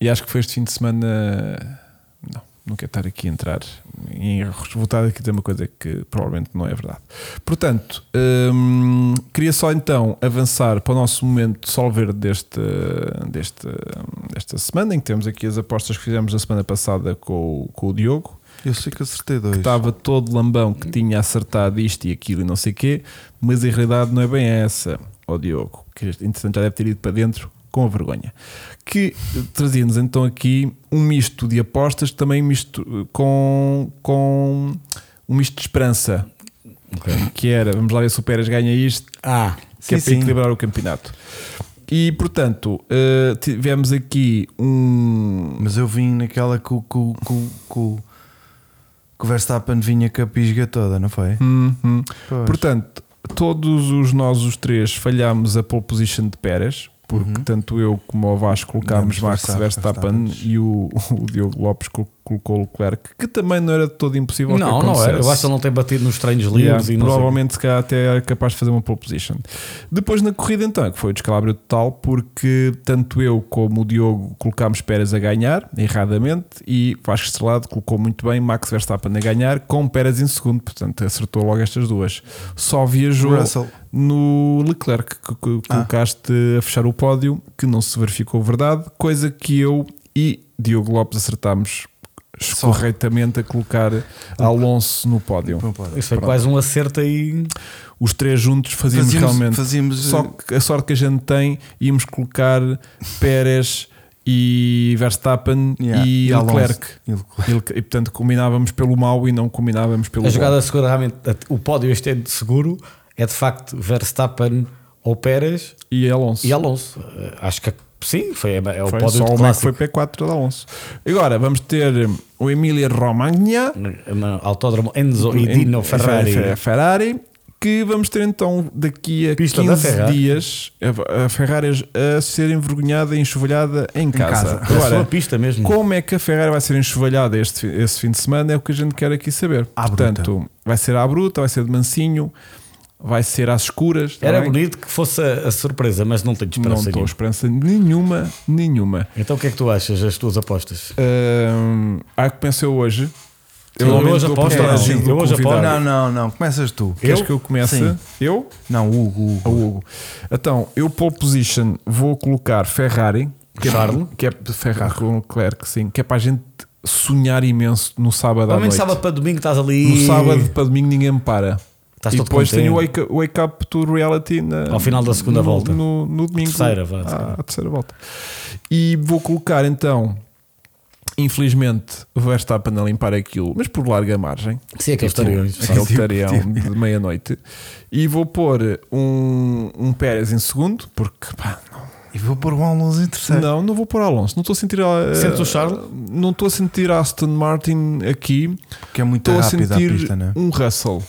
A: e acho que foi este fim de semana. Não, não quero estar aqui a entrar em erros. Vou estar aqui a dizer uma coisa que provavelmente não é verdade. Portanto, hum, queria só então avançar para o nosso momento sol verde deste, deste, hum, desta semana, em que temos aqui as apostas que fizemos na semana passada com, o- com o Diogo
C: *laughs* Eu sei que acertei dois.
A: estava todo lambão que tinha acertado isto e aquilo e não sei o quê, mas a realidade não é bem essa, ó Diogo, que entretanto já deve ter ido para dentro com a vergonha. Que eh, trazia-nos então aqui um misto de apostas, também misto eh, com, com um misto de esperança. que era vamos lá ver se o Pérez ganha isto,
B: Ah,
A: que é
C: Sim,
A: para
C: sim.
A: equilibrar o campeonato. E portanto, eh, tivemos aqui um.
C: Mas eu vim naquela que o- que o- que o- que o- que o Verstappen vinha com a pisga toda, não foi?
A: Hum, hum.
C: Pois.
A: Portanto, todos os nós, os três, falhámos a pole position de Pérez, porque
B: Uhum.
A: tanto eu como o Vasco colocámos
C: Demos
A: Max
C: Verstappen.
A: Verstappen e o, *laughs* o Diogo Lopes col- colocou Leclerc, que também não era de todo impossível. que
B: não, não
A: acontecesse.
B: era. Eu acho que ele não tem batido nos treinos livres
A: Yeah,
B: e não sei-
A: provavelmente se calhar até era capaz de fazer uma pole position. Depois na corrida então, que foi o descalabro total, porque tanto eu como o Diogo colocámos Pérez a ganhar, erradamente, e Vasco Estrelado colocou muito bem Max Verstappen a ganhar, com Pérez em segundo, portanto acertou logo estas duas. Só viajou
C: Russell.
A: no Leclerc, que, que
B: Ah.
A: colocaste a fechar o pódio, que não se verificou verdade, coisa que eu e Diogo Lopes acertámos corretamente a colocar Alonso no pódio.
C: Não pode.
B: Isso foi quase um acerto aí.
A: Os três juntos fazíamos,
C: Fazíamos,
A: realmente.
C: fazíamos, eh,
A: Só que a sorte que a gente tem, íamos colocar Pérez e Verstappen
C: Yeah,
A: e,
C: e Alonso.
A: Leclerc.
C: E Leclerc.
A: E, Leclerc- e, portanto combinávamos pelo mau e não combinávamos pelo
B: A
A: bom.
B: jogada segura realmente, o pódio este é de seguro, é de facto Verstappen ou Pérez
A: E Alonso.
B: e Alonso. Eh, Acho que sim, foi, é o
A: Foi
B: pódio
A: só
B: de
A: o Mac foi
B: clássico.
A: P4 de Alonso. Agora vamos ter o Emília Romagna
B: No Autódromo Enzo e Dino Ferrari.
A: Fer- Ferrari, que vamos ter então daqui a
B: Pista da
A: 15
B: Ferrari.
A: dias a- a Ferrari a ser envergonhada e enxovalhada em casa.
C: casa.
B: Agora, a sua
A: Agora,
B: pista mesmo.
A: Como é que a Ferrari vai ser enxovalhada este, fi- esse fim de semana é o que a gente quer aqui saber.
C: À bruta.
A: Portanto, vai ser à bruta, vai ser de mansinho, vai ser às escuras. tá
B: Era
A: bem?
B: bonito que fosse a, a surpresa, mas não tenho
A: Não
B: esperança
A: estou
B: nenhuma.
A: esperança nenhuma, nenhuma.
B: Então o que é que tu achas, as tuas apostas?
A: Hum, há que pensar hoje.
B: Eu hoje
A: dou
B: aposto,
A: preferência
B: não.
A: do
B: Eu hoje
A: convidado.
B: aposto.
C: Oh, Não, não, não. Começas tu.
A: Queres
B: Eu?
A: que eu comece?
C: Sim.
A: Eu?
C: Não, Hugo.
A: Ao
C: Hugo.
A: Hugo. Então, eu pole position vou colocar Ferrari, que
B: Charles.
A: é, que é Ferrari com Leclerc, sim, que é para a gente sonhar imenso no sábado à
B: Pelo menos
A: noite.
B: sábado para domingo estás ali.
A: No sábado para domingo ninguém me para.
B: Estás
A: e
B: todo
A: depois
B: contente.
A: tenho o wake, wake Up to Reality na-
B: Ao final da segunda
A: no-
B: volta.
A: No, no domingo.
B: Terceira, vá,
A: Ah, à terceira volta. E vou colocar então, infelizmente, o Verstappen a limpar aquilo, mas por larga margem.
B: Sim, é aqueles
A: Tipo,
B: tariões.
A: Aquele tarião de
B: *laughs*
A: meia-noite. E vou pôr um, um Pérez em segundo, porque pá,
C: E vou pôr um o Alonso em
A: não,
C: terceiro.
A: não, não vou pôr Alonso. Não estou a sentir. a-
B: Sentes o Charles?
A: Não estou a sentir Aston Martin aqui.
C: Porque é muito
A: Estou a
C: rápido a
A: sentir
C: pista, não é?
A: um Russell.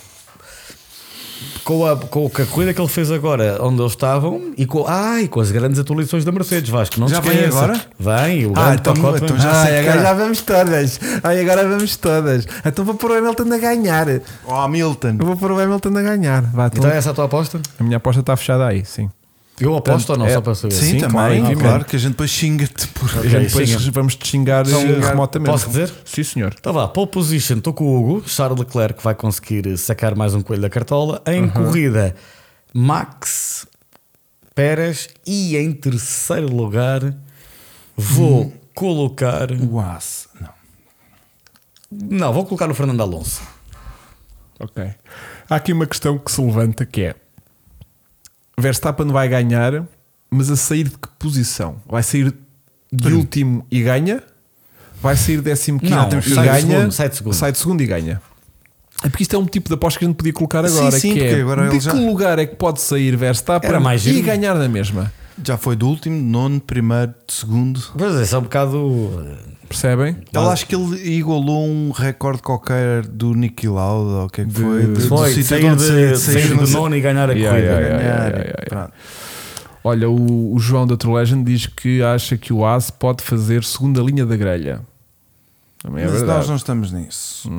B: Com a, com a corrida que ele fez agora, onde eles estavam, e com, ai, com as grandes atualizações da Mercedes, Vasco. Não
C: Já
B: te
C: vem
B: esqueças.
C: agora?
B: Vem, o
C: Ah,
B: grande
C: então-
B: pacote.
C: então
B: vem.
C: já sei que era.
A: vamos todas. Ai, agora vamos todas. Então vou pôr o Hamilton a ganhar. Eu
C: Oh, Hamilton.
A: vou pôr o Hamilton a ganhar. Vá, então-
B: Então é essa a tua aposta?
A: A minha aposta está fechada aí, sim.
B: Eu aposto
A: Portanto,
B: ou não,
A: é-
B: só para saber.
C: Sim,
A: Sim,
C: também.
A: claro,
C: Claro,
A: obviamente.
C: que a gente depois xinga-te por.
A: E depois
B: siga.
A: vamos te xingar, eh, remotamente.
B: Então, Posso dizer?
A: Sim, senhor.
B: Então vá, pole position, estou com o Hugo. Charles Leclerc vai conseguir sacar mais um coelho da cartola. Em corrida, Max Pérez. E em terceiro lugar, vou colocar.
C: O Ace. Não.
B: Não, vou colocar o Fernando Alonso.
A: Ok. Há aqui uma questão que se levanta que é Verstappen vai ganhar, mas a sair de que posição? Vai sair de último e ganha? Vai sair décimo quinto
B: Não,
A: e
B: sai de
A: ganha?
B: segundo, sai de segundo.
A: Sai de segundo e ganha. É porque isto é um tipo de aposta que a gente podia colocar agora.
C: Sim, sim,
A: que é,
C: porque agora
A: de
C: ele
A: que
C: já-
A: lugar é que pode sair Verstappen
B: Era mais
A: e
B: giro.
A: ganhar na mesma?
C: Já foi do último, nono, primeiro, segundo.
B: Pois é, isso é um bocado. eh,
A: Percebem?
C: Eu acho que ele igualou um recorde qualquer do Niki Lauda, ou o que é que foi? Do- do
B: Foi,
C: sítio
B: sair,
C: onde
B: de,
C: saiu- saiu
B: sair
C: onde
B: do
C: saiu.
B: nono e ganhar a
A: Yeah,
B: corrida.
A: yeah, yeah.
C: Pronto.
A: É Olha, o, o João da True Legend diz que acha que o Ace pode fazer segunda linha da grelha. Também é
C: Mas
A: verdade. Hum.
C: nós não estamos nisso.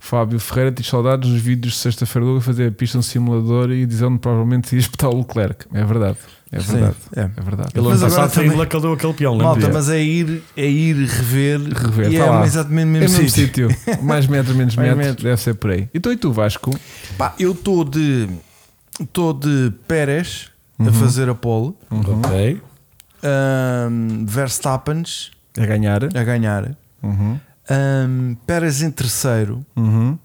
A: Fábio Ferreira diz saudades dos vídeos de sexta-feira do a fazer a pista no simulador e dizer onde provavelmente ia espetar o Leclerc. É verdade. É
C: Sim,
A: verdade.
C: é.
A: é verdade.
B: Ele
C: Mas
B: ano
C: agora
B: passado foi em
C: também-
B: Black, ele deu aquele peão,
C: Malta,
B: lembra?
C: mas é ir, é ir rever,
A: Rever,
C: e
A: tá
C: é
A: lá.
C: exatamente o
A: É
C: mesmo,
A: no mesmo
C: sítio.
A: sítio. *laughs* Mais metros, menos
C: Mais
A: metros.
C: metros.
A: Deve ser por aí. Então e tu, Vasco?
C: Pá, eu estou de estou de Pérez
A: Uhum.
C: a fazer a pole,
B: Ok.
C: ahm, Verstappens
A: A ganhar.
C: a ganhar,
A: Uhum.
C: ahm, Pérez em terceiro
A: Uhum.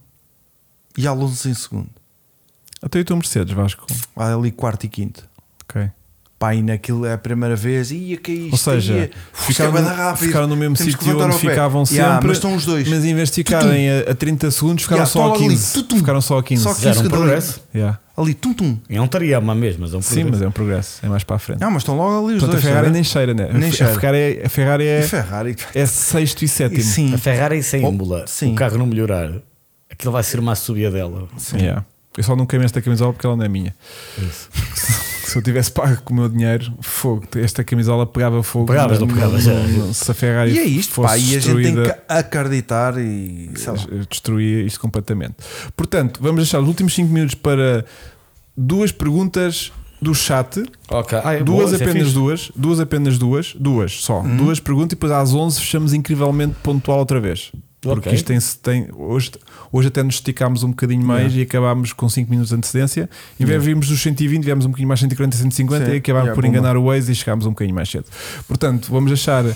C: e Alonso em segundo.
A: Então e tu, Mercedes, Vasco?
C: Há ali quarto e quinto.
A: Ok.
C: pá, e naquilo é a primeira vez, ia que é isto,
A: Ou seja,
C: ia,
A: ficaram,
C: isto é
A: no-
C: bué da rápido,
A: ficaram no mesmo
C: temos que
A: sítio
C: levantar
A: onde
C: ao pé.
A: ficavam
C: Yeah,
A: sempre.
C: mas estão os dois.
A: Mas em vez de ficarem a, a 30 segundos, ficaram
C: Yeah,
A: só a
C: estão ali,
A: 15.
C: tutum.
A: Ficaram só a 15.
C: Só 15
B: Fizeram um
C: segundos.
B: progresso.
A: Yeah.
C: Ali, tum tum.
B: É um tariama mesmo, mas é um
A: Sim,
B: progresso.
A: mas é um progresso, é mais para a frente.
C: Não, mas estão logo ali os
A: Portanto, a
C: dois.
A: Ferrari
C: sabe?
A: nem cheira, né?
C: Nem
A: a,
C: cheira.
A: Ferrari, é- a Ferrari é,
C: E Ferrari.
A: é sexto e sétimo.
C: Sim.
B: A Ferrari sem
C: Oh,
B: âmbula,
C: sim.
B: o carro não melhorar, aquilo vai ser uma subida dela.
A: Yeah. Eu só não queimei esta camisola porque ela não é minha. *laughs* Se eu tivesse pago com o meu dinheiro, fogo, esta camisola pegava fogo.
B: Pegavas, não pegavas,
A: não-
B: é.
A: não- Se a Ferrari
C: E é isto,
A: fosse
C: pá, e a gente então. tem
A: destruída,
C: que acreditar e sei lá.
A: Eu destruía isto completamente. Portanto, vamos deixar os últimos 5 minutos para duas perguntas do chat.
B: Ok. Ah, é
A: duas
B: boa, isso é
A: apenas
B: fixe. Hum.
A: duas, duas apenas duas, duas só, duas perguntas e depois às 11 fechamos incrivelmente pontual outra vez. Porque
B: Ok.
A: isto tem, tem hoje, hoje até nos esticámos um bocadinho mais e acabámos com 5 minutos de antecedência. Em vez de virmos dos 120, viemos um bocadinho mais 140, 150
C: Sim.
A: e acabámos
C: Yeah,
A: por
C: bomba.
A: enganar o Waze e chegámos um bocadinho mais cedo. Portanto, vamos deixar uh,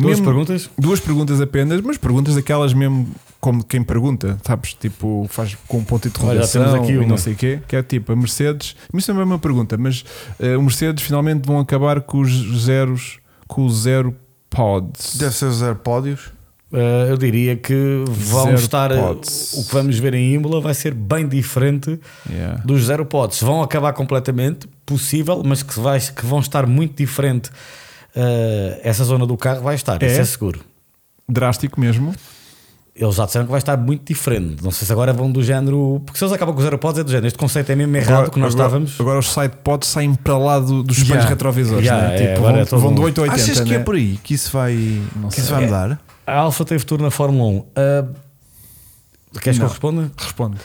B: Duas
A: mesmo-
B: perguntas?
A: duas perguntas apenas, mas perguntas daquelas mesmo como quem pergunta, sabes? Tipo, faz com um ponto de
B: Olha, já
A: interrogação
B: temos aqui
A: e não
B: uma.
A: sei o quê, que é tipo a Mercedes. Mas Isso também é uma pergunta, mas eh, o Mercedes finalmente vão acabar com os zeros, com o zero pods.
C: Deve ser os pódios.
B: Ah, eu diria que vão
A: Zero
B: estar. ah,
A: pods.
B: O que vamos ver em Imola vai ser bem diferente
A: Yeah.
B: dos zero pods. Vão acabar completamente, possível, mas que, vai, que vão estar muito diferente. Ah, essa zona do carro vai estar,
A: É?
B: isso é seguro.
A: Drástico mesmo.
B: Eles já disseram que vai estar muito diferente. Não sei se agora vão do género. Porque se eles acabam com os zero pods, é do género. Este conceito é mesmo errado que nós
A: agora,
B: estávamos.
A: agora os side pods saem para lá do- dos espelhos
C: Yeah.
A: retrovisores.
B: Yeah,
A: né?
B: é,
A: Tipo,
B: agora
A: vão,
B: é todo
A: vão do
B: mundo.
A: 8 a 80.
C: Achas que é
A: né? É.
C: por aí que isso vai, que isso vai mudar?
B: A Alfa tem futuro na Fórmula 1. Ah, queres que eu responda?
A: Responde.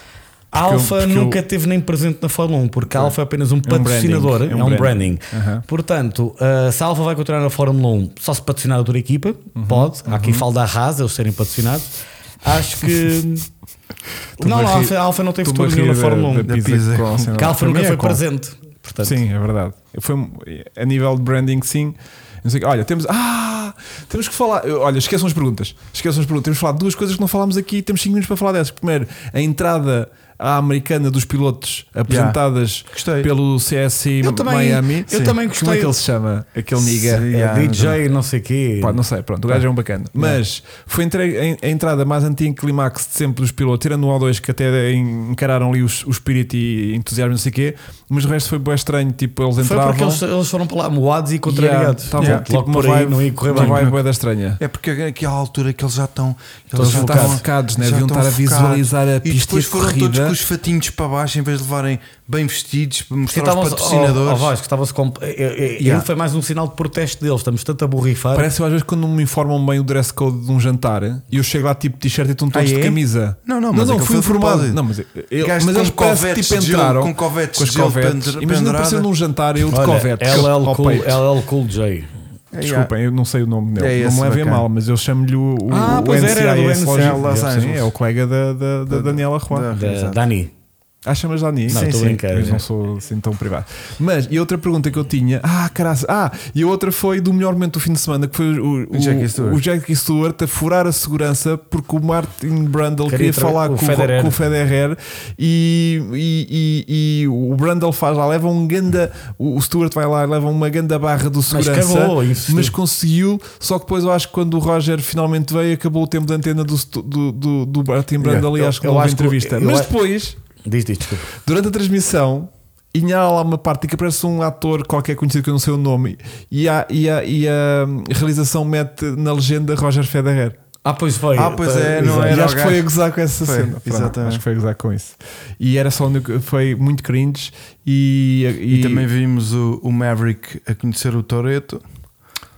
B: A
A: Porque eu-
B: Alfa
A: porque eu-
B: nunca teve nem presente na Fórmula 1, porque a Alfa é apenas um
A: branding,
B: patrocinador, é um branding.
A: Aham.
B: Portanto, ah, se a Alfa vai continuar na Fórmula 1, só se patrocinar outra equipa,
A: Uhum.
B: pode. Há quem fale da Haas, eles serem patrocinados.
A: *laughs*
B: Acho que. não,
A: Estou-me
B: a
A: a
B: Alfa,
A: rir-
B: a Alfa não tem
A: Estou-me a
B: futuro nenhum na
A: rir da-
B: Fórmula 1.
A: da
C: Da
A: pizza
C: pizza
A: com-
C: com-
A: sem-
B: que a Alfa
A: para mim
B: nunca
A: é
B: foi
A: com.
B: presente. Portanto,
A: Sim, é verdade. Foi um- a nível de branding, sim. Não sei o quê. olha, temos. Ah! Temos que falar. eu- Olha, esqueçam as perguntas. Esqueçam as perguntas. Temos que falar de duas coisas que não falámos aqui. Temos 5 minutos para falar dessas. Primeiro, a entrada à americana dos pilotos apresentadas
C: Gostei.
A: pelo CSI
B: Eu também-
A: Miami.
B: eu também
A: Como é
B: gostei.
A: que ele se chama? Aquele nigga.
C: Sim.
B: é
C: Yeah,
B: DJ, não sei o quê.
A: Pá, não sei, pronto, o gajo é um bacana. Mas foi entre- a, a entrada mais anti-climax de sempre dos pilotos, tirando o O2 que até encararam ali os- o espírito e entusiasmo, não sei o quê. Mas o resto foi bem estranho, tipo, eles
B: Foi
A: entravam.
B: porque eles, eles foram para lá moados e
A: Yeah,
B: contrariados.
A: estavam,
C: Yeah.
A: tipo,
B: Logo
A: uma
B: por aí
A: vibe-
B: não ia correr
A: uma
B: bem.
A: vibe bué da estranha.
C: É porque aquela altura que eles já estão
A: Eles já
C: estão-
A: estão focados, né?
C: já
A: Deviam
C: estão
A: estar a
C: focados.
A: visualizar a pista
C: E depois
A: e a
C: foram todos
A: corrida.
C: com os fatinhos para baixo em vez de levarem bem vestidos para
B: Sim,
C: mostrar aos
B: estavam-se-
C: patrocinadores.
B: ó- ó Vasco, estavam-se com- é- é- é-
C: Yeah.
B: Ele foi mais um sinal de protesto deles. Estamos tanto a borrifar.
A: Parece eu, às vezes quando me informam bem o dress code de um jantar e eu chego lá tipo t-shirt e estão todos
C: Ah, é?
A: de camisa.
C: Não, não, mas
A: não, fui
C: aquele foi de
A: informado.
C: propósito.
A: Não, mas, eu- mas
C: Gajos com
A: eles parece que
C: covetes
A: tipo
C: de gel-
A: entraram
C: com covetes
A: com as
C: de gel
A: covetes.
C: pende-
A: Imagina aparecer
C: pendurada.
A: num jantar eu de
B: Olha,
A: covetes.
B: LL
A: ao
B: Cool,
A: peito.
B: LL Cool J.
A: Desculpem, eu não sei o nome dele.
C: É
A: não
C: esse
A: me levem a
C: bacana.
A: mal, mas eu chamo-lhe o, o,
B: Ah,
A: o
B: pois era, era do
A: NCIS
B: NCIS,
A: Logística.
C: Los
A: Sim,
C: Angeles.
A: é o colega da, da, da Daniela Juan.
C: da-
B: Da-
C: Exato.
B: Dani.
A: Ah, chamas Dani?
B: Não, tô brincando,
A: Eu
B: é.
A: não sou assim tão privado. Mas, e outra pergunta que eu tinha. Ah, caraca. Ah, e a outra foi do melhor momento do fim de semana, que foi o, o,
C: O Jackie Stewart.
A: o Jackie Stewart a furar a segurança porque o Martin Brundle
B: Queria
A: queria,
B: tra-
A: falar
B: o
A: com,
B: Federer.
A: O, com o Federer e, e, e- e o Brundle faz lá, leva um ganda. O o Stewart vai lá e leva uma ganda barra do segurança.
B: cagou, insistiu.
A: mas conseguiu. Só que depois eu acho que quando o Roger finalmente veio, acabou o tempo de antena do, Stu- do, do, do Martin Brundle e
B: Eu-
A: acho que
B: eu
A: não houve
B: acho que-
A: entrevista.
B: eu
A: mas
B: acho-
A: depois.
B: Diz, diz, desculpa.
A: Durante a transmissão, e há lá uma parte em que aparece um ator qualquer conhecido que eu não sei o nome, e a, e a, e a hum, realização mete na legenda Roger Federer.
B: Ah, pois foi.
C: Ah, pois é, não
B: exato.
A: e
C: era
A: acho
C: o
A: que
C: gajo.
A: foi a gozar com essa
C: Foi,
A: cena. Pronto,
C: exatamente.
A: Acho que foi a gozar com isso. E era só. no- Foi muito cringe. E,
C: E também vimos o, o Maverick a conhecer o Toreto.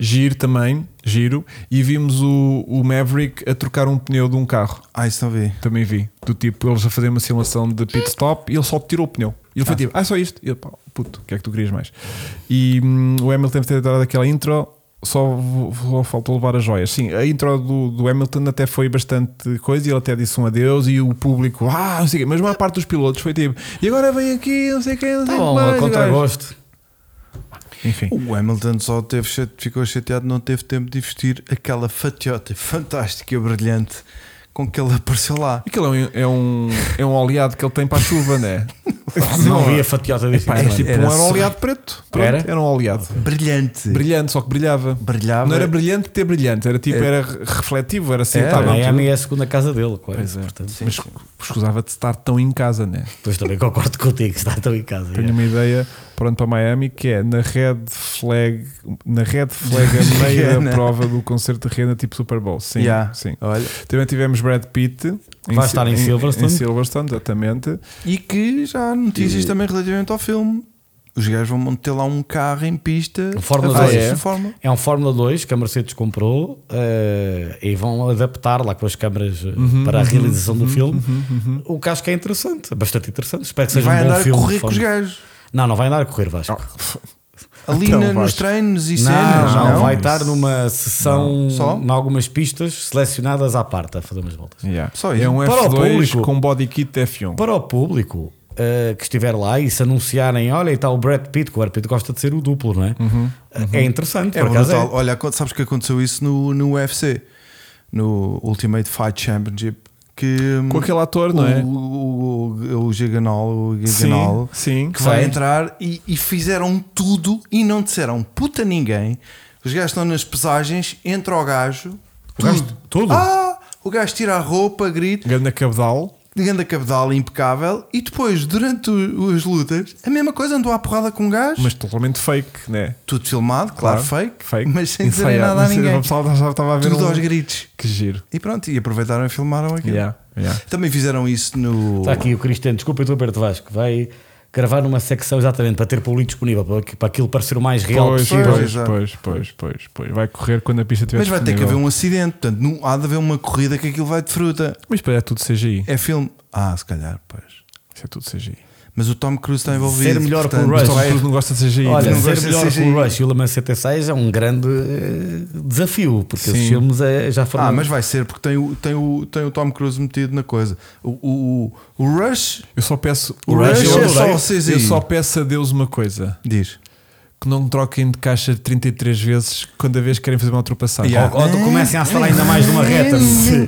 A: Giro também. Giro. E vimos o, o Maverick a trocar um pneu de um carro.
C: Ah, isso não vi.
A: Também vi. Do tipo, eles a fazer uma simulação de pit stop e ele só tirou o pneu. E ele foi tipo, ah, só isto. E eu, pá, puto, o que é que tu querias mais? E hum, o Hamilton ter dado aquela intro, só, vo- só faltou levar as joias. Sim, a intro do, do Hamilton até foi bastante coisa e ele até disse um adeus e o público, ah, não sei o quê. Mas a maior parte dos pilotos foi tipo, e agora vem aqui, não sei o quê, não sei
B: Tá
A: o que
B: bom,
A: mais,
B: a
A: e gajo.
B: contragosto.
A: Enfim.
C: O Hamilton só teve, chate- ficou chateado, não teve tempo de vestir aquela fatiota fantástica, brilhante com que ele apareceu lá.
A: Aquilo é um, é, um, é um oleado que ele tem para a chuva, né?
B: *laughs*
C: tá
B: Não vi a fatiosa disso.
A: é? tipo
C: Era
A: um era
C: só-
A: oleado preto. Pronto,
B: Era?
A: era? um oleado.
C: Brilhante.
A: Brilhante, só que brilhava.
C: Brilhava.
A: Não era brilhante ter brilhante, era tipo, era refletivo, era assim,
C: Era,
A: estava.
B: Miami é a segunda casa dele, quase. portanto.
A: Mas escusava de estar tão em casa, né?
B: Depois também concordo contigo, que está tão em casa.
A: Tenho
B: é.
A: uma ideia, pronto, para Miami, que é na red flag, na red flag a meio da
C: Rihanna.
A: prova do concerto de renda, tipo Super Bowl. Sim,
C: Yeah.
A: sim.
C: Olha.
A: Também tivemos Brad Pitt.
B: Vai estar em Silverstone.
A: Em Silverstone, exatamente.
C: E que já há notícias
A: E-
C: também relativamente ao filme. Os gajos vão meter lá um carro em pista.
B: Um Fórmula
C: a fazer
A: 2.
C: essa
A: Ah, é?
C: Fórmula.
B: É um Fórmula 2 que a Mercedes comprou eh, e vão adaptar lá com as câmaras eh,
C: Uhum,
B: para a realização do filme. O que acho que é interessante, bastante interessante. Espero que seja
C: Vai
B: um bom
C: andar a
B: filme.
C: correr com os
B: Fórmula-
C: gajos.
B: Não, não vai andar a correr, Vasco.
C: Ali
A: Então,
C: na- nos
A: Vasco.
C: treinos e
B: não,
C: cenas.
B: não,
C: é Não,
B: vai estar numa sessão,
C: Só?
B: em algumas pistas selecionadas à parte, a fazer umas voltas.
A: Yeah.
C: Só isso.
A: É um
B: Para o
A: F2
B: público.
A: com body kit F1.
B: Para o público eh, que estiver lá e se anunciarem, olha, e está o Brad Pitt, que o Brad Pitt gosta de ser o duplo, não é? É interessante,
C: Uhum, É
B: por acaso.
C: brutal.
B: é.
C: Olha, aco- sabes que aconteceu isso no, no UFC, no Ultimate Fight Championship, que
A: Com
C: hum,
A: aquele ator, não
C: o,
A: é?
C: o, o, o Giganol, o Giganol
A: sim.
C: que vai
B: Sim.
C: entrar e, e fizeram tudo e não disseram puta ninguém. Os gajos estão nas pesagens, entra o gajo,
B: O gajo-
C: tudo.
B: tudo.
C: Ah, o gajo tira a roupa, grita,
A: Ganda Cabdal.
C: ganda cabedal impecável e depois, durante o- as lutas, a mesma coisa, andou à porrada com um gajo,
A: Mas totalmente fake, né?
C: tudo filmado, claro, fake,
A: fake.
C: mas sem dizer
A: Ensaiado.
C: nada a
A: Não sei,
C: ninguém.
A: O pessoal já estava a ver
C: Tudo
A: um-
C: aos gritos.
A: Que giro.
C: E pronto, e aproveitaram e filmaram aquilo.
A: Yeah, yeah.
C: Também fizeram isso no.
B: Está Tá aqui o Cristiano, desculpa, eu estou perto de Vasco, vai gravar numa secção exatamente para ter público disponível, para, que- para aquilo parecer o mais real
A: Pois,
B: possível.
A: pois,
C: já.
A: pois, pois, pois, pois. Vai correr quando a pista estiver
C: Mas vai ter que haver
A: disponível.
C: um acidente, portanto, não há de haver uma corrida que aquilo vai de fruta.
A: Mas para é tudo CGI.
C: É filme. Ah, se calhar, pois.
A: Isso é tudo CGI.
C: Mas o Tom Cruise está envolvido.
B: Ser melhor que o
C: portanto,
B: Rush.
A: Mas Tom
C: vai-
A: Cruise não gosta de CGI.
B: Olha,
A: não
C: gosta
B: ser
C: de
B: melhor que
C: CGI.
B: o Rush e o Le Mans 76 é um grande eh, desafio, porque esses
A: Sim.
B: filmes eh, já foram.
C: Ah, mas vai ser porque tem o, tem, o, tem o Tom Cruise metido na coisa. O, o, o- o Rush
A: Eu só peço.
C: O Rush
A: eu,
B: é só
A: eu-
C: CGI.
A: eu só peço a Deus uma coisa:
C: diz.
A: que não troquem de caixa 33 vezes cada vez que querem fazer uma ultrapassagem.
C: Yeah.
B: Ou, ou comecem a acelerar ainda mais numa reta.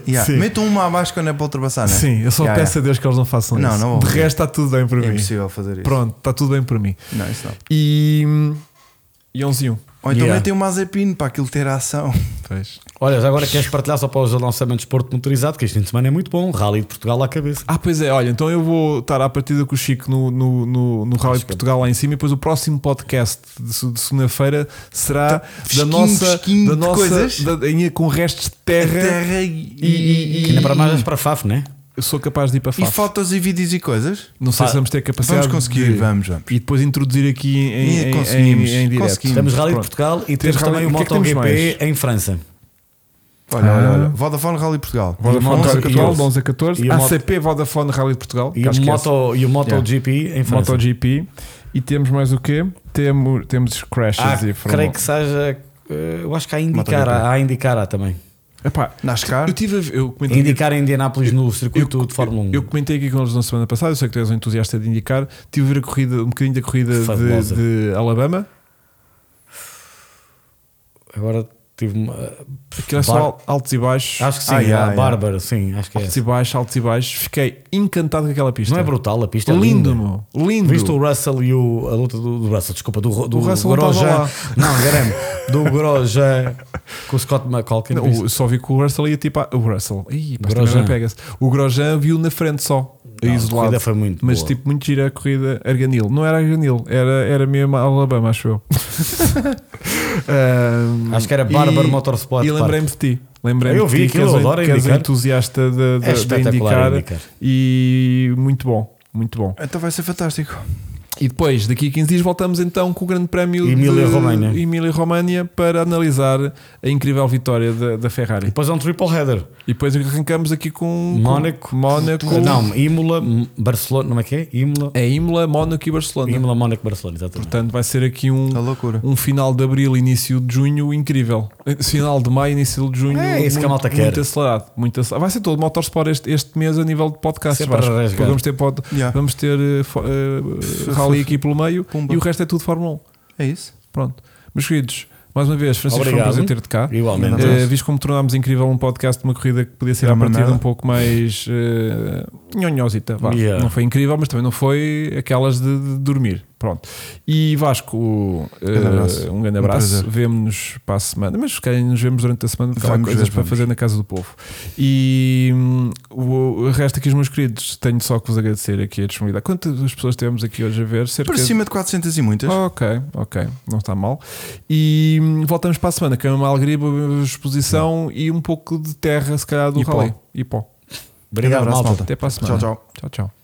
C: Yeah.
A: sim.
C: Metam uma abaixo quando é para ultrapassar, não é?
A: Sim, eu só
C: Yeah,
A: peço a Deus que eles não façam
C: Não,
A: isso.
C: não vou
A: de
C: ver.
A: resto, está tudo bem para
C: yeah. É
A: mim.
C: impossível fazer isso.
A: Pronto, está tudo bem para mim.
C: Não, isso não.
A: E. hum, E 11 1.
C: Ou então
B: Yeah.
C: metem uma Mazepin para aquilo ter ação.
A: Pois.
B: Olha, já agora queres partilhar só para os lançamentos de esporte motorizado, que este fim de semana é muito bom. Rally de Portugal à cabeça.
A: Ah, pois é, olha, então eu vou estar à partida com o Chico no, no, no, no Rally de Portugal lá em cima e depois o próximo podcast de, se- de segunda-feira será da
C: fresquinho,
A: nossa,
C: fresquinho
A: da
C: de
A: nossa
C: coisas.
A: da- em- com restos de terra.
C: É Terra
A: E, e- e-
B: Que ainda para mais vais para a FAF, né?
A: eu sou capaz de ir para
C: E
A: Faf.
C: fotos e vídeos e coisas?
A: Não sei se vamos ter capacidade.
C: Vamos conseguir,
A: de-
C: vamos, vamos.
A: E depois introduzir aqui em,
C: E
A: em,
C: conseguimos,
A: em, em direto.
C: conseguimos.
B: Temos Rally
A: Pronto.
B: de Portugal e temos
A: Rally-
B: também o
A: o que é que temos
B: MotoGP em França.
C: Olha,
A: Ah.
C: olha, olha. Vodafone Rally Portugal.
A: Vodafone Rally de Portugal,
B: e
A: de 11 a 14.
B: e o
A: ACP Vodafone Rally de Portugal.
B: E
A: que
B: o,
A: acho que é esse.
B: moto, e o MotoGP em França.
A: MotoGP. E temos mais o quê? Temos, temos crashes
B: Ah,
A: e um.
B: creio que seja. eh, Eu acho que há a indicar,
C: MotoGP.
B: há a indicar há também.
A: Epá,
C: NASCAR.
A: Eu tive a ver- eu comentei,
B: Indicar em Indianápolis no circuito de Fórmula 1.
A: eu comentei aqui com eles na semana passada, eu sei que tu és um entusiasta de indicar. Tive a ver a corrida, um bocadinho da corrida de,
B: Fabulosa.
A: de Alabama.
B: Agora tive uma.
A: Aquilo é só
B: Bar-
A: altos e baixos.
B: Acho que sim,
C: Ah,
B: a
C: yeah, yeah.
B: Bárbara, sim, acho que é.
A: altos e baixos, altos e baixos. Fiquei encantado com aquela pista.
B: Não é brutal a pista? é
A: lindo,
B: linda.
A: meu. Lindo.
B: Viste o Russell e o, a luta do, do Russell, desculpa, do, do
A: O Russell não
B: Groja.
A: estava
B: Não, garanto. Do Groja com o Scott McCulkin.
A: Não,
B: viste?
A: o- só vi que o Russell ia tipo. a- O Russell. Ih, pá, esta
B: Grosjean.
A: merda pega-se. O Grosjean viu na frente só.
B: Não, a
A: é isolado.
B: corrida foi muito
A: Mas
B: boa.
A: tipo, muito gira a corrida Arganil. Não era Arganil, era, era mesmo Alabama, acho
B: *laughs*
A: eu. *laughs* Ahm,
B: Acho que era Barber
A: e-
B: Motorsport
A: E lembrei-me de ti. Lembrei-me
B: Eu
A: de
B: vi
A: ti, que és
B: aquilo,
A: um-
B: adoro
A: que és um
B: indicar.
A: entusiasta de, de,
B: É
A: de
B: espetacular
A: indicar,
B: indicar.
A: E muito bom, muito bom.
C: Então vai ser fantástico.
A: E depois, daqui a 15 dias, voltamos então com o Grande Prémio
B: Emília-Romanha.
A: de Emília-Romanha para analisar a incrível vitória da, da Ferrari.
B: Depois é um triple header.
A: E depois arrancamos aqui com
B: Mónaco.
A: com Mónaco.
B: Não, Imola, M- Barcelona, como é que é? Imola,
A: É Imola, Mónaco e Barcelona.
B: Imola Mónaco, Barcelona, exatamente.
A: Portanto, vai ser aqui um,
C: A
B: Né?
C: loucura.
A: um final de abril, início de junho incrível. Eh, Final de maio, início de junho.
B: É isso que a malta
A: muito,
B: quer.
A: muito acelerado, muito acelerado. Vai ser todo Motorsport este, este mês a nível de podcast.
B: Sempre
A: Vasco.
B: a rasgar.
A: Porque Vamos ter, pod,
C: Yeah.
A: vamos ter eh, fo- eh, rally aqui pelo meio
C: Pumba.
A: e o resto é tudo Fórmula 1.
C: É isso.
A: Pronto. Meus queridos, Mais uma vez, Francisco,
B: Obrigado.
A: foi um prazer ter-te cá.
B: Igualmente.
A: Eh, viste como tornámos incrível um podcast de uma corrida que podia ser
C: Era
A: a
C: uma
A: partida
C: merda.
A: um pouco mais eh, nhonhosita. vá.
B: Yeah.
A: Não foi incrível, mas também não foi aquelas de, de dormir. Pronto. E Vasco, eh,
C: Grande abraço.
A: um grande
C: Um
A: abraço.
C: prazer.
A: Vemo-nos para a semana, mas se calhar nos vemos durante a semana porque há lá
C: Vamos
A: coisas
C: ver,
A: para
C: vamos.
A: fazer na casa do povo. E hum, o, o resto aqui, os meus queridos, tenho só que vos agradecer aqui a disponibilidade. Quantas pessoas temos aqui hoje a ver? Cerca
C: Para
A: de
C: cima de 400 e muitas.
A: Ok, ok, não está mal. E hum, voltamos para a semana, que é uma alegria, uma exposição e um pouco de terra, se calhar, do
C: E pó.
A: rally. E pó.
B: Obrigado,
C: Grande abraço,
B: malta.
C: malta.
A: Até para a semana.
C: Tchau, tchau.
A: Tchau, tchau.